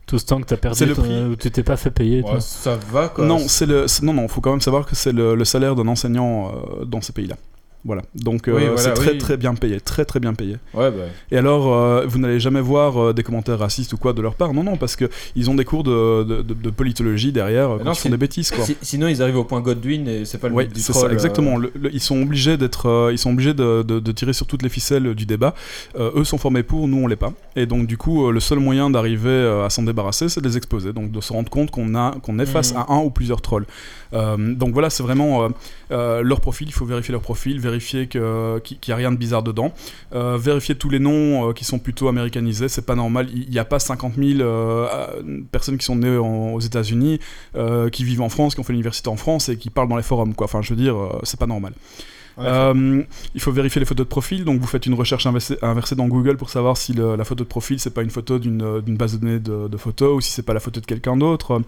Tout ce temps que t'as
C'est
perdu,
le
ton-
prix.
où tu t'es pas fait payer. toi.
Ouais, Ça va quoi.
Non, c'est le, c'est- non, non, faut quand même savoir que c'est le, le salaire d'un enseignant euh, dans ces pays-là. Voilà, donc euh,
Oui, voilà,
c'est très
oui.
très bien payé, très très bien payé.
Ouais, bah.
Et alors, euh, vous n'allez jamais voir euh, des commentaires racistes ou quoi de leur part, non, non, parce que ils ont des cours de, de, de- de politologie derrière euh,
Mais
quand
non,
ils
c'est-
font des bêtises, quoi.
Si- sinon, ils arrivent au point Godwin et c'est pas le
Oui,
but du
c'est
troll,
ça,
euh.
exactement. Le- le- ils sont obligés d'être, euh, ils sont obligés de, de- de tirer sur toutes les ficelles du débat. Euh, eux sont formés pour, nous on l'est pas. Et donc du coup, euh, le seul moyen d'arriver euh, à s'en débarrasser, c'est de les exposer. Donc de se rendre compte qu'on a, qu'on est face
Mhm.
à un ou plusieurs trolls. Euh, donc voilà, c'est vraiment euh, euh, leur profil. Il faut vérifier leur profil, vérifier que- qu'il n'y a rien de bizarre dedans, Euh, vérifier tous les noms euh, qui sont plutôt américanisés. C'est pas normal. Il n'y a pas 50 000 euh, euh, personnes qui sont nées en- aux États-Unis euh, qui vivent en France, qui ont fait l'université en France et qui parlent dans les forums, quoi. Enfin, je veux dire, euh, c'est pas normal.
Ouais,
Euh, il faut vérifier les photos de profil, donc vous faites une recherche inversée, inversée dans Google pour savoir si le- la photo de profil c'est pas une photo d'une euh, d'une base de données de, de photos ou si c'est pas la photo de quelqu'un d'autre.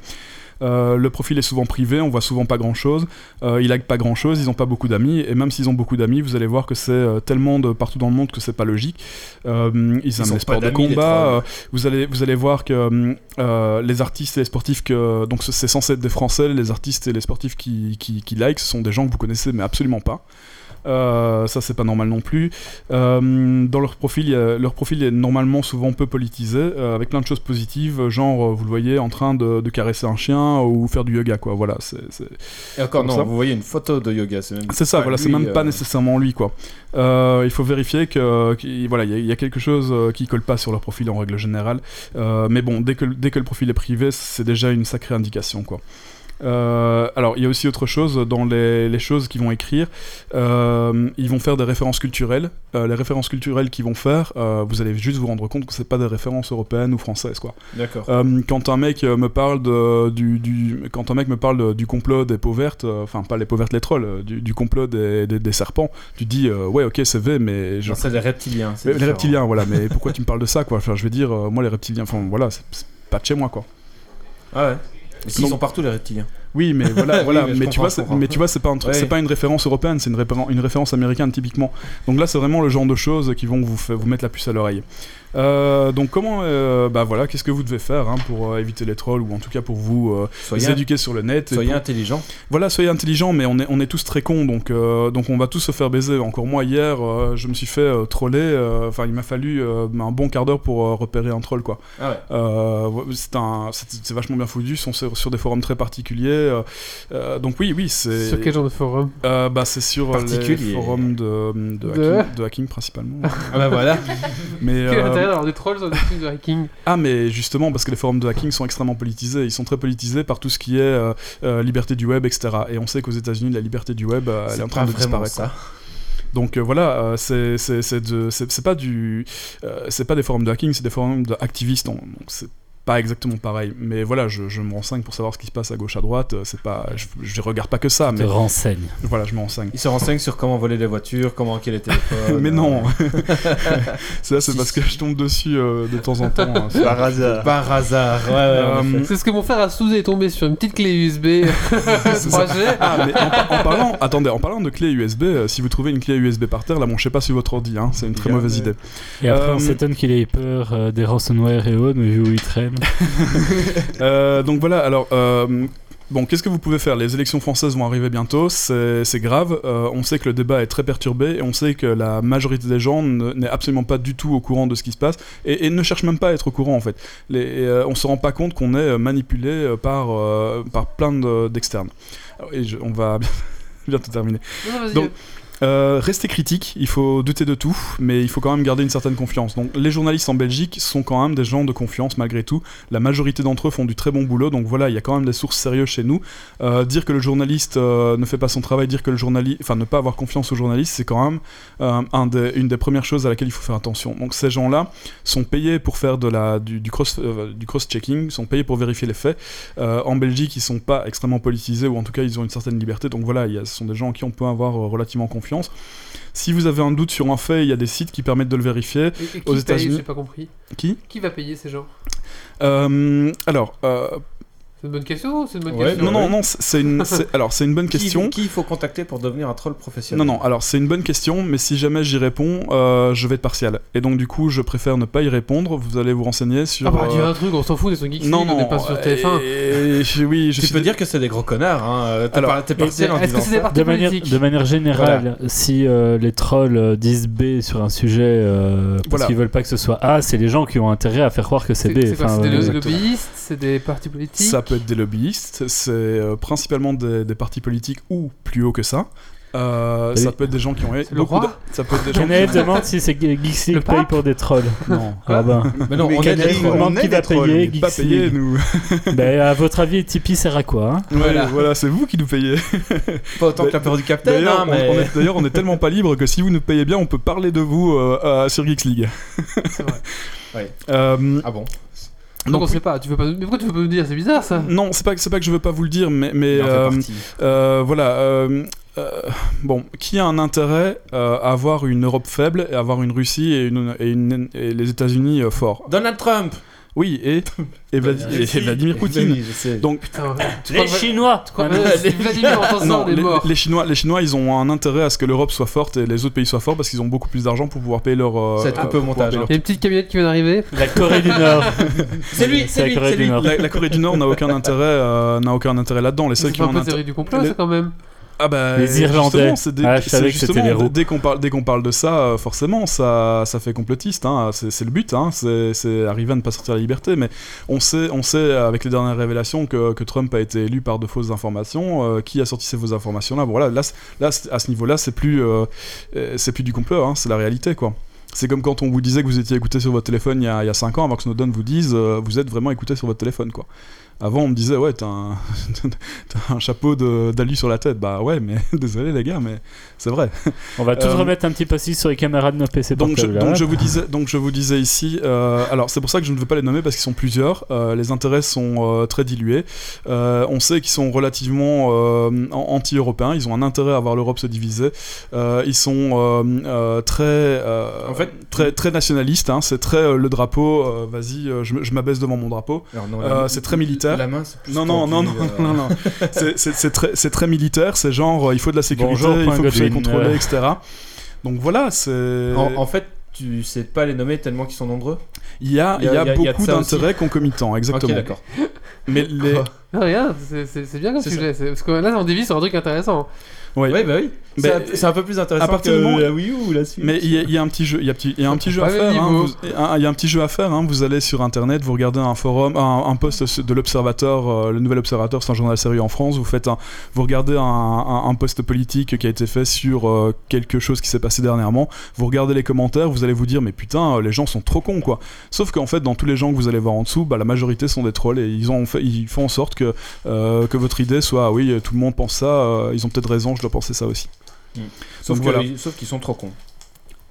Euh, le profil est souvent privé, on voit souvent pas grand chose, euh, ils like pas grand chose, ils ont pas beaucoup d'amis, et même s'ils ont beaucoup d'amis, vous allez voir que c'est euh, tellement de partout dans le monde que c'est pas logique. Euh, ils, aiment
ont
les
pas
sports de
d'amis, les
combat,
trolls.
euh, vous, allez, vous allez voir que euh, euh, les artistes et les sportifs, que, donc c'est censé être des Français, les artistes et les sportifs qui, qui, qui like, ce sont des gens que vous connaissez mais absolument pas. Euh, ça c'est pas normal non plus. Euh, dans leur profil, il y a- leur profil est normalement souvent peu politisé, euh, avec plein de choses positives, euh, genre euh, vous le voyez en train de, de caresser un chien ou faire du yoga quoi. Voilà, c'est c'est-
Et encore,
comme
non,
ça.
vous voyez une photo de yoga, c'est même.
c'est ça.
pas
voilà, c'est
lui,
même pas
euh.
nécessairement lui quoi. Euh, il faut vérifier que qu'il- voilà, il y, a- il y a quelque chose euh, qui colle pas sur leur profil en règle générale. Euh, mais bon, dès que dès que le profil est privé, c'est déjà une sacrée indication quoi. Euh, alors, il y a aussi autre chose dans les, les choses qu'ils vont écrire. Euh, ils vont faire des références culturelles. Euh, les références culturelles qu'ils vont faire, euh, vous allez juste vous rendre compte que c'est pas des références européennes ou françaises, quoi.
D'accord.
Euh, quand un mec euh, me parle de- du, du- quand un mec me parle de- du complot des peaux vertes, euh, enfin pas les peaux vertes, les trolls, euh, du, du complot des, des- des serpents, tu dis euh, ouais ok c'est vrai, mais je-
Non, c'est les reptiliens. hein, c'est
mais les
différent.
reptiliens voilà, mais pourquoi tu me parles de ça quoi Enfin je veux dire euh, moi les reptiliens, enfin voilà c'est c'est pas de chez moi quoi.
Ah ouais. Mais s'ils
Donc-
sont partout, les reptiliens.
Oui, mais voilà,
Oui,
voilà.
mais
mais,
je
tu
comprends,
vois,
je
c'est-
comprends.
mais tu vois, c'est pas un truc-
Ouais.
c'est pas une référence européenne, c'est une, répéren- une référence américaine typiquement. Donc là, c'est vraiment le genre de choses qui vont vous, fa- vous mettre la puce à l'oreille. Euh, donc comment, euh, bah voilà, qu'est-ce que vous devez faire hein, pour euh, éviter les trolls ou en tout cas pour vous euh,
Soyez,
vous éduquer sur le net. et
soyez
pour-
intelligents.
Voilà, soyez intelligents, mais on est on est tous très cons, donc euh, donc on va tous se faire baiser. Encore moi hier, euh, je me suis fait euh, troller. euh, Enfin, il m'a fallu euh, un bon quart d'heure pour euh, repérer un troll quoi.
Ah ouais.
Euh, ouais, c'est un- c'est c'est vachement bien foutu, ils sont sur, sur des forums très particuliers, euh, euh, donc oui, oui, c'est.
Sur quel genre de forum
Euh, bah, c'est sur euh, les
Particulier.
forums de, de,
De-
Hacking, de hacking principalement.
Ah bah voilà.
mais,
Quel
euh,
intérêt d'avoir des trolls dans des trucs de hacking
ah, mais justement, parce que les forums de hacking sont extrêmement politisés. Ils sont très politisés par tout ce qui est euh, euh, liberté du web, etc. Et on sait qu'aux États-Unis, la liberté du web, euh, elle est en train de disparaître. Donc euh, voilà, euh, c'est- c'est c'est de- c'est- c'est pas du, euh, c'est pas des forums de hacking, c'est des forums d'activistes. Donc c'est pas exactement pareil. Mais voilà, je, je me renseigne pour savoir ce qui se passe à gauche, à droite. euh, C'est pas, je, je regarde pas que ça,
Te
mais
renseigne.
voilà, je me renseigne.
Ils se renseignent sur comment voler les voitures, comment hacker les téléphones.
Mais
euh,
non, ça c'est parce que je tombe dessus euh, de temps en temps. hein, ça.
Par hasard.
Par hasard. Ouais, ouais, en effet.
Euh,
C'est ce que mon frère à Souzé est tombé sur une petite clé USB
c'est ça.
3G.
Ah, mais en, par- en parlant, attendez, en parlant de clé USB, euh, si vous trouvez une clé USB par terre, la mangez pas sur votre ordi, hein, c'est une très
Bien,
mauvaise
mais-
idée.
Et après,
Euh,
on s'étonne qu'il ait peur euh, des ransomware et autres, mais vu où il traîne.
Euh, donc voilà, alors. euh, Bon, qu'est-ce que vous pouvez faire Les élections françaises vont arriver bientôt, c'est c'est grave. Euh, on sait que le débat est très perturbé et on sait que la majorité des gens ne- n'est absolument pas du tout au courant de ce qui se passe et, et ne cherche même pas à être au courant en fait. Les, euh, on se rend pas compte qu'on est euh, manipulé euh, par, euh, par plein de- d'externes. Alors, Et je- on va bientôt terminer.
Non, non, vas-y.
Donc, Euh, restez critique, il faut douter de tout, mais il faut quand même garder une certaine confiance. Donc les journalistes en Belgique sont quand même des gens de confiance malgré tout. La majorité d'entre eux font du très bon boulot, donc voilà, il y a quand même des sources sérieuses chez nous. Euh, dire que le journaliste euh, ne fait pas son travail, dire que le journaliste, enfin ne pas avoir confiance aux journalistes, c'est quand même euh, un des- une des premières choses à laquelle il faut faire attention. Donc ces gens-là sont payés pour faire de la, du, du cross, euh, du cross-checking, sont payés pour vérifier les faits. Euh, en Belgique, ils sont pas extrêmement politisés, ou en tout cas, ils ont une certaine liberté. Donc voilà, il y a- ce sont des gens en qui on peut avoir euh, relativement confiance. Si vous avez un doute sur un fait, il y a des sites qui permettent de le vérifier.
Et- et qui
aux
paye
États-Unis-
J'ai pas compris.
Qui
Qui va payer ces gens
Euh, Alors, euh,
C'est une bonne question. C'est une bonne
Ouais,
question.
non, non, non, c'est c'est une, c'est- alors c'est une bonne
Qui-
question.
Qui il faut contacter pour devenir un troll
Non,
professionnel
non, alors c'est une bonne question, mais si jamais j'y réponds, euh, je vais être partial. Et donc, du coup, je préfère ne pas y répondre. Vous allez vous renseigner sur.
Ah bah dis
euh,
un truc, on s'en fout, des son geeks.
non, non, euh,
on est pas sur TF1.
et- et- oui, je
Tu
suis
peux dire que c'est des gros connards. Hein. euh, T'es
Alors,
par- t'es partiel en
Est-ce
disant
que c'est des
ça.
partis
De manière,
politiques
de manière générale, si euh, les trolls euh, disent B sur un sujet euh, parce
Voilà.
qu'ils veulent pas que ce soit A, c'est les gens qui ont intérêt à faire croire que c'est
C'est
B.
c'est quoi
Enfin,
C'est des
euh,
lo-
exactement.
lobbyistes C'est des partis politiques
Ça peut être des lobbyistes, c'est euh, principalement des, des partis politiques ou plus haut que ça. Euh,
Salut.
ça peut être des gens qui ont
C'est le
beaucoup
roi
de- ça peut être des gens
Kenneth
qui
demande si c'est Geeks League
Le
paye
pape bah.
pour des trolls.
non
Ah ben,
Mais non,
Mais
on est
quel
des
est-
trolls.
on
demande
est
qui va
des trolls,
payer
mais
pas
Geeks
payés
League.
nous
Ben, à votre avis, Tipeee sert à quoi hein
voilà, voilà c'est vous qui nous payez
Pas autant que la peur du capitaine,
d'ailleurs
hein,
on-
mais.
on, est- d'ailleurs, on est tellement pas libre que si vous nous payez bien on peut parler de vous euh, à- sur Geeks League
C'est vrai.
Ouais.
Euh,
Ah bon
Donc on sait pas, tu veux pas. Mais pourquoi tu veux pas me dire C'est bizarre ça
non c'est pas que- c'est pas que je veux pas vous le dire mais mais
Il en fait
euh,
partie.
Euh, voilà. euh, euh, bon, qui a un intérêt euh, à avoir une Europe faible et avoir une Russie et, une, et, une- et les États-Unis euh, forts
Donald Trump
Oui, et, et, Vladi- et- et Vladimir Poutine.
Oui, je sais.
Donc,
Putain, tu
Les
crois que-
Chinois
tu crois que- si Vladimir entend ça,
non,
on est
les,
mort.
les Chinois, les Chinois, ils ont un intérêt à ce que l'Europe soit forte et les autres pays soient forts parce qu'ils ont beaucoup plus d'argent pour pouvoir payer leur. euh,
Ça va être
euh,
coupé au
pour
montage,
pouvoir
Il y a une petite camionnette qui vient d'arriver.
hein. La Corée du Nord.
C'est lui, c'est
la
lui,
Corée
c'est
du
lui.
Nord.
payer leur- La, la Corée du Nord n'a aucun intérêt, euh, n'a aucun intérêt là-dedans. Les seuls
C'est
qui
pas
ont
un
un
peu de
intérêt.
théorie du complot
les-
ça quand même.
Ah bah,
Les Irlandais.
justement, C'est des-
Ah, je
c'est
savais que c'était
justement,
les roux.
Dès qu'on parle, dès qu'on parle de ça, euh, forcément, ça, ça fait complotiste. hein. C'est c'est le but. hein. C'est c'est arriver à ne pas sortir la liberté. Mais on sait, on sait avec les dernières révélations que, que Trump a été élu par de fausses informations. euh, qui a sorti ces fausses informations-là Bon, voilà, là, c'est- là, c'est- à ce niveau-là, c'est plus, euh, euh, c'est plus du complot. hein. C'est la réalité, quoi. C'est comme quand on vous disait que vous étiez écouté sur votre téléphone il y a, il y a 5 ans, avant que Snowden vous dise euh, vous êtes vraiment écouté sur votre téléphone, quoi. Avant, on me disait ouais, t'as un, t'as un chapeau de- d'alu sur la tête. Bah ouais, mais désolé les gars, mais c'est vrai.
On va tous
Euh,
remettre un petit post sur les caméras de nos PC
Donc je,
portables.
donc
hein.
je vous disais, donc je vous disais ici. euh, alors c'est pour ça que je ne veux pas les nommer parce qu'ils sont plusieurs. euh, les intérêts sont euh, très dilués. Euh, on sait qu'ils sont relativement euh, an- anti-européens. Ils ont un intérêt à voir l'Europe se diviser. Euh, ils sont euh, euh, très, euh,
En fait-
très, très nationalistes. hein. C'est très euh, le drapeau. euh, Vas-y, euh, je, me- je m'abaisse devant mon drapeau.
Alors, non,
Euh,
la main-
c'est très militaire.
La main, c'est plus
Non, non, non,
tendu,
non,
euh.
non, non. C'est- C'est c'est très, c'est très militaire, c'est genre, euh, il faut de la sécurité,
Bonjour,
il
point
faut que vous soyez
Godwin.
contrôlé,
Euh.
etc. Donc voilà, c'est...
En, en fait, tu sais pas les nommer tellement qu'ils sont nombreux.
Euh, Il y a, il y a
il y a- il y a de
beaucoup
ça aussi.
d'intérêts concomitants,
Ok,
exactement.
d'accord. Oh.
Mais les,
Quoi
Ah, regarde, c'est- c'est c'est bien comme
C'est
sujet. c'est- Parce que là, on dévie sur un truc intéressant.
Ouais.
Oui, bah oui. C'est
Ben,
un- c'est un peu plus intéressant
à partir
que
du moment-
la Wii U ou la Switch.
Mais il y, a- il y a un petit jeu, il y a, petit- il y a un petit jeu à
Pas le
faire. hein,
niveau.
vous- un- Il y a un petit jeu à faire. hein, vous allez sur internet, vous regardez un forum, un, un post su- de l'Observateur, euh, le Nouvel Observateur, c'est un journal sérieux en France. Vous faites, un, vous regardez un, un, un post politique qui a été fait sur euh, quelque chose qui s'est passé dernièrement. Vous regardez les commentaires, vous allez vous dire mais putain, euh, les gens sont trop cons quoi. Sauf qu'en fait, dans tous les gens que vous allez voir en dessous, bah, la majorité sont des trolls et ils ont fait, ils font en sorte que euh, que votre idée soit ah oui, tout le monde pense ça, euh, ils ont peut-être raison, je dois penser ça aussi.
Sauf
Donc
que-
voilà.
sauf qu'ils sont trop cons.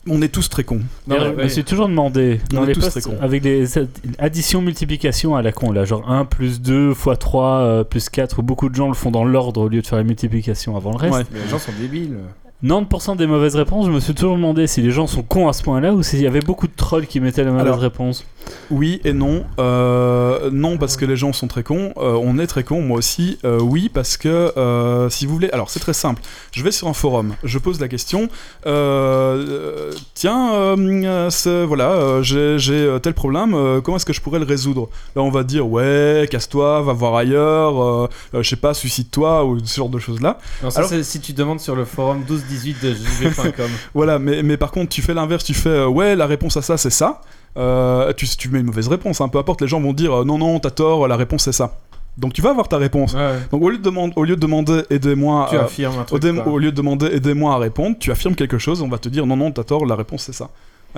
On est tous très cons.
Non, mais-
Et je me
mais-
suis toujours demandé,
On
dans
est
les
tous
postes,
très cons.
avec des ad- additions, multiplications à la con, là, genre 1 plus 2 fois 3 euh, plus 4, où beaucoup de gens le font dans l'ordre au lieu de faire les multiplications avant le reste.
Ouais.
Mais les gens sont débiles.
90% des mauvaises réponses, je me suis toujours demandé si les gens sont cons à ce point-là ou s'il y avait beaucoup de trolls qui mettaient la mauvaise
Alors,
réponse.
Oui et non. Euh, non parce que les gens sont très cons. Euh, on est très cons, moi aussi. Euh, oui parce que euh, si vous voulez, alors c'est très simple. Je vais sur un forum, je pose la question. euh, euh, tiens, euh, euh, c'est- voilà, euh, j'ai j'ai, euh, tel problème. euh, comment est-ce que je pourrais le résoudre Là, on va dire ouais, casse-toi, va voir ailleurs. euh, euh, je sais pas, suicide-toi ou ce genre de choses là.
Non, ça,
Alors-
c'est si tu demandes sur le forum 1218 de jv.com.
Voilà, mais, mais par contre, tu fais l'inverse, tu fais euh, ouais, la réponse à ça, c'est ça. Euh, tu, tu mets une mauvaise réponse, hein, peu importe, les gens vont dire euh, non, non, t'as tort, la réponse c'est ça. Donc tu vas avoir ta réponse.
ouais.
Donc au lieu de, demander- au lieu de demander aidez-moi
Tu
euh,
affirmes un
au,
truc.
dé-
quoi.
au lieu de demander aidez-moi à répondre, tu affirmes quelque chose, on va te dire non, non, t'as tort, la réponse c'est ça.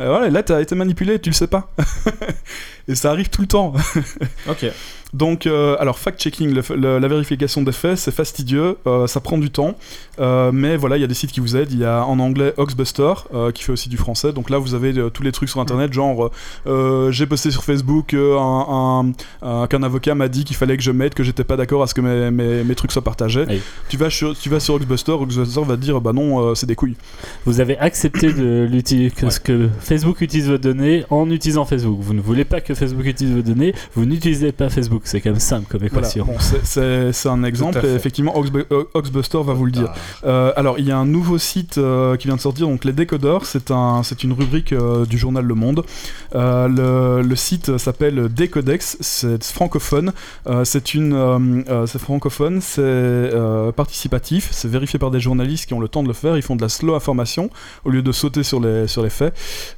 Et voilà, et là t'as été manipulé, tu le sais pas. et ça arrive tout le temps.
Ok.
Donc, euh, alors, fact-checking, le- le- la vérification des faits, c'est fastidieux, euh, ça prend du temps, euh, mais voilà, il y a des sites qui vous aident. Il y a en anglais Oxbuster, euh, qui fait aussi du français. Donc là, vous avez euh, tous les trucs sur Internet, genre, euh, euh, j'ai posté sur Facebook euh, un- un- un- qu'un avocat m'a dit qu'il fallait que je mette, que j'étais pas d'accord à ce que mes, mes- mes trucs soient partagés.
Oui.
Tu, vas sur, tu vas sur Oxbuster, Oxbuster va te dire, bah non, euh, c'est des couilles.
Vous avez accepté de l'utiliser que,
Ouais.
ce que Facebook utilise vos données en utilisant Facebook. Vous ne voulez pas que Facebook utilise vos données, vous n'utilisez pas Facebook. C'est quand même simple comme
Voilà.
équation.
Bon, c'est- c'est c'est un exemple,
fait.
et effectivement, Oxbu- euh, Oxbuster va vous le dire. Euh, alors, il y a un nouveau site euh, qui vient de sortir, donc Les Décodeurs, c'est un, c'est une rubrique euh, du journal Le Monde. Euh, le, le site s'appelle Décodex, c'est francophone, euh, c'est une, euh, euh, c'est francophone, c'est euh, participatif, c'est vérifié par des journalistes qui ont le temps de le faire, ils font de la slow information au lieu de sauter sur les, sur les faits.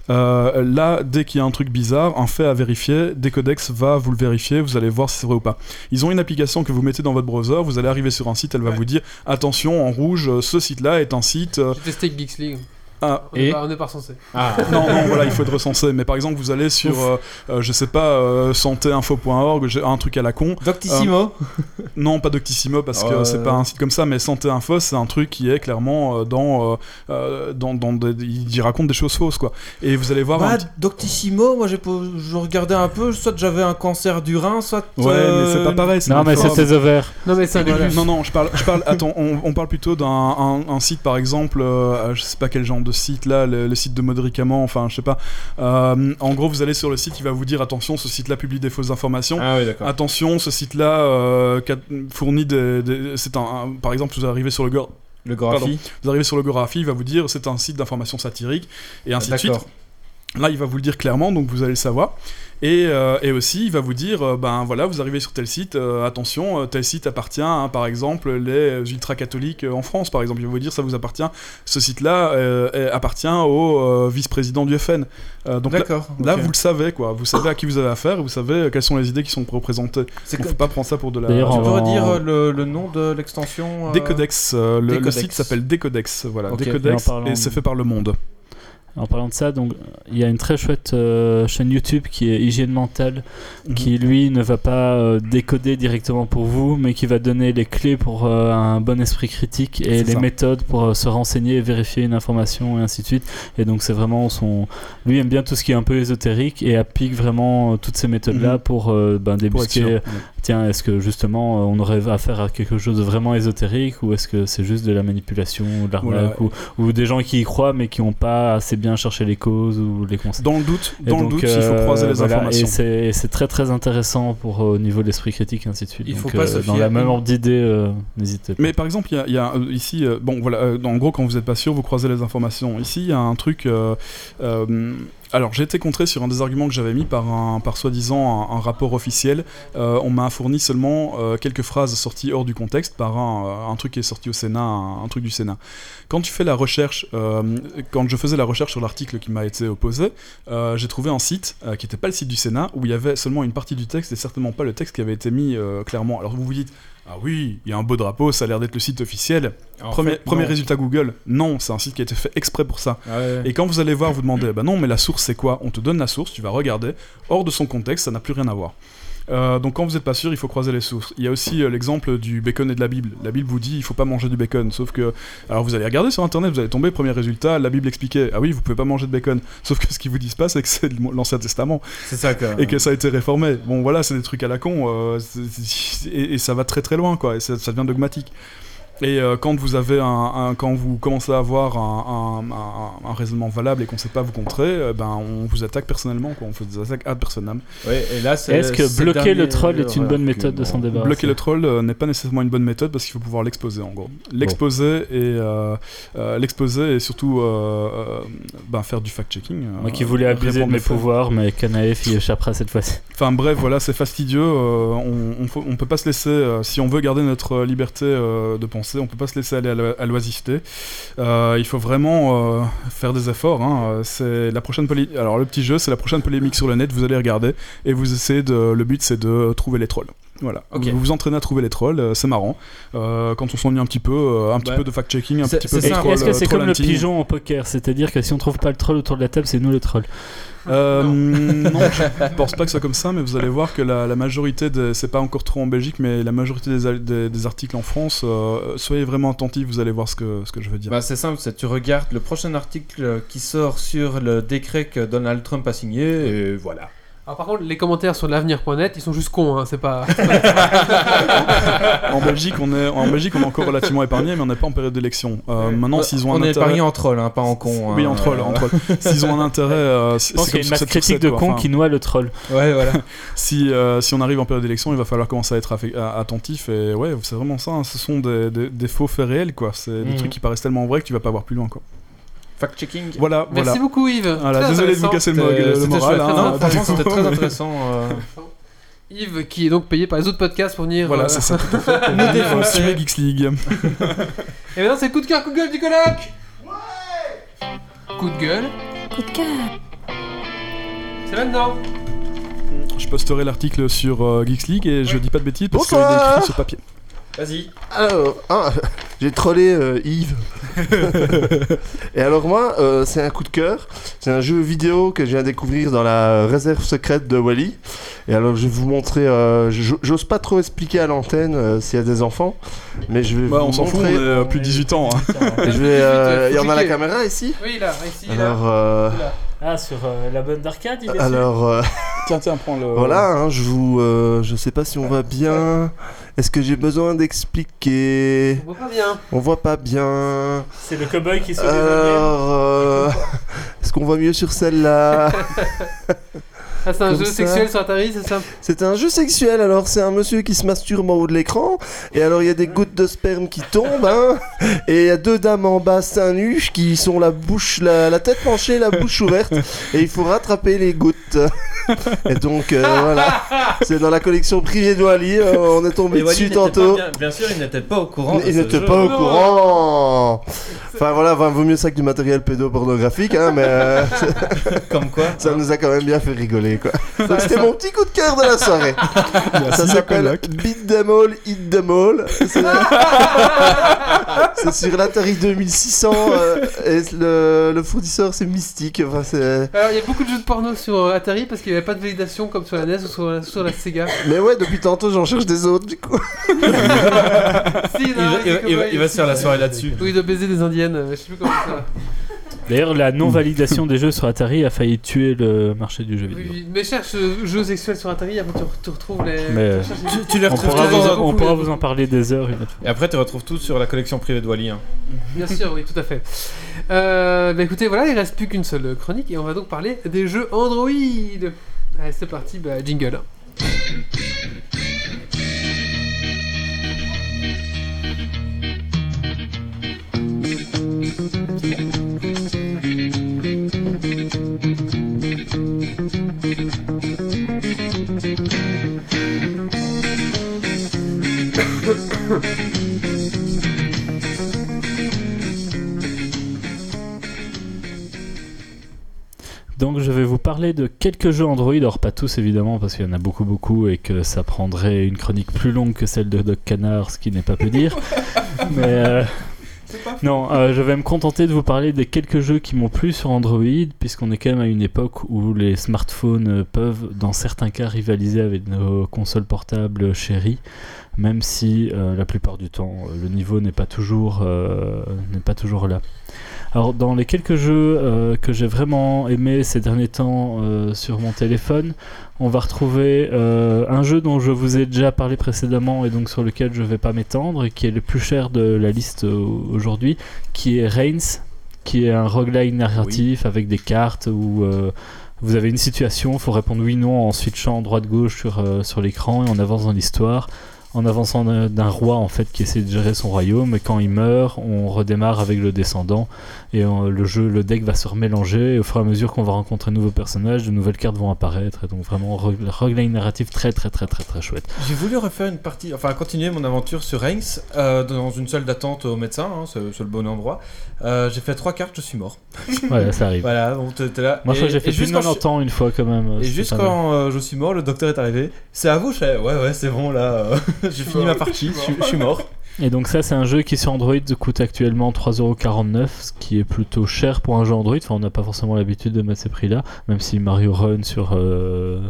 Euh, là, dès qu'il y a un truc bizarre, un fait à vérifier, Décodex va vous le vérifier, vous allez voir si c'est vrai ou pas. Ils ont une application que vous mettez dans votre browser, vous allez arriver sur un site, elle va vous dire attention en rouge, euh, ce site-là est un site. euh,
J'ai testé Geeks League.
ah,
On n'est
Et
pas- Bah, on n'est pas censé.
Ah.
non, non, voilà, il faut être recensé. Mais par exemple, vous allez sur, euh, euh, je sais pas, euh, santéinfo.org, j'ai un truc à la con. Euh,
Doctissimo.
Non, pas Doctissimo parce que
Euh.
c'est pas un site comme ça, mais Santé Info, c'est un truc qui est clairement euh, dans, euh, euh, dans, dans des- il il raconte des choses fausses quoi. Et vous allez voir. un
Bah,
petit-
Doctissimo, moi j'ai pas- je regardais un peu, soit j'avais un cancer du rein, soit.
Ouais,
euh,
mais c'est pas pareil. c'est
Non,
un
mais c'est
forum.
ses ovaires.
Non, mais c'est un
Voilà.
Gus.
Non, non, je parle, je parle attends, on, on parle plutôt d'un un, un site par exemple, euh, je sais pas quel genre de site là, le, le site de mode Ricament, enfin je sais pas. Euh, en gros, vous allez sur le site, il va vous dire attention, ce site là publie des fausses informations.
Ah oui, d'accord.
Attention, ce site-là euh, qu'a- fournit des, des- c'est un, un- par exemple, vous arrivez sur le Gor-
Le graphie.
vous arrivez sur le Gorafi, il va vous dire c'est un site d'information satirique et ainsi de suite.
D'accord.
Là, il va vous le dire clairement, donc vous allez le savoir. Et, euh, et aussi, il va vous dire, euh, ben voilà, vous arrivez sur tel site, euh, attention, euh, tel site appartient, à, par exemple, les ultra-catholiques euh, en France, par exemple. Il va vous dire, ça vous appartient, ce site-là euh, est- appartient au euh, vice-président du FN. Euh, donc là,
D'accord.
là,
ok.
vous le savez, quoi. Vous savez à qui vous avez affaire, et vous savez euh, quelles sont les idées qui sont représentées.
C'est
Il ne
que-
faut pas prendre ça pour de la...
D'ailleurs,
Tu peux
en-
redire euh, le, le nom de l'extension euh,
Décodex, euh, le, le
Décodex.
site s'appelle Décodex, voilà,
Ok,
Décodex,
et en parlant-
et c'est fait par le monde.
En parlant de ça, donc il y a une très chouette euh, chaîne YouTube qui est Hygiène Mentale,
Mhm.
qui lui ne va pas euh, décoder directement pour vous, mais qui va donner les clés pour euh, un bon esprit critique et
C'est
les
ça.
méthodes pour euh, se renseigner et vérifier une information et ainsi de suite. Et donc c'est vraiment son. Lui aime bien tout ce qui est un peu ésotérique et applique vraiment euh, toutes ces méthodes-là
Mhm.
pour euh, ben,
Pour être
débusquer.
sûr.
Tiens, est-ce que justement euh, on aurait affaire à quelque chose de vraiment ésotérique ou est-ce que c'est juste de la manipulation ou de l'arnaque
Voilà.
ou, ou des gens qui y croient mais qui n'ont pas assez bien cherché les causes ou les conséquences
Dans le doute,
Et
dans le
donc,
doute, il faut
euh,
croiser les
voilà,
informations.
Et c'est, et c'est très très intéressant pour euh, au niveau de l'esprit critique et ainsi de suite.
Il
donc,
faut pas se
dans
fier à
la même
une-
ordre d'idée, euh, n'hésitez pas.
Mais par exemple, il y a, il y a, euh, ici, euh, bon voilà, euh, en gros, quand vous n'êtes pas sûr, vous croisez les informations. Ici, il y a un truc, euh, euh, Alors j'ai été contré sur un des arguments que j'avais mis par un par soi-disant un, un rapport officiel. Euh, on m'a fourni seulement euh, quelques phrases sorties hors du contexte par un, euh, un truc qui est sorti au Sénat, un, un truc du Sénat. Quand tu fais la recherche, euh, quand je faisais la recherche sur l'article qui m'a été opposé, euh, j'ai trouvé un site euh, qui n'était pas le site du Sénat où il y avait seulement une partie du texte et certainement pas le texte qui avait été mis euh, clairement. Alors vous vous dites ah oui, il y a un beau drapeau, ça a l'air d'être le site officiel.
En
premier
fait,
premier
non.
résultat Google, non, c'est un site qui a été fait exprès pour ça.
Ouais.
Et quand vous allez voir, vous demandez, bah non, mais la source c'est quoi On te donne la source, tu vas regarder. Hors de son contexte, ça n'a plus rien à voir. Euh, donc quand vous n'êtes pas sûr, il faut croiser les sources. Il y a aussi euh, l'exemple du bacon et de la Bible. La Bible vous dit il faut pas manger du bacon, sauf que alors vous allez regarder sur internet, vous allez tomber premier résultat, la Bible expliquait ah oui vous pouvez pas manger de bacon, sauf que ce qu'ils vous disent pas c'est que c'est de l'Ancien Testament
C'est ça quoi.
et que ça a été réformé. Bon voilà c'est des trucs à la con euh, c'est- et, et ça va très très loin quoi, et ça, ça devient dogmatique. Et euh, quand vous avez un, un- quand vous commencez à avoir un, un- un- un raisonnement valable et qu'on sait pas vous contrer, euh, ben on vous attaque personnellement quoi, on fait des attaques ad personam.
Ouais, et là, c'est-
Est-ce que
c'est
bloquer
dernier- euh,
le troll est une
ouais,
bonne
que-
méthode de
bon.
s'en débarrasser
Bloquer le troll euh, n'est pas nécessairement une bonne méthode parce qu'il faut pouvoir l'exposer en gros. L'exposer et euh, euh, l'exposer et surtout euh, euh, ben, faire du fact-checking. euh,
Moi qui voulais abuser de
répondre
mes
aux faits.
pouvoirs, mais Kanaef y échappera cette fois-ci.
Enfin bref, voilà, c'est fastidieux. euh, on, on, faut- on peut pas se laisser, euh, si on veut garder notre euh, liberté euh, de penser, on peut pas se laisser aller à l'o- à l'oisiveté. Euh, il faut vraiment euh, faire des efforts. hein, euh, C'est la prochaine poli- Alors le petit jeu, c'est la prochaine polémique sur le net. Vous allez regarder et vous essayez de. Le but, c'est de trouver les trolls. Voilà.
Ok.
Vous vous entraînez à trouver les trolls. euh, c'est marrant. Euh, quand on s'ennuie un petit peu, euh, un petit
Ouais.
peu de fact-checking, un
C'est-
petit peu.
c'est
de
ça,
troll- euh,
Est-ce que c'est
troll
comme le
hunting.
pigeon en poker C'est-à-dire que si on trouve pas le troll autour de la table, c'est nous le troll.
Euh, non, je pense pas que ce soit comme ça, mais vous allez voir que la, la majorité, de- c'est pas encore trop en Belgique, mais la majorité des, al- des- des articles en France, euh, soyez vraiment attentifs, vous allez voir ce que, ce que je veux dire.
Bah, c'est simple, c'est tu regardes le prochain article euh, qui sort sur le décret que Donald Trump a signé et voilà.
Alors par contre, les commentaires sur l'avenir.net, ils sont juste cons, hein, c'est pas...
en, Belgique, on est, en Belgique, on est encore relativement épargné, mais on n'est pas en période d'élection. Euh, Maintenant, s'ils ont
on
un
est
intérêt.
épargné en troll, hein, pas en con.
Oui,
hein.
en troll, en troll. S'ils ont un intérêt. euh, c'est-
Je pense
c'est
qu'il y a
comme
une
sur
masse
cette
critique de
recette, quoi.
cons
Enfin,
qui noie le troll.
Ouais, voilà.
si, euh, si on arrive en période d'élection, il va falloir commencer à être affe- à- attentif. Et ouais, c'est vraiment ça. hein, Ce sont des, des- des faux faits réels, quoi. C'est des
Mm.
Mhm.
trucs qui paraissent tellement vrais que tu vas pas voir plus loin, quoi.
Fact-checking.
Voilà,
Merci
voilà.
beaucoup Yves.
Voilà,
Très
désolé de vous casser
intéressant.
le, mo-
C'était
le
c'était
moral.
chouette.
hein,
Non,
euh,
franchement, c'était
désolé.
très intéressant. euh.
Yves qui est donc payé par les autres podcasts pour venir...
Voilà,
euh,
c'est ça. tout à fait.
Nous
Bienvenue dans
défoncer.
Suez Geeks League.
Et maintenant, c'est le coup de cœur, coup de gueule du coloc Coup de gueule,
Coup de cœur.
c'est maintenant
Je posterai l'article sur euh, Geeks League et je dis pas de bêtises parce qu'il est
Bonsoir.
écrit sur papier.
Vas-y.
Alors, ah, j'ai trollé euh, Yves. Et alors moi, euh, c'est un coup de cœur. C'est un jeu vidéo que je viens de découvrir dans la réserve secrète de Wally. Et alors je vais vous montrer. euh, j- J'ose pas trop expliquer à l'antenne euh, s'il y a des enfants, mais je vais
Bah,
vous
on s'en fout, on
montrer.
est euh, plus de 18 ans. hein.
Et je vais. euh,
Faut
Il y en a la
cliquer.
caméra ici.
Oui, là, ici,
Alors, euh,
Ah, sur euh, la bonne d'arcade, il est
alors euh,
Tiens, tiens, prends le.
voilà. hein, je vous. euh, je sais pas si on va bien. Est-ce que j'ai besoin d'expliquer
On voit pas bien.
On voit pas bien.
sur- C'est le cowboy qui se
Alors, euh, est-ce qu'on voit mieux sur celle-là
Ah, c'est un
Comme
jeu
ça.
sexuel sur Atari, c'est ça
C'est un jeu sexuel, alors c'est un monsieur qui se masturbe en haut de l'écran, et alors il y a des gouttes de sperme qui tombent, hein, et il y a deux dames en bas, seins nus, qui sont la bouche, la, la tête penchée, la bouche ouverte, et il faut rattraper les gouttes. Et donc, euh, voilà, c'est dans la collection privée de Wally, euh, on est tombé
Et Wally
dessus
n'était pas
tantôt.
Bien, bien sûr, il n'était pas au courant. de
Il
ce
n'était
jeu.
pas au
Non.
courant. Enfin voilà, enfin, vaut mieux ça que du matériel pédopornographique, hein, mais euh,
Comme quoi
ça nous a quand même bien fait rigoler, quoi. Donc c'était mon petit coup de cœur de la soirée. ça s'appelle Beat them all, hit them all. C'est- C'est sur l'Atari 2600 euh, et le, le fournisseur c'est Mystique. Enfin, c'est-
Alors, il y a beaucoup de jeux de porno sur euh, Atari parce qu'il n'y avait pas de validation comme sur la NES ou sur la, sur la Sega.
Mais ouais, depuis tantôt j'en cherche des autres du coup.
si,
il va, il va- il va- il va se faire la soirée là-dessus.
Oui, il doit baiser des indiennes, euh, je sais plus comment ça va.
D'ailleurs, la non-validation des jeux sur Atari a failli tuer le marché du jeu
Oui,
vidéo.
oui. Mais cherche euh, jeux sexuels sur Atari, après tu, re- tu retrouves les.
Mais-
tu cherches les-
euh, Tu, tu les
On
retrouves
pourra,
tous
vous,
dans-
beaucoup,
on pourra
mais-
vous en parler des heures une autre fois.
Et après, tu retrouves tout sur la collection privée de Wally. hein.
Bien sûr, oui, tout à fait. Euh, bah écoutez, voilà, il reste plus qu'une seule chronique et on va donc parler des jeux Android. Allez, c'est parti, bah,
Euh,
jingle.
Donc je vais vous parler de quelques jeux Android, alors pas tous évidemment parce qu'il y en a beaucoup beaucoup et que ça prendrait une chronique plus longue que celle de Doc Canard, ce qui n'est pas peu dire. Mais euh, non, euh, je vais me contenter de vous parler des quelques jeux qui m'ont plu sur Android, puisqu'on est quand même à une époque où les smartphones euh, peuvent, dans certains cas, rivaliser avec nos consoles portables chéries, même si euh, la plupart du temps euh, le niveau n'est pas toujours euh, n'est pas toujours là. Alors dans les quelques jeux euh, que j'ai vraiment aimé ces derniers temps euh, sur mon téléphone, on va retrouver euh, un jeu dont je vous ai déjà parlé précédemment et donc sur lequel je ne vais pas m'étendre et qui est le plus cher de la liste euh, aujourd'hui, qui est Reigns, qui est un roguelike narratif avec des cartes où euh, vous avez une situation, il faut répondre oui/non en switchant droite-gauche sur, euh, sur l'écran et on avance dans l'histoire. En avançant d'un d'un roi en fait qui essaie de gérer son royaume, et quand il meurt, on redémarre avec le descendant et euh, le jeu, le deck va se remélanger et au fur et à mesure qu'on va rencontrer de nouveaux personnages, de nouvelles cartes vont apparaître et donc vraiment rogue- roguelike narratif très très très très très chouette.
J'ai voulu refaire une partie, enfin continuer mon aventure sur Reigns euh, dans une salle d'attente au médecin, hein, c'est c'est le bon endroit. Euh, j'ai fait trois cartes, je suis mort.
Voilà, ça arrive.
Voilà, bon, t'es t'es là.
Moi je crois
Et-
que j'ai
et
fait plus
juste
de
quand je-
90 ans une fois quand même.
Et
c'était
juste
pas mal.
quand euh, je suis mort, le docteur est arrivé. C'est à vous, je fais, Ouais, ouais, c'est bon, là. euh, j'ai fini ma partie, je suis- je suis mort.
Et donc ça c'est un jeu qui sur Android coûte actuellement 3,49€, ce qui est plutôt cher pour un jeu Android, enfin on n'a pas forcément l'habitude de mettre ces prix-là, même si Mario Run sur, euh,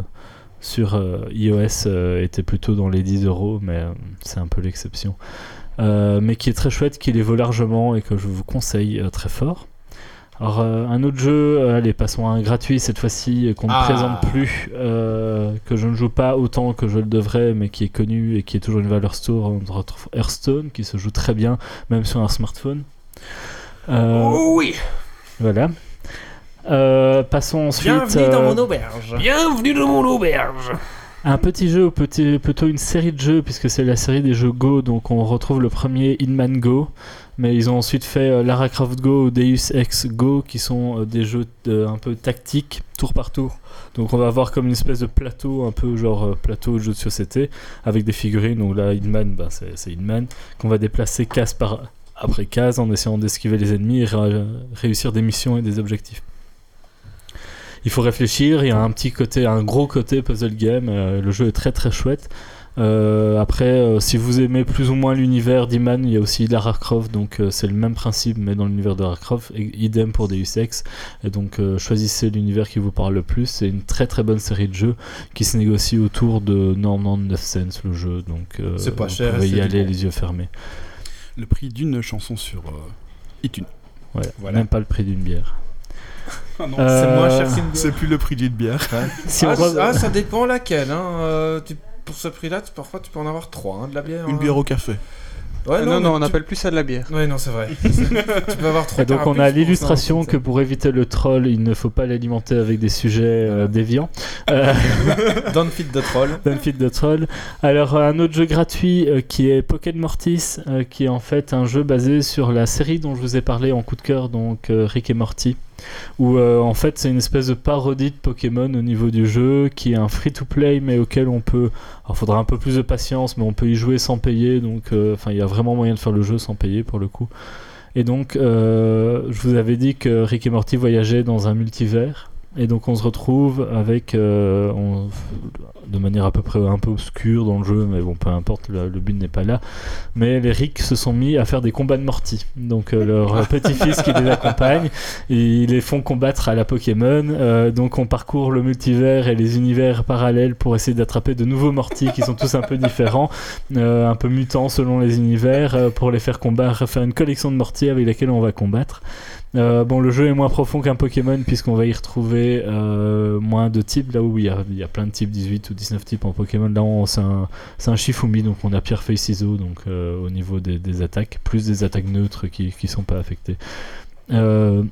sur euh, iOS euh, était plutôt dans les 10€, mais euh, c'est un peu l'exception. Euh, mais qui est très chouette, qui les vaut largement et que je vous conseille euh, très fort. Alors euh, un autre jeu, euh, allez passons à un gratuit cette fois-ci euh, qu'on ne
Ah.
présente plus, euh, que je ne joue pas autant que je le devrais, mais qui est connu et qui est toujours une valeur store. On retrouve Hearthstone qui se joue très bien, même sur un smartphone. Euh,
oui
Voilà. Euh, passons ensuite. euh,
auberge
Bienvenue dans mon auberge
un petit jeu ou petit- plutôt une série de jeux, puisque c'est la série des jeux Go, donc on retrouve le premier Inman Go, mais ils ont ensuite fait euh, Lara Croft Go ou Deus Ex Go, qui sont euh, des jeux euh, un peu tactiques, tour par tour. Donc on va avoir comme une espèce de plateau, un peu genre euh, plateau de jeu de société, avec des figurines, donc là Inman, ben, c'est c'est Inman, qu'on va déplacer case par après case en essayant d'esquiver les ennemis et ra- réussir des missions et des objectifs il faut réfléchir. Il y a un petit côté, un gros côté puzzle game. euh, le jeu est très très chouette. Euh, après, euh, si vous aimez plus ou moins l'univers d'Iman, il y a aussi Lara Croft, donc euh, c'est le même principe, mais dans l'univers de Lara Croft. Et idem pour Deus Ex. Et donc, euh, choisissez l'univers qui vous parle le plus. C'est une très très bonne série de jeux qui se négocie autour de 99 cents le jeu. Donc, euh,
C'est pas
vous
cher, c'est
pouvez y
du
aller
bon.
les yeux fermés.
Le prix d'une chanson sur euh, iTunes.
Voilà.
Voilà.
Même pas le prix d'une bière.
Ah C'est
Euh,
moins cher qu'une
C'est plus le prix d'une bière.
si on
ah,
re-
c- ah, ça dépend laquelle. Hein. euh, tu- Pour ce prix-là, tu- parfois tu peux en avoir trois hein, de la bière.
Une
hein.
bière au café.
Ouais,
Euh, non, non, on
mais tu-
appelle plus ça de la bière.
Ouais, non, c'est vrai. tu peux avoir trois
Et donc on a
hein,
l'illustration que pour éviter le troll, il ne faut pas l'alimenter avec des sujets euh, déviants. Euh,
Don't fit the troll.
Don't feed the troll. Alors euh, un autre jeu gratuit euh, qui est Pocket Mortis, euh, qui est en fait un jeu basé sur la série dont je vous ai parlé en coup de cœur, donc euh, Rick et Morty, où euh, en fait c'est une espèce de parodie de Pokémon au niveau du jeu, qui est un free-to-play mais auquel on peut... Alors faudra un peu plus de patience, mais on peut y jouer sans payer, donc euh, enfin il y a vraiment moyen de faire le jeu sans payer pour le coup. Et donc, euh, je vous avais dit que Rick et Morty voyageaient dans un multivers. Et donc, on se retrouve avec, euh, on- de manière à peu près un peu obscure dans le jeu, mais bon, peu importe, le, le but n'est pas là. Mais les Rick se sont mis à faire des combats de Morty. Donc, euh, leur petit-fils qui les accompagne, ils les font combattre à la Pokémon. Euh, donc, on parcourt le multivers et les univers parallèles pour essayer d'attraper de nouveaux Morty qui sont tous un peu différents euh, un peu mutants selon les univers euh, pour les faire combattre, faire une collection de mortiers avec laquelle on va combattre. Euh, bon, le jeu est moins profond qu'un Pokémon puisqu'on va y retrouver euh, moins de types, là où il y, a, il y a plein de types, 18 ou 19 types en Pokémon. Là, on- c'est un, c'est un Shifumi, donc on a pierre, feuille, ciseaux donc, euh, au niveau des, des attaques, plus des attaques neutres qui ne sont pas affectées. Euh,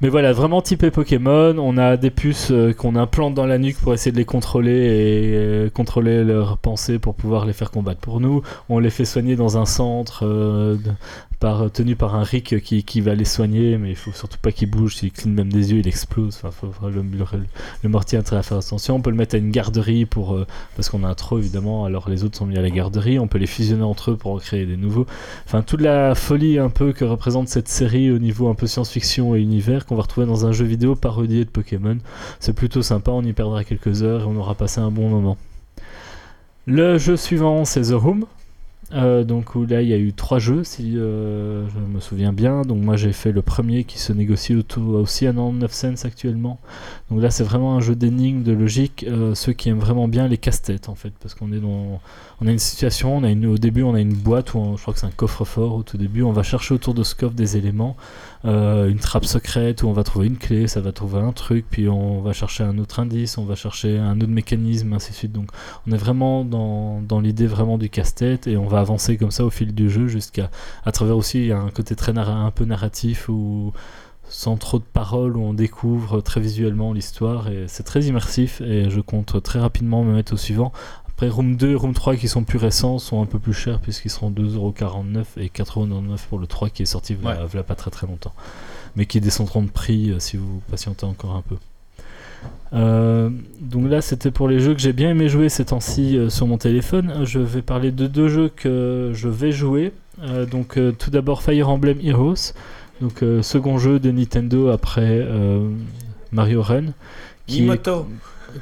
mais voilà, vraiment typé Pokémon. On a des puces euh, qu'on implante dans la nuque pour essayer de les contrôler et euh, contrôler leurs pensées pour pouvoir les faire combattre pour nous. On les fait soigner dans un centre euh, de- par, euh, tenu par un Rick qui, qui va les soigner, mais il faut surtout pas qu'il bouge, s'il cligne même des yeux, il explose. Enfin, faut- faut- le, le, le mortier a intérêt à faire attention. On peut le mettre à une garderie pour, euh, parce qu'on a un trop évidemment, alors les autres sont mis à la garderie. On peut les fusionner entre eux pour en créer des nouveaux. Enfin, toute la folie un peu que représente cette série au niveau un peu science-fiction et univers qu'on va retrouver dans un jeu vidéo parodié de Pokémon. C'est plutôt sympa, on y perdra quelques heures et on aura passé un bon moment. Le jeu suivant, c'est The Home. Euh, donc où là il y a eu trois jeux si euh, je me souviens bien donc moi j'ai fait le premier qui se négocie autour aussi à 99 cents actuellement donc là c'est vraiment un jeu d'énigmes de logique euh, ceux qui aiment vraiment bien les casse-têtes en fait parce qu'on est dans on a une situation on a une au début on a une boîte ou un- je crois que c'est un coffre-fort au tout début on va chercher autour de ce coffre des éléments euh, une trappe secrète où on va trouver une clé ça va trouver un truc puis on va chercher un autre indice on va chercher un autre mécanisme ainsi de suite donc on est vraiment dans, dans l'idée vraiment du casse-tête et on va avancer comme ça au fil du jeu jusqu'à à travers aussi un côté très narra- un peu narratif où sans trop de paroles où on découvre très visuellement l'histoire et c'est très immersif et je compte très rapidement me mettre au suivant. Après Room 2 et Room 3 qui sont plus récents sont un peu plus chers puisqu'ils seront 2,49€ et 4,99€ pour le 3 qui est sorti voilà, voilà pas très très longtemps mais qui descendront de prix euh, si vous patientez encore un peu. Euh, donc là, c'était pour les jeux que j'ai bien aimé jouer ces temps-ci euh, sur mon téléphone. Euh, Je vais parler de deux jeux que je vais jouer. Euh, donc euh, tout d'abord Fire Emblem Heroes, donc euh, second jeu de Nintendo après euh, Mario Run, qui est-
Mimoto.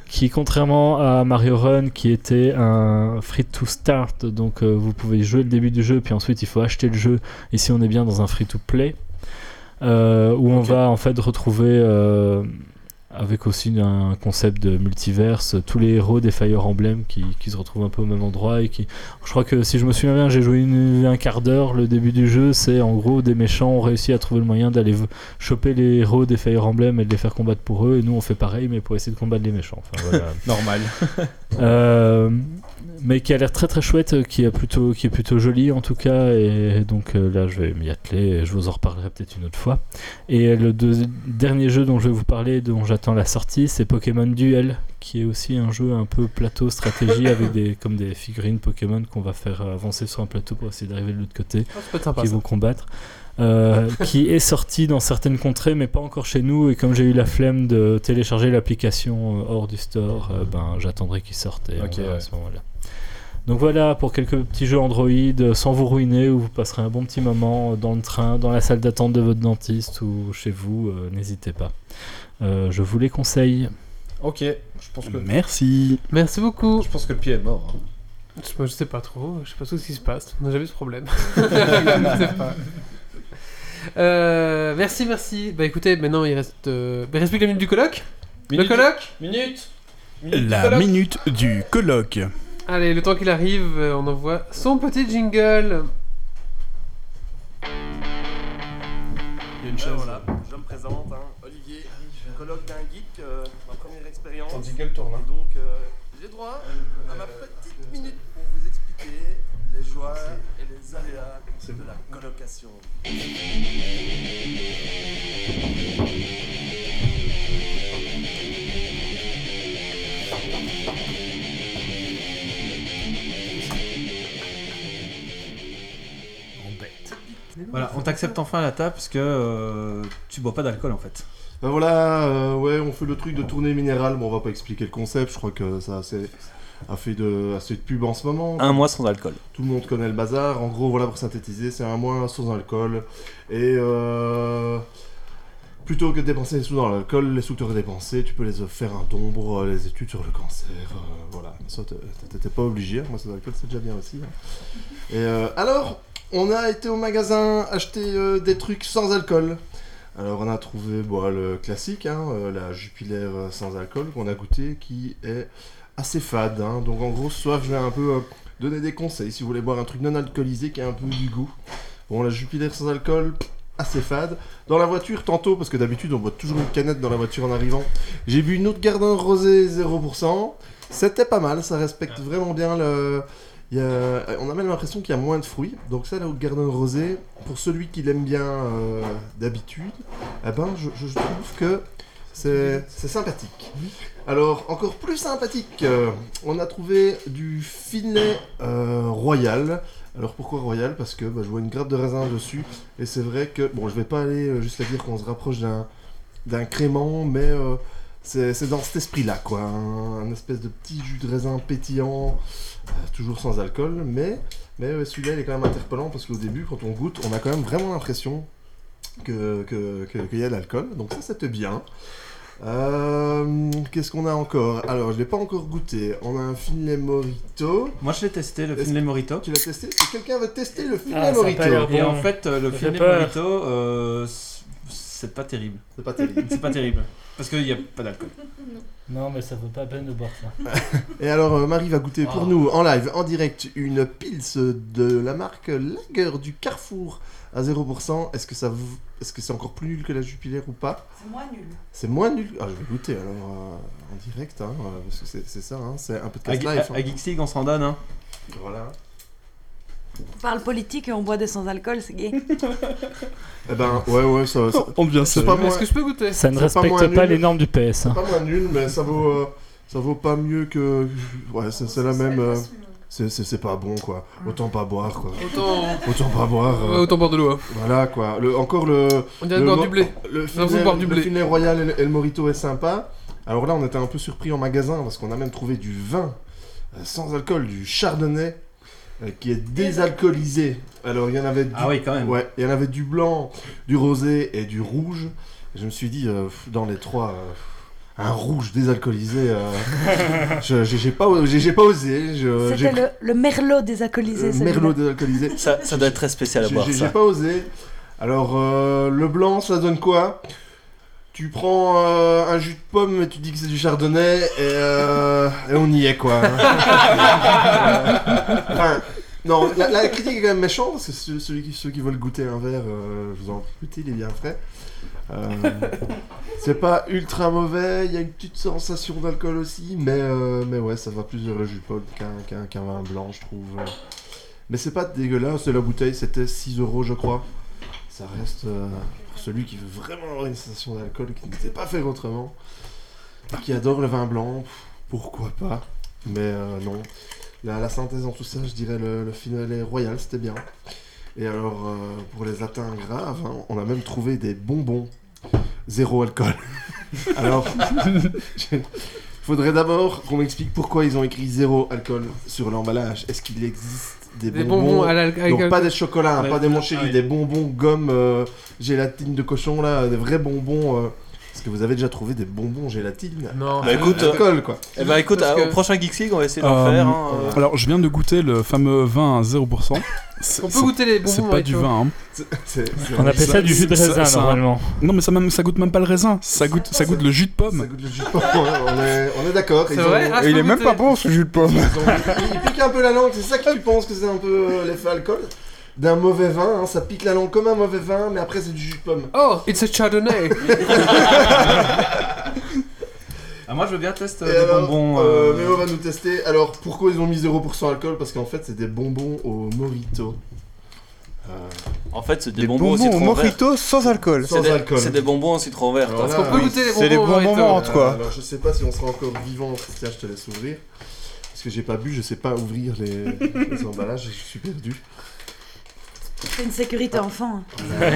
qui contrairement à Mario Run qui était un free to start donc euh, vous pouvez jouer le début du jeu puis ensuite il faut acheter le jeu ici on est bien dans un free to play euh, où on va en fait retrouver euh, avec aussi un concept de multiverse tous les héros des Fire Emblem qui, qui se retrouvent un peu au même endroit et qui je crois que si je me souviens bien j'ai joué une- un quart d'heure le début du jeu c'est en gros des méchants ont réussi à trouver le moyen d'aller v- choper les héros des Fire Emblem et de les faire combattre pour eux et nous on fait pareil mais pour essayer de combattre les méchants Enfin, voilà.
Normal.
Euh, mais qui a l'air très très chouette, euh, qui est plutôt, qui est plutôt joli en tout cas, et donc euh, là je vais m'y atteler, et je vous en reparlerai peut-être une autre fois. Et euh, le deux- dernier jeu dont je vais vous parler, dont j'attends la sortie, c'est Pokémon Duel, qui est aussi un jeu un peu plateau stratégie avec des, comme des figurines Pokémon qu'on va faire avancer sur un plateau pour essayer d'arriver de l'autre côté
Ah, c'est pas sympa.
qui
ça.
vont combattre, euh, qui est sorti dans certaines contrées, mais pas encore chez nous. Et comme j'ai eu la flemme de télécharger l'application euh, hors du store, euh, ben j'attendrai qu'il sorte et on
Ok,
verra à
ouais.
ce moment-là. Donc voilà pour quelques petits jeux Android euh, sans vous ruiner où vous passerez un bon petit moment euh, dans le train, dans la salle d'attente de votre dentiste ou chez vous, euh, n'hésitez pas. Euh, je vous les conseille.
Ok, je pense que
Merci.
Merci beaucoup.
je pense que le pied est mort. hein.
Je, moi, je sais pas trop, je sais pas trop ce qui se passe. On a jamais ce problème. Je sais pas. Euh, merci, merci. Bah écoutez, maintenant il reste, euh, il reste plus que la minute du colloque.
Minute-
Le colloque
Minute. Minute
La
colloque.
minute du colloque.
Allez, le temps qu'il arrive, euh, on envoie son petit jingle.
Il y a une chaise là.
Je me présente, hein, Olivier, colloque d'un geek, euh, ma première expérience.
Ton jingle tourne. hein.
Et donc, euh, j'ai droit à ma petite minute pour vous expliquer les joies et les aléas de la colocation.
Voilà, on t'accepte enfin à la table parce que euh, tu bois pas d'alcool en fait.
Ben voilà, euh, ouais, on fait le truc de tournée minérale, bon on va pas expliquer le concept, je crois que ça a assez, a fait de, assez de pub en ce moment.
Un mois sans alcool.
Tout le monde connaît le bazar, en gros voilà pour synthétiser, c'est un mois sans alcool. Et euh, plutôt que de dépenser les sous dans l'alcool, les sous que t'aurais dépensés, tu peux les faire un don pour euh, les études sur le cancer, euh, voilà. Ça t'es- t'étais pas obligé, hein. moi sans alcool c'est déjà bien aussi. hein. Et euh, alors, on a été au magasin acheter euh, des trucs sans alcool. Alors on a trouvé bon, le classique, hein, euh, la Jupiler euh, sans alcool qu'on a goûté, qui est assez fade. hein. Donc en gros ce soir je vais un peu euh, donner des conseils si vous voulez boire un truc non alcoolisé qui a un peu du goût. Bon la Jupiler sans alcool, pff, assez fade. Dans la voiture tantôt, parce que d'habitude on boit toujours une canette dans la voiture en arrivant. J'ai bu une autre Gardin Rosé 0%. C'était pas mal, ça respecte vraiment bien le... il y a- euh, On a même l'impression qu'il y a moins de fruits. Donc ça, la haute Gardin Rosé, pour celui qui l'aime bien euh, d'habitude, eh ben, je, je trouve que C'est c'est sympathique. Alors, encore plus sympathique, euh, on a trouvé du filet euh, royal. Alors pourquoi royal Parce que bah, je vois une grappe de raisin dessus. Et c'est vrai que, bon, je vais pas aller euh, jusqu'à dire qu'on se rapproche d'un d'un crément, mais euh, c'est c'est dans cet esprit-là, quoi. Un, un espèce de petit jus de raisin pétillant, euh, toujours sans alcool, mais, mais euh, celui-là, il est quand même interpellant parce qu'au début, quand on goûte, on a quand même vraiment l'impression que- que- que- qu'il y a de l'alcool. Donc ça, c'était bien. Euh, Qu'est-ce qu'on a encore Alors, je l'ai pas encore goûté. On a un filet morito.
Moi, je l'ai testé, le
Est-ce-
filet Morito.
Tu l'as testé Si quelqu'un veut tester le filet
Ah, ça a
morito,
pas l'air
Et
bon.
en fait, euh, le
Ça
filet
fait peur.
Morito, euh, c- c'est pas terrible.
c'est pas terrible.
C'est pas terrible. Parce qu'il n'y a pas d'alcool.
Non, mais ça vaut pas la peine de boire ça.
Et alors, euh, Marie va goûter pour
Ah.
nous en live, en direct, une pils de la marque Lager du Carrefour à 0%. Est-ce que ça vous... est-ce que c'est encore plus nul que la Jupiler ou pas
C'est moins nul.
C'est moins nul. Ah, je vais goûter alors euh, en direct, hein, euh, parce que c'est c'est ça, hein, c'est un
À,
podcast
Ge-
live.
à-
hein.
à Geeks League, on s'en donne. Hein.
Voilà.
On parle politique et on boit des sans-alcool, c'est gay.
Eh
Ah,
ben, ouais, ouais, ça, ça-
On devient
c'est pas,
sérieux.
moins-
Est-ce que je peux goûter
Ça ne
C'est pas moins
respecte pas
nul.
les normes du PS. hein.
c'est pas moins nul, mais ça vaut, euh, ça vaut pas mieux que. Ouais, c'est c'est la même. euh, c'est- C'est c'est pas bon, quoi. Autant pas boire, quoi.
Autant,
Autant pas boire. euh,
Ouais, autant boire de l'eau. hein.
Voilà, quoi. Le, encore le.
On dirait
Le
de boire
mo-
du blé.
Le
Non, vous
filet,
boire du
le
blé.
filet royal et le, et le morito est sympa. Alors là, on était un peu surpris en magasin parce qu'on a même trouvé du vin euh, sans alcool, du chardonnay euh, qui est désalcoolisé. Alors il y en avait du,
Ah oui, quand même.
ouais, il y en avait du blanc, du rosé et du rouge. Et je me suis dit euh, pff, dans les trois. euh, un rouge désalcoolisé, euh, je- j'ai j'ai pas, j'ai j'ai pas osé. je- j'ai
C'était le, le merlot désalcoolisé.
euh,
celui-là.
merlot désalcoolisé.
Ça, ça doit être très spécial à
J'ai-
boire
j'ai- J'ai
ça.
pas osé. Alors, euh, le blanc, ça donne quoi Tu prends euh, un jus de pomme et tu dis que c'est du chardonnay et, euh, et on y est quoi. Enfin, non, la, la critique est quand même méchante parce que ce- celui qui- ceux qui veulent goûter un verre, euh, je vous en prie, il est bien frais. Euh, c'est pas ultra mauvais, il y a une petite sensation d'alcool aussi, mais, euh, mais ouais, ça va plus vers le jus de pomme qu'un qu'un- qu'un vin blanc, je trouve. Mais c'est pas dégueulasse, la bouteille c'était 6 euros je crois. Ça reste euh, pour celui qui veut vraiment avoir une sensation d'alcool, qui ne sait pas faire autrement, et qui adore le vin blanc, pff, pourquoi pas. Mais euh, non, la, la synthèse en tout ça, je dirais le, le finale royal, c'était bien. Et alors euh, pour les atteints graves, hein, on a même trouvé des bonbons zéro alcool. alors, je- faudrait d'abord qu'on m'explique pourquoi ils ont écrit zéro alcool sur l'emballage. Est-ce qu'il existe des,
Des bonbons à
donc
l'alcool.
pas des chocolats, hein,
Ouais.
pas des moncheries,
Ah oui.
des bonbons gomme, euh, gélatine de cochon là, euh, des vrais bonbons. euh, Est-ce que vous avez déjà trouvé des bonbons gélatine
Non.
Bah écoute, euh,
Alcool quoi.
eh ben, écoute
Parce
à-
que-
au prochain Geeks League, on va essayer d'en
Euh,
faire. hein, euh.
Alors, je viens de goûter le fameux vin à 0%. C'est-
On peut
c'est-
goûter les bonbons.
C'est pas
avec,
du
euh,
vin. hein.
C'est- c'est-
On appelle ça du jus de
ça-
raisin
ça-
normalement.
Non, mais ça, même, ça goûte même pas le raisin. Ça goûte, ça goûte le jus de
ça
pomme.
goûte le jus de pomme, ouais, on est, on est d'accord.
C'est
ils ont-
vrai Ah, je
Et il
peux
est même
goûter.
pas bon ce jus de pomme.
ils ont- ils piquent un peu la langue, c'est ça que tu penses que c'est un peu euh, l'effet alcool d'un mauvais vin, hein, ça pique la langue comme un mauvais vin, mais après c'est du jus de pomme.
Oh, it's a chardonnay.
Ah, moi, je veux bien tester
Euh,
Et
des
alors,
bonbons.
euh,
euh,
Méo va nous tester. Alors, pourquoi ils ont mis 0% alcool Parce qu'en fait, c'est des bonbons au morito. Euh,
En fait, c'est des,
Des
bonbons,
bonbons
au
au
citron vert.
mojito sans alcohol.
C'est
Sans
des-
alcool.
C'est des bonbons au citron vert.
Alors
toi.
Est-ce qu'on peut
oui.
goûter les bonbons
C'est les bons
avec, euh,
moments, quoi.
Alors je sais pas si on sera encore vivant, Christian, je te laisse ouvrir. Parce que j'ai pas bu, je sais pas ouvrir les, les emballages, je suis perdu.
C'est une sécurité enfant. hein.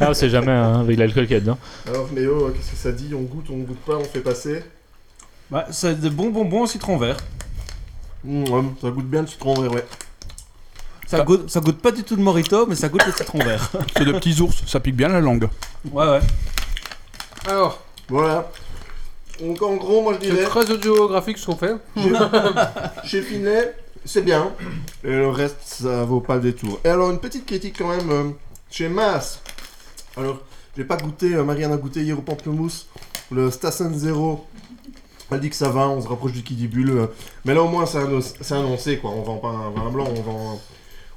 Ah, on sait jamais hein, avec l'alcool qu'il y a dedans.
Alors Méo, euh, qu'est-ce que ça dit On goûte, on goûte pas, on fait passer
bah, c'est des bons bonbons au citron vert.
Mmh, ouais, Ça goûte bien le citron vert, ouais.
Ça goûte, ça goûte pas du tout le Morito, mais ça goûte le citron vert.
C'est des petits ours. Ça pique bien la langue.
Ouais, ouais.
Alors,
Voilà. Donc en gros, moi je
c'est
dirais,
très audio-géographique ce qu'on fait.
chez, chez Finet, c'est bien. Et le reste, ça vaut pas le détour. Et alors une petite critique quand même euh, chez Mas. Alors, j'ai pas goûté, euh, Marianne a goûté hier au pamplemousse, le Stassen Zero. Elle dit que ça va, on se rapproche du Kidibule. euh, mais là au moins c'est anno- c'est annoncé quoi, on vend pas un vin blanc, on vend,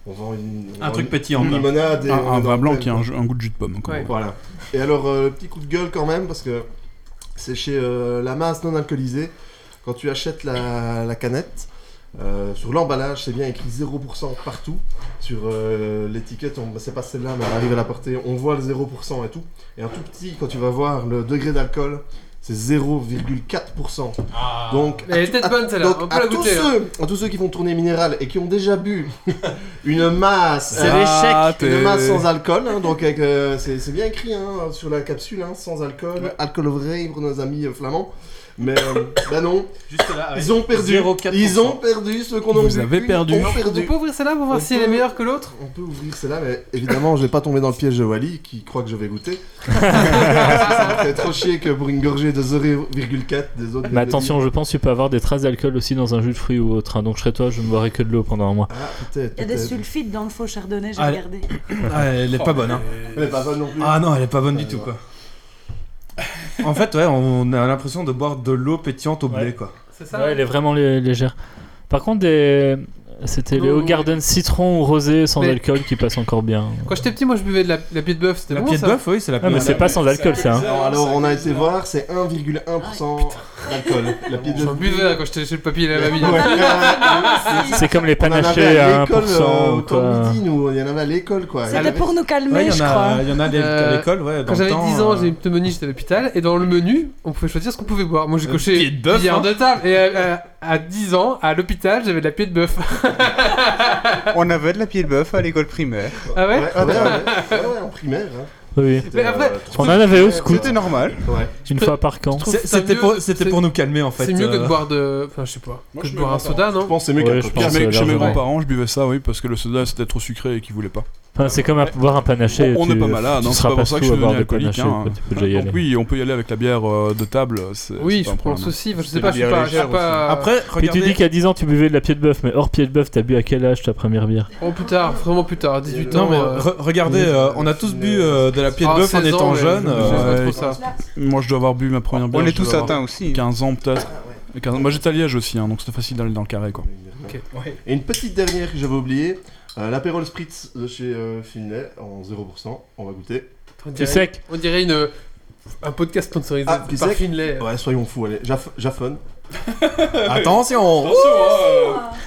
on vend une, on
Un
vend
truc
une-
pétillant.
une
là.
limonade et
Un,
on
un
est dans
vin
le
blanc
thème,
qui a
quoi.
un, jeu- un goût de jus de pomme. encore.
Ouais.
Voilà. Et alors, euh, le petit coup de gueule quand même, parce que c'est chez euh, la masse non alcoolisée. Quand tu achètes la, la canette, euh, sur l'emballage, c'est bien écrit 0% partout. Sur euh, l'étiquette, on- c'est pas celle-là, mais elle arrive à la portée. On voit le 0% et tout. Et un tout petit, quand tu vas voir le degré d'alcool, c'est 0,4%. Donc,
Mais elle est
tout-
peut-être bonne, celle-là.
donc,
On peut
à
la
tous
goûter, hein.
ceux- À tous ceux qui font tourner minéral et qui ont déjà bu une masse,
C'est Ah, l'échec.
une
t'es-
masse sans alcool, hein, donc avec, euh, c'est c'est bien écrit hein, sur la capsule, hein, sans alcool, alcool vrai pour nos amis euh, flamands. Mais euh, bah non,
là, ouais.
ils ont perdu,
0,4%.
ils ont perdu ce qu'on a
Vous avez perdu.
Ont perdu.
On peut ouvrir celle-là pour voir
On
si elle est
peut-
meilleure que l'autre
On peut ouvrir celle-là, mais Évidemment, je vais pas tomber dans le piège de Wally qui croit que je vais goûter. Parce que ça me fait trop chier que pour une gorgée de 0,4 des autres.
Mais attention, je pense que tu peux avoir des traces d'alcool aussi dans un jus de fruits ou autre. hein. Donc, je serais toi, je ne boirais que de l'eau pendant un mois.
Ah,
Il y a des sulfites dans le faux chardonnay, j'ai
Ah,
regardé.
Ah, elle est
Oh,
pas bonne, hein.
elle est pas bonne non plus.
Ah non, elle est pas bonne du
Ouais,
tout,
ouais.
quoi. en fait, ouais, on a l'impression de boire de l'eau pétillante au blé, quoi.
C'est ça
Ouais, elle est vraiment lé- légère. Par contre, des... c'était les
Non,
Hauts
non,
Garden citron ou rosé sans
Mais-
alcool qui passent encore bien.
Quand j'étais petit, moi je buvais de la, la pied de bœuf, c'était
La
bon
pied de
ça
bœuf, oui, c'est la Ah, pied- mais c'est pas sans alcool, ça, hein.
Alors, alors, on a été voir, c'est 1,1%
Ah,
d'alcool. La pièce de
J'en buvais hein, quand j'étais chez le papy et la mamie.
C'est comme les
On en avait
panachés à
l'école,
1%.
euh, au
ou quoi.
Cambodine, où il y en avait à l'école quoi.
C'était
Il y avait-
pour nous calmer,
Ouais, il y en
je
a-
crois.
il y en a des- à l'école, ouais, dans
Euh, Quand
le
j'avais
temps,
10 ans,
euh,
j'ai une pneumonie, j'étais à l'hôpital, et dans le menu, on pouvait choisir ce qu'on pouvait boire. Moi j'ai
Euh,
coché
pied de bœuf,
bière
hein.
de table, et euh, euh, à 10 ans, à l'hôpital, j'avais de la pied de bœuf.
On avait de la pied de bœuf à l'école primaire.
Ah ouais
Ah ouais, ouais, ouais, ouais, en primaire. hein.
Oui.
Mais après,
on en avait au scout.
C'était normal.
Ouais.
Une fois par camp.
trouve ça mieux- c'est-
nous calmer, en fait,
C'est mieux que de
euh.
boire de. Enfin, je sais pas. que de boire un soda, non
Je pense que c'est mieux
Ouais,
qu'un
je
coca.
pense.
Chez mes, chez mes
largement.
grands-parents, je buvais ça, oui, parce que le soda c'était trop sucré et qu'ils voulaient pas.
Enfin, c'est comme à- boire un panaché.
on on
tu-
est pas malade,
tu
hein, c'est
seras
pas pour ça que je
sous à
suis
boire
devenu
des
alcoolique.
panachés,
hein.
quoi, tu peux déjà y
Donc
aller.
oui, on peut y aller avec la bière euh, de table. c'est- c'est
Oui,
pas
je
un problème. hein.
pense aussi. enfin, Je sais
C'est
pas,
la
je suis
bière
pas. je
légère
sais pas- euh,
Après,
Puis tu
regardez.
dis qu'à 10 ans, tu buvais de la pied de bœuf, mais hors pied de bœuf, t'as bu à quel âge ta première bière
Oh, plus tard, vraiment plus tard, 18 ans.
Non, mais
euh,
re- regardez, euh, on a tous bu euh, de la pied de
Ah,
bœuf en
16 ans,
étant
ouais,
jeunes.
je- je sais pas
euh,
trop
et-
ça.
Moi, je dois avoir bu ma première bière.
On est
je dois
tous
avoir
atteints aussi.
15 ans peut-être. 15 ans. Moi, j'étais à Liège aussi, hein, donc c'était facile d'aller dans le carré, quoi.
Et une petite dernière que j'avais oubliée, euh, l'apérol spritz de chez euh, Finlay en 0%. On va goûter.
on
C'est
dirait-
sec.
On dirait une. Un podcast sponsorisé
Ah, plus
par
sec
Finlay.
Ouais, soyons fous, allez, Jaff- Jaffon.
Attention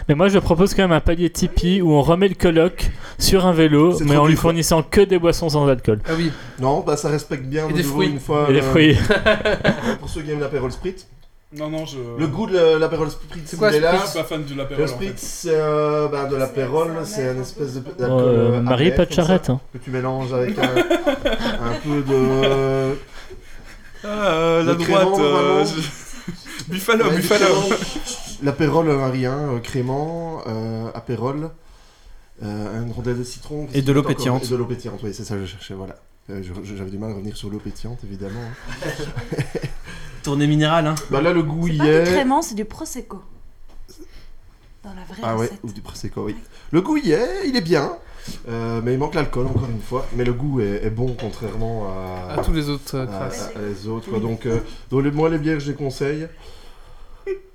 Mais moi, je propose quand même un palier Tipeee où on remet le coloc sur un vélo,
C'est
mais
trop
en lui
plus fort.
fournissant que des boissons sans alcool.
Ah oui,
Non, bah ça respecte bien
Et
de
des
nouveau
fruits.
une fois.
Et des
euh,
fruits.
Pour ceux qui aiment l'apérol spritz.
Non, non, je.
Le goût de l'apérol spritz,
C'est quoi,
il est là.
spritz
pas fan du
Le spritz, c'est euh, bah, de l'apérol,
C'est-
c'est
c'est
une espèce de-
Euh,
d'alcool. euh,
Marie,
amer,
pas de
comme ça,
charrette. hein.
Que tu mélanges avec un, un peu de.
la
Ah,
Le crément,
euh,
normalement.
Buffalo,
Ouais, L'apérol marien, euh, crément, euh, apérol, euh, une rondelle de citron. qu'est-ce
Et
que
de l'eau
encore
pétillante.
Et de l'eau pétillante, oui, c'est ça que je cherchais, voilà. Euh, je- je- J'avais du mal à revenir sur l'eau pétillante, évidemment.
Tournée minérale, hein.
Bah là, le goût
C'est
y
pas
est.
du crément, c'est du prosecco. Dans la vraie
Ah ouais,
recette.
ou du prosecco, oui. Le goût y est, il est bien. Euh, mais il manque l'alcool, encore une fois. Mais le goût est, est bon, contrairement à,
à tous les autres euh,
à-
crasses.
à- à les autres. quoi. Donc, euh, donc les- moi, les bières, je les conseille.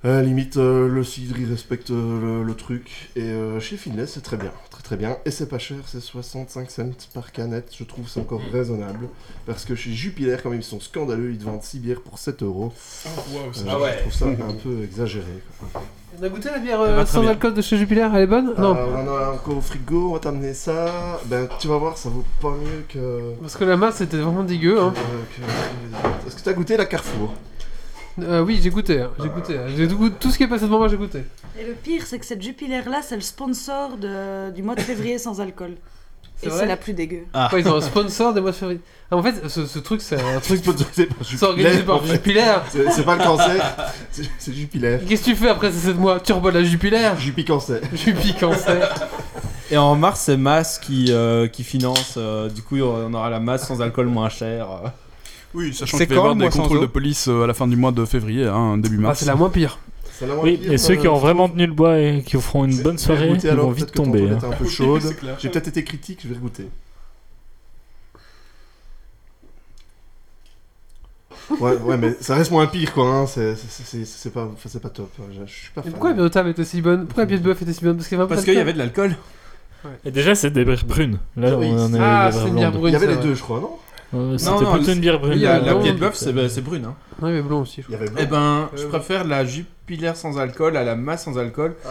Euh, limite, euh, le cidre, il respecte euh, le, le truc. Et euh, chez Finlay, c'est très bien. Très très bien. Et c'est pas cher, c'est 65 cents par canette. Je trouve c'est encore raisonnable. Parce que chez Jupiler, quand même, ils sont scandaleux. Ils te vendent 6 bières pour 7 euros.
Ah,
Euh, Je trouve ça un peu exagéré.
On a goûté la bière
Elle va
euh,
très
sans
bien.
alcool de chez Jupiler, elle est bonne
Euh,
Non.
on en a encore au frigo, on va t'amener ça. Ben, tu vas voir, ça vaut pas mieux que.
Parce que la masse c'était vraiment dégueu. Hein.
que- que- Est-ce que t'as goûté la Carrefour
Euh, oui, j'ai goûté, hein, j'ai goûté. hein. J'ai tout, goût- tout ce qui est passé devant moi, j'ai goûté.
Et le pire, c'est que cette Jupiler-là, c'est le sponsor de- du mois de février sans alcool.
C'est
Et
vrai
c'est la plus dégueu.
Ah,
Quoi, ils ont un sponsor des mois de février. Ah, en fait, ce, ce truc, c'est un truc.
Sponsorisé par Jupiler,
C'est organisé
en
par
fait.
Jupiler.
C'est c'est pas le cancer, c'est- c'est Jupiler.
Qu'est-ce que tu fais après ces 7 mois Tu rebois de la Jupiler
Jupi cancer.
Jupi cancer.
Et en mars, c'est Mass qui, euh, qui finance. euh, du coup, on aura la masse sans alcool moins chère. euh.
Oui, sachant
C'est
qu'il va y
quand,
avoir
moi,
des
sans
contrôles
eau
de police euh, à la fin du mois de février, hein, début
Ah,
mars.
c'est la moins pire.
C'est la moins
Oui,
pire,
et ceux qui
euh,
ont
je
vraiment
trouve.
tenu le bois et qui vous feront une bonne
Je vais
soirée,
goûter
ils
alors,
vont
peut-être
vite
que ton
tomber.
tour
hein.
était un peu chaude. J'ai peut-être été critique, je vais goûter. Ouais, ouais, mais ça reste moins pire quoi, hein. c'est c'est- c'est- c'est pas, enfin, c'est pas top. Je je suis pas
Mais
fan.
pourquoi la bière de table était si bonne Pourquoi la bière de bœuf était si bonne Parce qu'il y avait un peu
Parce qu'il y
d'alcool.
avait de l'alcool.
Et déjà, c'est des bières brunes. Là,
Oui,
on en est
Ah,
des
c'est une
bières
bière
blondes.
Il
brune.
y avait les
ça,
deux,
ouais.
je crois, non
Euh,
Non,
C'était
non,
plutôt une bière brune.
Il y a la
blonde.
pied de bœuf,
bah,
c'est c'est brune. Hein.
Non, il y avait blond aussi. je
Il y avait
Eh ben, je
Euh.
préfère la Jupiler sans alcool à la masse sans alcool.
Ah.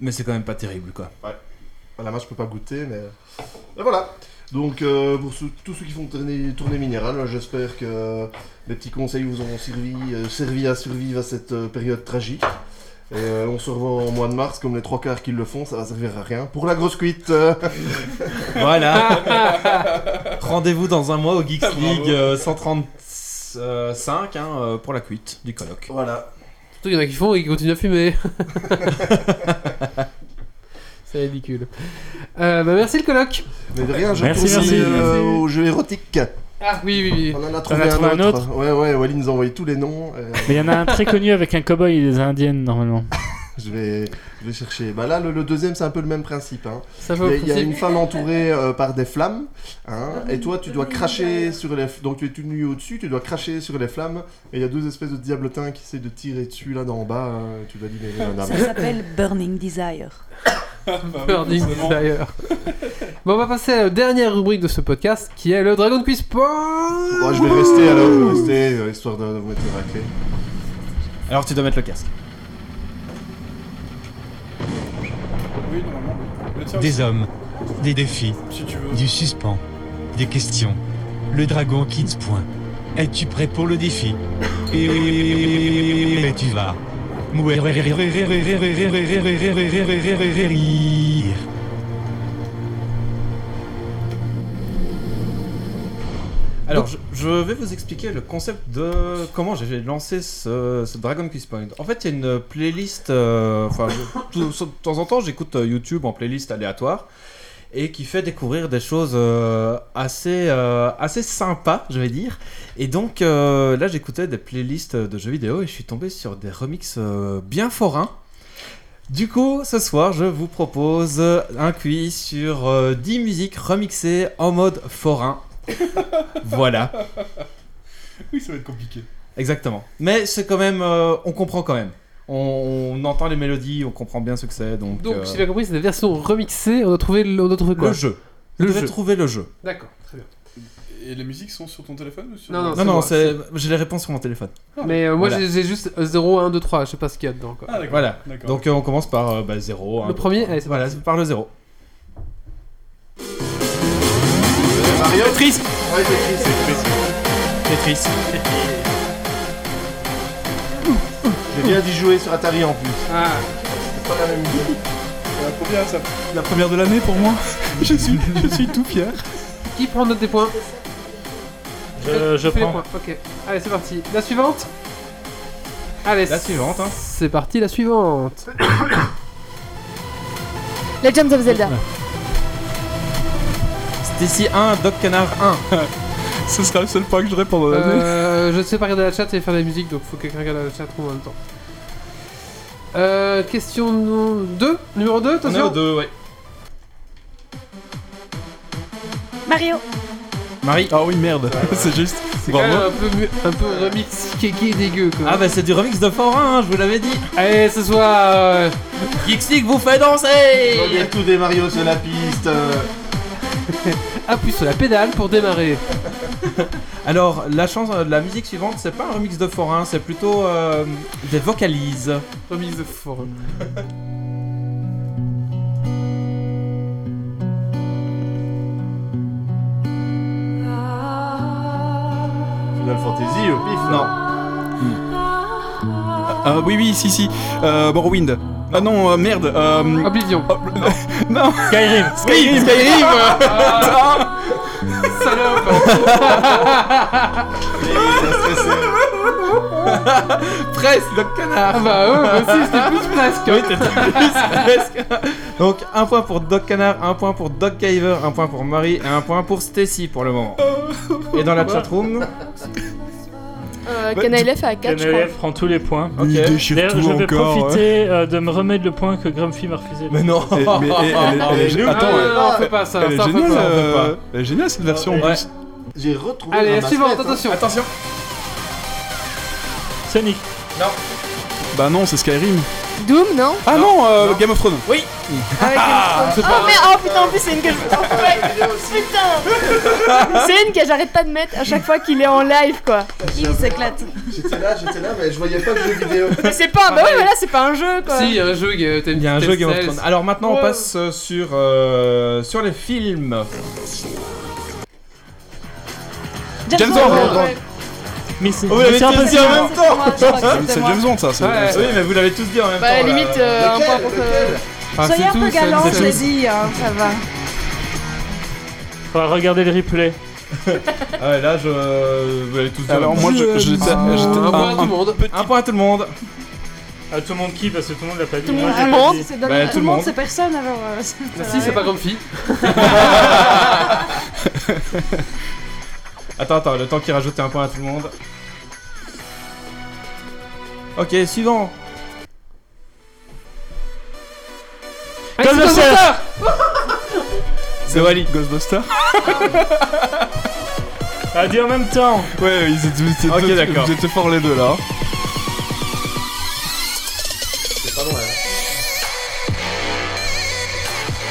Mais c'est quand même pas terrible, quoi.
À la main, je peux pas goûter, mais. Et voilà Donc, euh, pour ceux- tous ceux qui font tourner, tourner Minéral, j'espère que les petits conseils vous auront servi, euh, servi à survivre à cette euh, période tragique. Et euh, on se revoit en mois de mars, comme les trois quarts qui le font, ça va servir à rien. Pour la grosse cuite euh.
Voilà. Rendez-vous dans un mois au Geeks
Bravo.
League euh, 135 hein, euh, pour la cuite du colloque.
Voilà.
Surtout, il y en a qui font et qui continuent à fumer. C'est ridicule. Euh, bah, merci le colloque.
Mais de rien, je retourne euh, au jeu érotique.
Ah oui, oui, oui.
On en a
On
trouvé,
a trouvé
un,
un
autre. Ouais, ouais, Wally nous a envoyé tous les noms. euh.
Mais il y en a un très connu avec un cowboy et des indiennes normalement.
Je vais, je vais chercher. Bah là, le, le deuxième, c'est un peu le même principe. hein.
Ça
va au
Il y a- il y a
principe.
une femme entourée euh, par des flammes, hein, et toi, tu dois cracher sur les. f- Donc tu es tout nu au-dessus, tu dois cracher sur les flammes, et il y a deux espèces de diablotins qui essaient de tirer dessus là d'en bas. euh, tu dois libérer un
Ça s'appelle Burning Desire.
Burning d'ailleurs. Bon, on va passer à la dernière rubrique de ce podcast qui est le Dragon Quiz Point.
Moi, je vais rester alors, je vais rester euh, histoire de de vous mettre une raclée.
Alors tu dois mettre le casque.
Oui, normalement, oui. Le tien
Des
aussi.
hommes, des défis, du suspens, des questions. Le dragon quitte point. Es-tu prêt pour le défi Et tu vas.
Alors, je, je vais vous expliquer le concept de comment j'ai lancé ce, ce Dragon Quiz Point. En fait, il y a une playlist. euh, Enfin, je- tout- de temps en temps, j'écoute euh, YouTube en playlist aléatoire et qui fait découvrir des choses euh, assez euh, assez sympas, je vais dire. Et donc euh, là, j'écoutais des playlists de jeux vidéo et je suis tombé sur des remixes euh, bien forains. Du coup, ce soir, je vous propose un quiz sur euh, 10 musiques remixées en mode forain. voilà.
Oui, ça va être compliqué.
Exactement. Mais c'est quand même. euh, on comprend quand même. On, on entend les mélodies, on comprend bien ce que c'est. Donc,
Donc,
euh,
si j'ai bien compris, c'est des versions remixées. On a trouvé, le- on a trouvé quoi
le jeu.
Le
Vous devez
jeu.
trouver le jeu.
D'accord, très bien.
Et les musiques sont sur ton téléphone ou sur
Non, non,
Non,
Ah, c'est
non,
moi,
c'est- j'ai les réponses sur mon téléphone.
Mais euh, moi,
Voilà.
j'ai- j'ai juste euh, 0, 1, 2, 3. Je sais pas ce qu'il y a dedans. Quoi.
Ah, d'accord.
Voilà.
D'accord.
Donc, euh, on commence par 0.
Le premier, allez, c'est
Voilà, c'est par le 0.
Mario
Triste
Ouais, Tetris.
Tetris.
J'ai bien d'y jouer sur Atari en plus.
Ah.
C'est pas la même idée.
La première, ça- la première de l'année pour moi. je, suis, je suis tout fier.
Qui prend note des points
Je, je
fais les
prends.
points. Ok. Allez, c'est parti. La suivante. Allez.
La suivante, hein.
C'est parti, la suivante.
Legends of Zelda.
Stacy 1, Doc Canard 1.
Ce sera le seul point que je réponds dans l'année.
Euh, je ne sais pas regarder la chat et faire de la musique, donc faut que quelqu'un regarde la chat en même temps. Euh, question 2, numéro 2,
On est
attention.
au 2, ouais.
Mario
Marie
Ah oui, merde. c'est juste.
C'est quand
Bravo.
même un peu, mu- un peu remix kéké dégueu quoi.
Ah bah c'est du remix de Forain, hein, je vous l'avais dit.
Allez, ce soir, euh,
Geeks League vous fait
On
danser
est tous des Mario sur la piste. euh.
appuie sur la pédale pour démarrer.
Alors, la, chance, la musique suivante, c'est pas un remix de Forain, c'est plutôt euh, des vocalises.
Remix de forum.
Final Fantasy, au pif.
Non.
Hmm. Euh, oui, oui, si, si. Euh, Morrowind. Ah non, euh, merde. euh,
Oblivion.
non.
Skyrim.
Skyrim, Skyrim.
Presse, le canard
Ah bah ouais, moi aussi c'était plus presque.
Oui, t'es presque. Donc, un point pour Doc Canard, un point pour Doc Caver, un point pour Marie et un point pour Stacy pour le moment. Et dans la chatroom,
Euh, Canalef à 4, je crois.
Canelef prend tous les points.
Il
Ok.
déchire
D'ailleurs,
tout
je vais
encore.
profiter euh, de me remettre le point que Grumpy m'a refusé.
Mais non
Et- mais- et- elle est- elle est-
Ah,
Attends,
non,
elle-
non, non, fais pas ça,
elle est
ça, fais
géniale.
pas.
euh, Elle est géniale cette version en
Ouais.
plus.
J'ai retrouvé.
Allez,
un
la suivante,
aspect, hein.
attention.
Attention
Sonic.
Bah non, c'est Skyrim.
Doom, non
Ah non, euh, Game of Thrones.
Oui.
Ah,
Oh merde, oh putain, en plus c'est une que je. putain C'est une que j'arrête pas de mettre à chaque fois qu'il est en live quoi. Il s'éclate.
J'étais là, j'étais là, mais je voyais pas le jeu vidéo.
Mais c'est
Ah,
pas un. Bah ouais, voilà, c'est pas un jeu quoi.
Si, il y a un jeu, il
Il y a un jeu Game of Thrones. Alors maintenant, on passe euh, sur, euh, sur les films.
James
James
Bond.
Bond.
Ouais.
Mais c'est
Oh, vous l'avez
c'est
tous dit en même
impossible.
temps
Ouais, je crois que c'est
C'est James Bond, ça. c'est
Ouais,
James Bond.
Oui, mais vous l'avez tous dit en même
Bah
temps. là.
limite euh, un point pour que.
Ah,
Soyez
c'est
un peu
tout, c'est-
galant,
c'est
je l'ai
tout.
dit, hein, ça va.
Faudra regarder le replay.
Ah ouais, là, je... vous l'avez tous dit. en
Alors,
même
moi,
temps.
je- j'étais-
Ah,
j'étais un- un-
monde.
Un point à tout le monde.
À tout le monde qui Parce que tout le monde l'a pas dit.
Tout le monde,
Moi, j'ai
ah,
pas
non,
dit.
c'est donné-
Bah,
tout le monde, c'est personne alors. euh, c'est-
Si, c'est pas comme fille.
Attends, attends, le temps qu'il rajoute un point à tout le monde. Ok, suivant.
Ghostbusters
C'est Wally. Ghostbuster
A dit en même temps
Ouais, ils étaient, ils étaient-
Ok,
ils
d'accord.
étaient forts les deux là.
C'est pas loin. hein.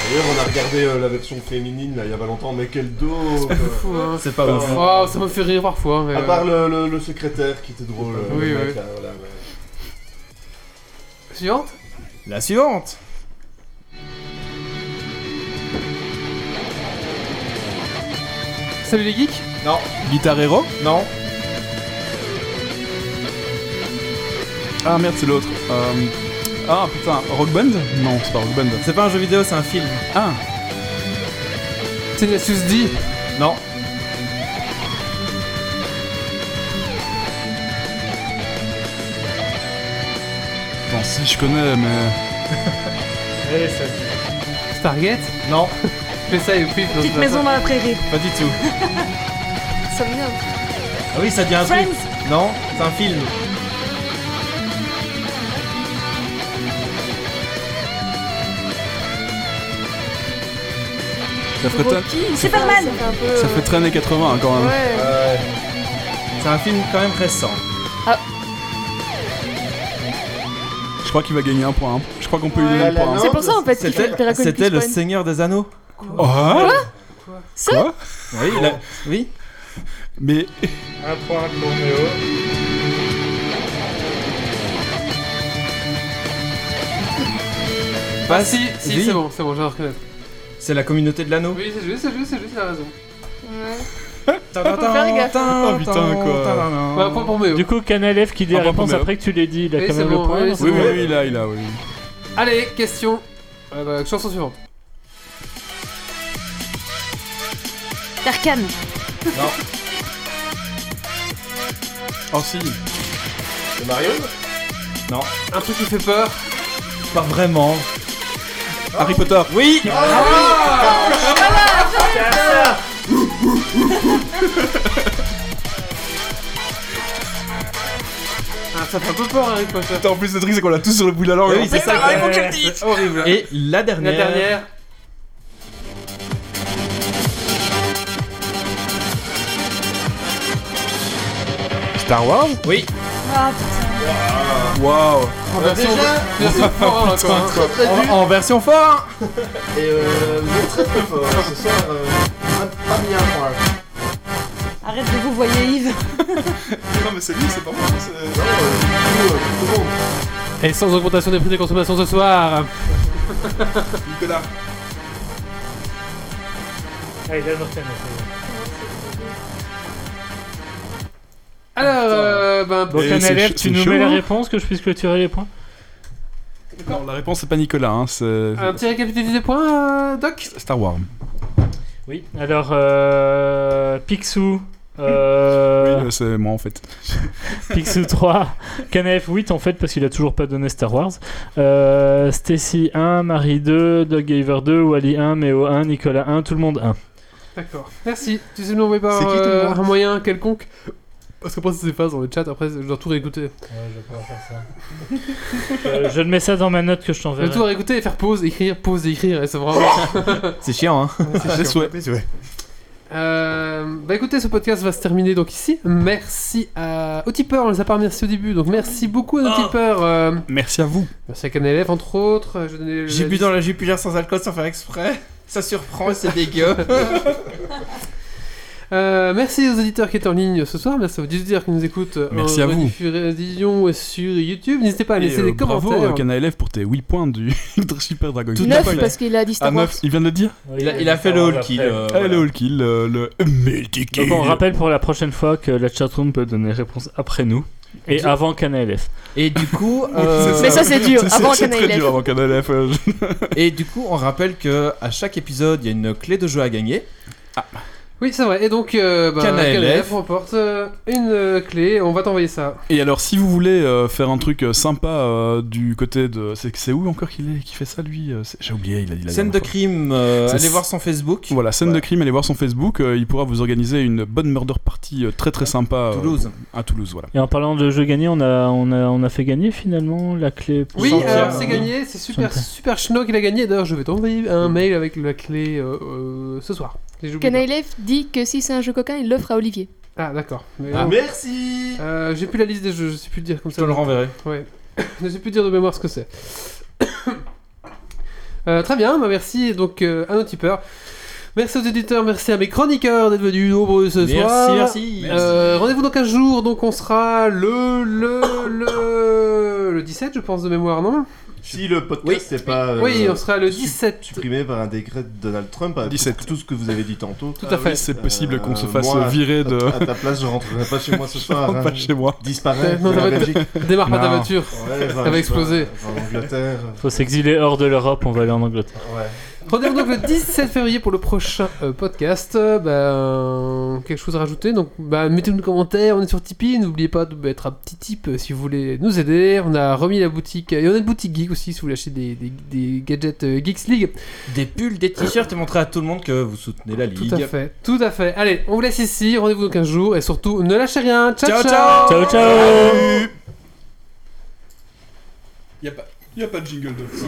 D'ailleurs, on a regardé euh, la version féminine là, il y a pas longtemps, mais quel dos
Fou, hein.
C'est pas
Ah,
bon.
ouais.
Oh, ça me fait rire parfois. mais,
À
euh,
part le, le- le secrétaire qui était drôle. euh,
Oui,
le
oui.
mec, là, voilà, ouais.
Suivante
La suivante.
Salut les geeks
Non,
Guitar Hero
non.
Ah merde, c'est l'autre. Euh, Ah putain, Rock Band Non, c'est pas Rock Band.
C'est pas un jeu vidéo, c'est un film.
Ah
Tenacious D
Non.
Attends, si je connais, mais.
Allez, ça dit.
Stargate
Non,
Fais ça et puis.
Petite maison dans la prairie.
pas du tout.
Somnium.
Ah oui, ça dit un truc.
Friends.
Non, c'est un film.
Ça ferait, très-
Rocky,
Superman.
ça fait un peu,
ça fait très années 80 hein, quand
euh,
même.
Ouais.
Ouais. C'est un film quand même récent.
Je crois qu'il va gagner un point. hein. Je crois qu'on peut lui donner
Ouais,
un
la
point. hein.
C'est pour ça en fait qu'il fait le
C'était
Dragon
c'était le
Quest Point.
Seigneur des Anneaux.
Oh, hein
Ça
Quoi
Oui, il a- oui.
Mais
Un point pour Méo.
Bah,
Ah si, si,
Oui.
c'est bon, c'est bon, j'ai reconnaître.
C'est la communauté de l'anneau.
Oui, c'est juste, c'est juste, c'est juste, t'as raison.
Ouais. faire gaffe.
Oh
Oh, putain, quoi.
Bah, point pour Méo.
Du coup, Canal F qui dit
Ah,
la
bon,
réponse
Méo.
après que tu l'aies dit, il a
Oui,
quand
c'est
même
bon,
le point.
oui,
non
c'est
oui,
bon.
oui, oui, il a, il a, oui.
Allez, question. Euh, bah, chanson suivante.
Tarkan.
Oh si.
C'est Mario
Un truc qui fait peur.
Pas vraiment.
Harry Potter.
Oui
Ah, ça fait un peu peur, Harry Potter.
Attends, en plus le truc c'est qu'on l'a tous sur le bout de la langue. hein.
Oui, c'est ça.
Ah, il faut que je le dise. Horrible.
Et la dernière.
la dernière.
Star Wars
Oui.
Ah, putain.
Waouh.
En version. Version fort, hein, quoi.
Très très
En,
dur
en version fort
et euh, vous êtes très très fort hein, ce soir. euh, pas- pas bien moi.
Arrête de vous voyez Yves.
Non mais c'est lui, c'est pas moi.
Non, euh, du coup, euh, tout le monde.
Et sans augmentation des prix de consommation ce soir.
Nicolas.
Ah, il a le retenu, c'est
Alors, euh, ben.
bon. Donc,
Et
Canal
c'est
F,
ch-
tu
c'est
nous
chaud,
mets la
hein.
réponse que je puisse clôturer les points
Non, la réponse c'est pas Nicolas, hein, c'est
Un petit récapitulatif des points, euh, Doc
Star Wars.
Oui. Alors, euh. Picsou. Euh,
Oui, euh, c'est moi en fait.
Picsou 3, Canaf 8 en fait parce qu'il a toujours pas donné Star Wars, euh, Stacy 1, Marie 2, Doug Gaver 2, Wally 1, Méo 1, Nicolas 1, tout le monde 1.
D'accord. Merci. Tu sais nous l'envoyer par
C'est qui, ton
euh,
nom
un moyen quelconque Parce qu'après, ça se passe dans le chat, après, je dois tout réécouter.
je Euh, je ne mets ça dans ma note que je
Je
t'enverrai.
dois tout
hein.
réécouter et faire pause, écrire, pause, écrire, et c'est vraiment.
C'est chiant, hein
C'est souhait.
Euh, bah écoutez, ce podcast va se terminer donc ici. Merci à... aux tipeurs, on les a pas remerciés au début, donc merci beaucoup à
Ah.
nos tipeurs. euh,
Merci à vous.
Merci à Canélève, entre autres. euh, je vais donner le-
J'ai
la
bu
liste.
dans la jupulaire sans alcool sans faire exprès. Ça surprend, c'est dégueu.
Euh, merci aux auditeurs qui étaient en ligne ce soir, merci aux auditeurs qui nous écoutent euh,
Merci
en
à vous.
rediffusion sur YouTube. N'hésitez pas à
Et,
laisser
euh,
des commentaires.
Bravo, euh, Cana Élève, pour tes 8 points du Super Dragon Quest.
Neuf, parce qu'il a dit Star
Ah,
Wars.
neuf, il vient de le dire
Il a- il a fait le hall kill. euh,
Ah, le All Kill, euh, le Multi
Donc
Kill.
on rappelle pour la prochaine fois que la chatroom peut donner réponse après nous et
Exact.
avant Canalef.
Et du coup, euh,
C'est très dur avant Cana Élève, euh, je-
Et du coup, on rappelle que à chaque épisode, il y a une clé de jeu à gagner.
Oui, c'est vrai. Et donc, euh, bah,
Canal
Canalef
LF.
remporte euh, une euh, clé. On va t'envoyer ça.
Et alors, si vous voulez euh, faire un truc euh, sympa euh, du côté de. C'est c'est où encore qu'il est qui fait ça, lui Euh, c'est- J'ai oublié, il a dit la
Scène
dernière
de
fois.
crime, euh,
C'est-
allez voir son Facebook.
Voilà, scène de crime, allez voir son Facebook. euh, il pourra vous organiser une bonne murder party euh, très très sympa. euh,
Toulouse.
à Toulouse, voilà.
Et en parlant de jeu gagné, on a, on a, on a fait gagner finalement la clé. pour-
Oui,
Sortir.
alors c'est gagné. C'est super, super chno qu'il a gagné. D'ailleurs, je vais t'envoyer un mail avec la clé euh, euh, ce soir. J'ai oublié.
Canailef dit que si c'est un jeu coquin, il l'offre à Olivier.
Ah, d'accord. Mais
Ah,
bon.
merci
Euh, J'ai plus la liste des jeux, je sais plus dire comme ça.
te le renverrai.
Ouais. je sais plus dire de mémoire ce que c'est. Euh, très bien, bah merci donc euh, à nos tipeurs. Merci aux éditeurs, merci à mes chroniqueurs d'être venus nombreux ce
Merci,
soir.
merci.
Euh, Rendez-vous dans 15 jours, donc on sera le le le, le 17 je pense de mémoire, non
Si le podcast n'est pas. euh,
Oui, on sera le
su-
17.
Supprimé par un décret de Donald Trump. avec
17.
Tout ce que vous avez dit tantôt.
Tout à Ah fait. oui,
c'est possible qu'on se
euh,
fasse
moi, à-
virer de-
À, ta place, je rentrerai pas chez moi ce
Je
soir.
rentre pas chez moi.
Disparaît.
Non,
de
ça
la
va être-
Belgique.
démarre pas ta Non. voiture.
Ouais,
Ça va exploser.
En Angleterre.
Faut s'exiler hors de l'Europe, on va aller en Angleterre.
Rendez-vous donc le 17 février pour le prochain euh, podcast. Euh, Ben, quelque chose à rajouter Donc, ben, mettez-nous des commentaires. On est sur Tipeee. N'oubliez pas de mettre un petit tip euh, si vous voulez nous aider. On a remis la boutique. euh, Et on a une boutique geek aussi si vous voulez acheter des, des- des gadgets euh, Geeks League.
Des pulls, des t-shirts et montrer à tout le monde que vous soutenez la ligue.
Tout à fait. Tout à fait. Allez, on vous laisse ici. Rendez-vous dans 15 jours. Et surtout, ne lâchez rien.
Ciao,
ciao.
ciao. Ciao, ciao. Salut.
Y'a pas, y a pas de jingle de fin.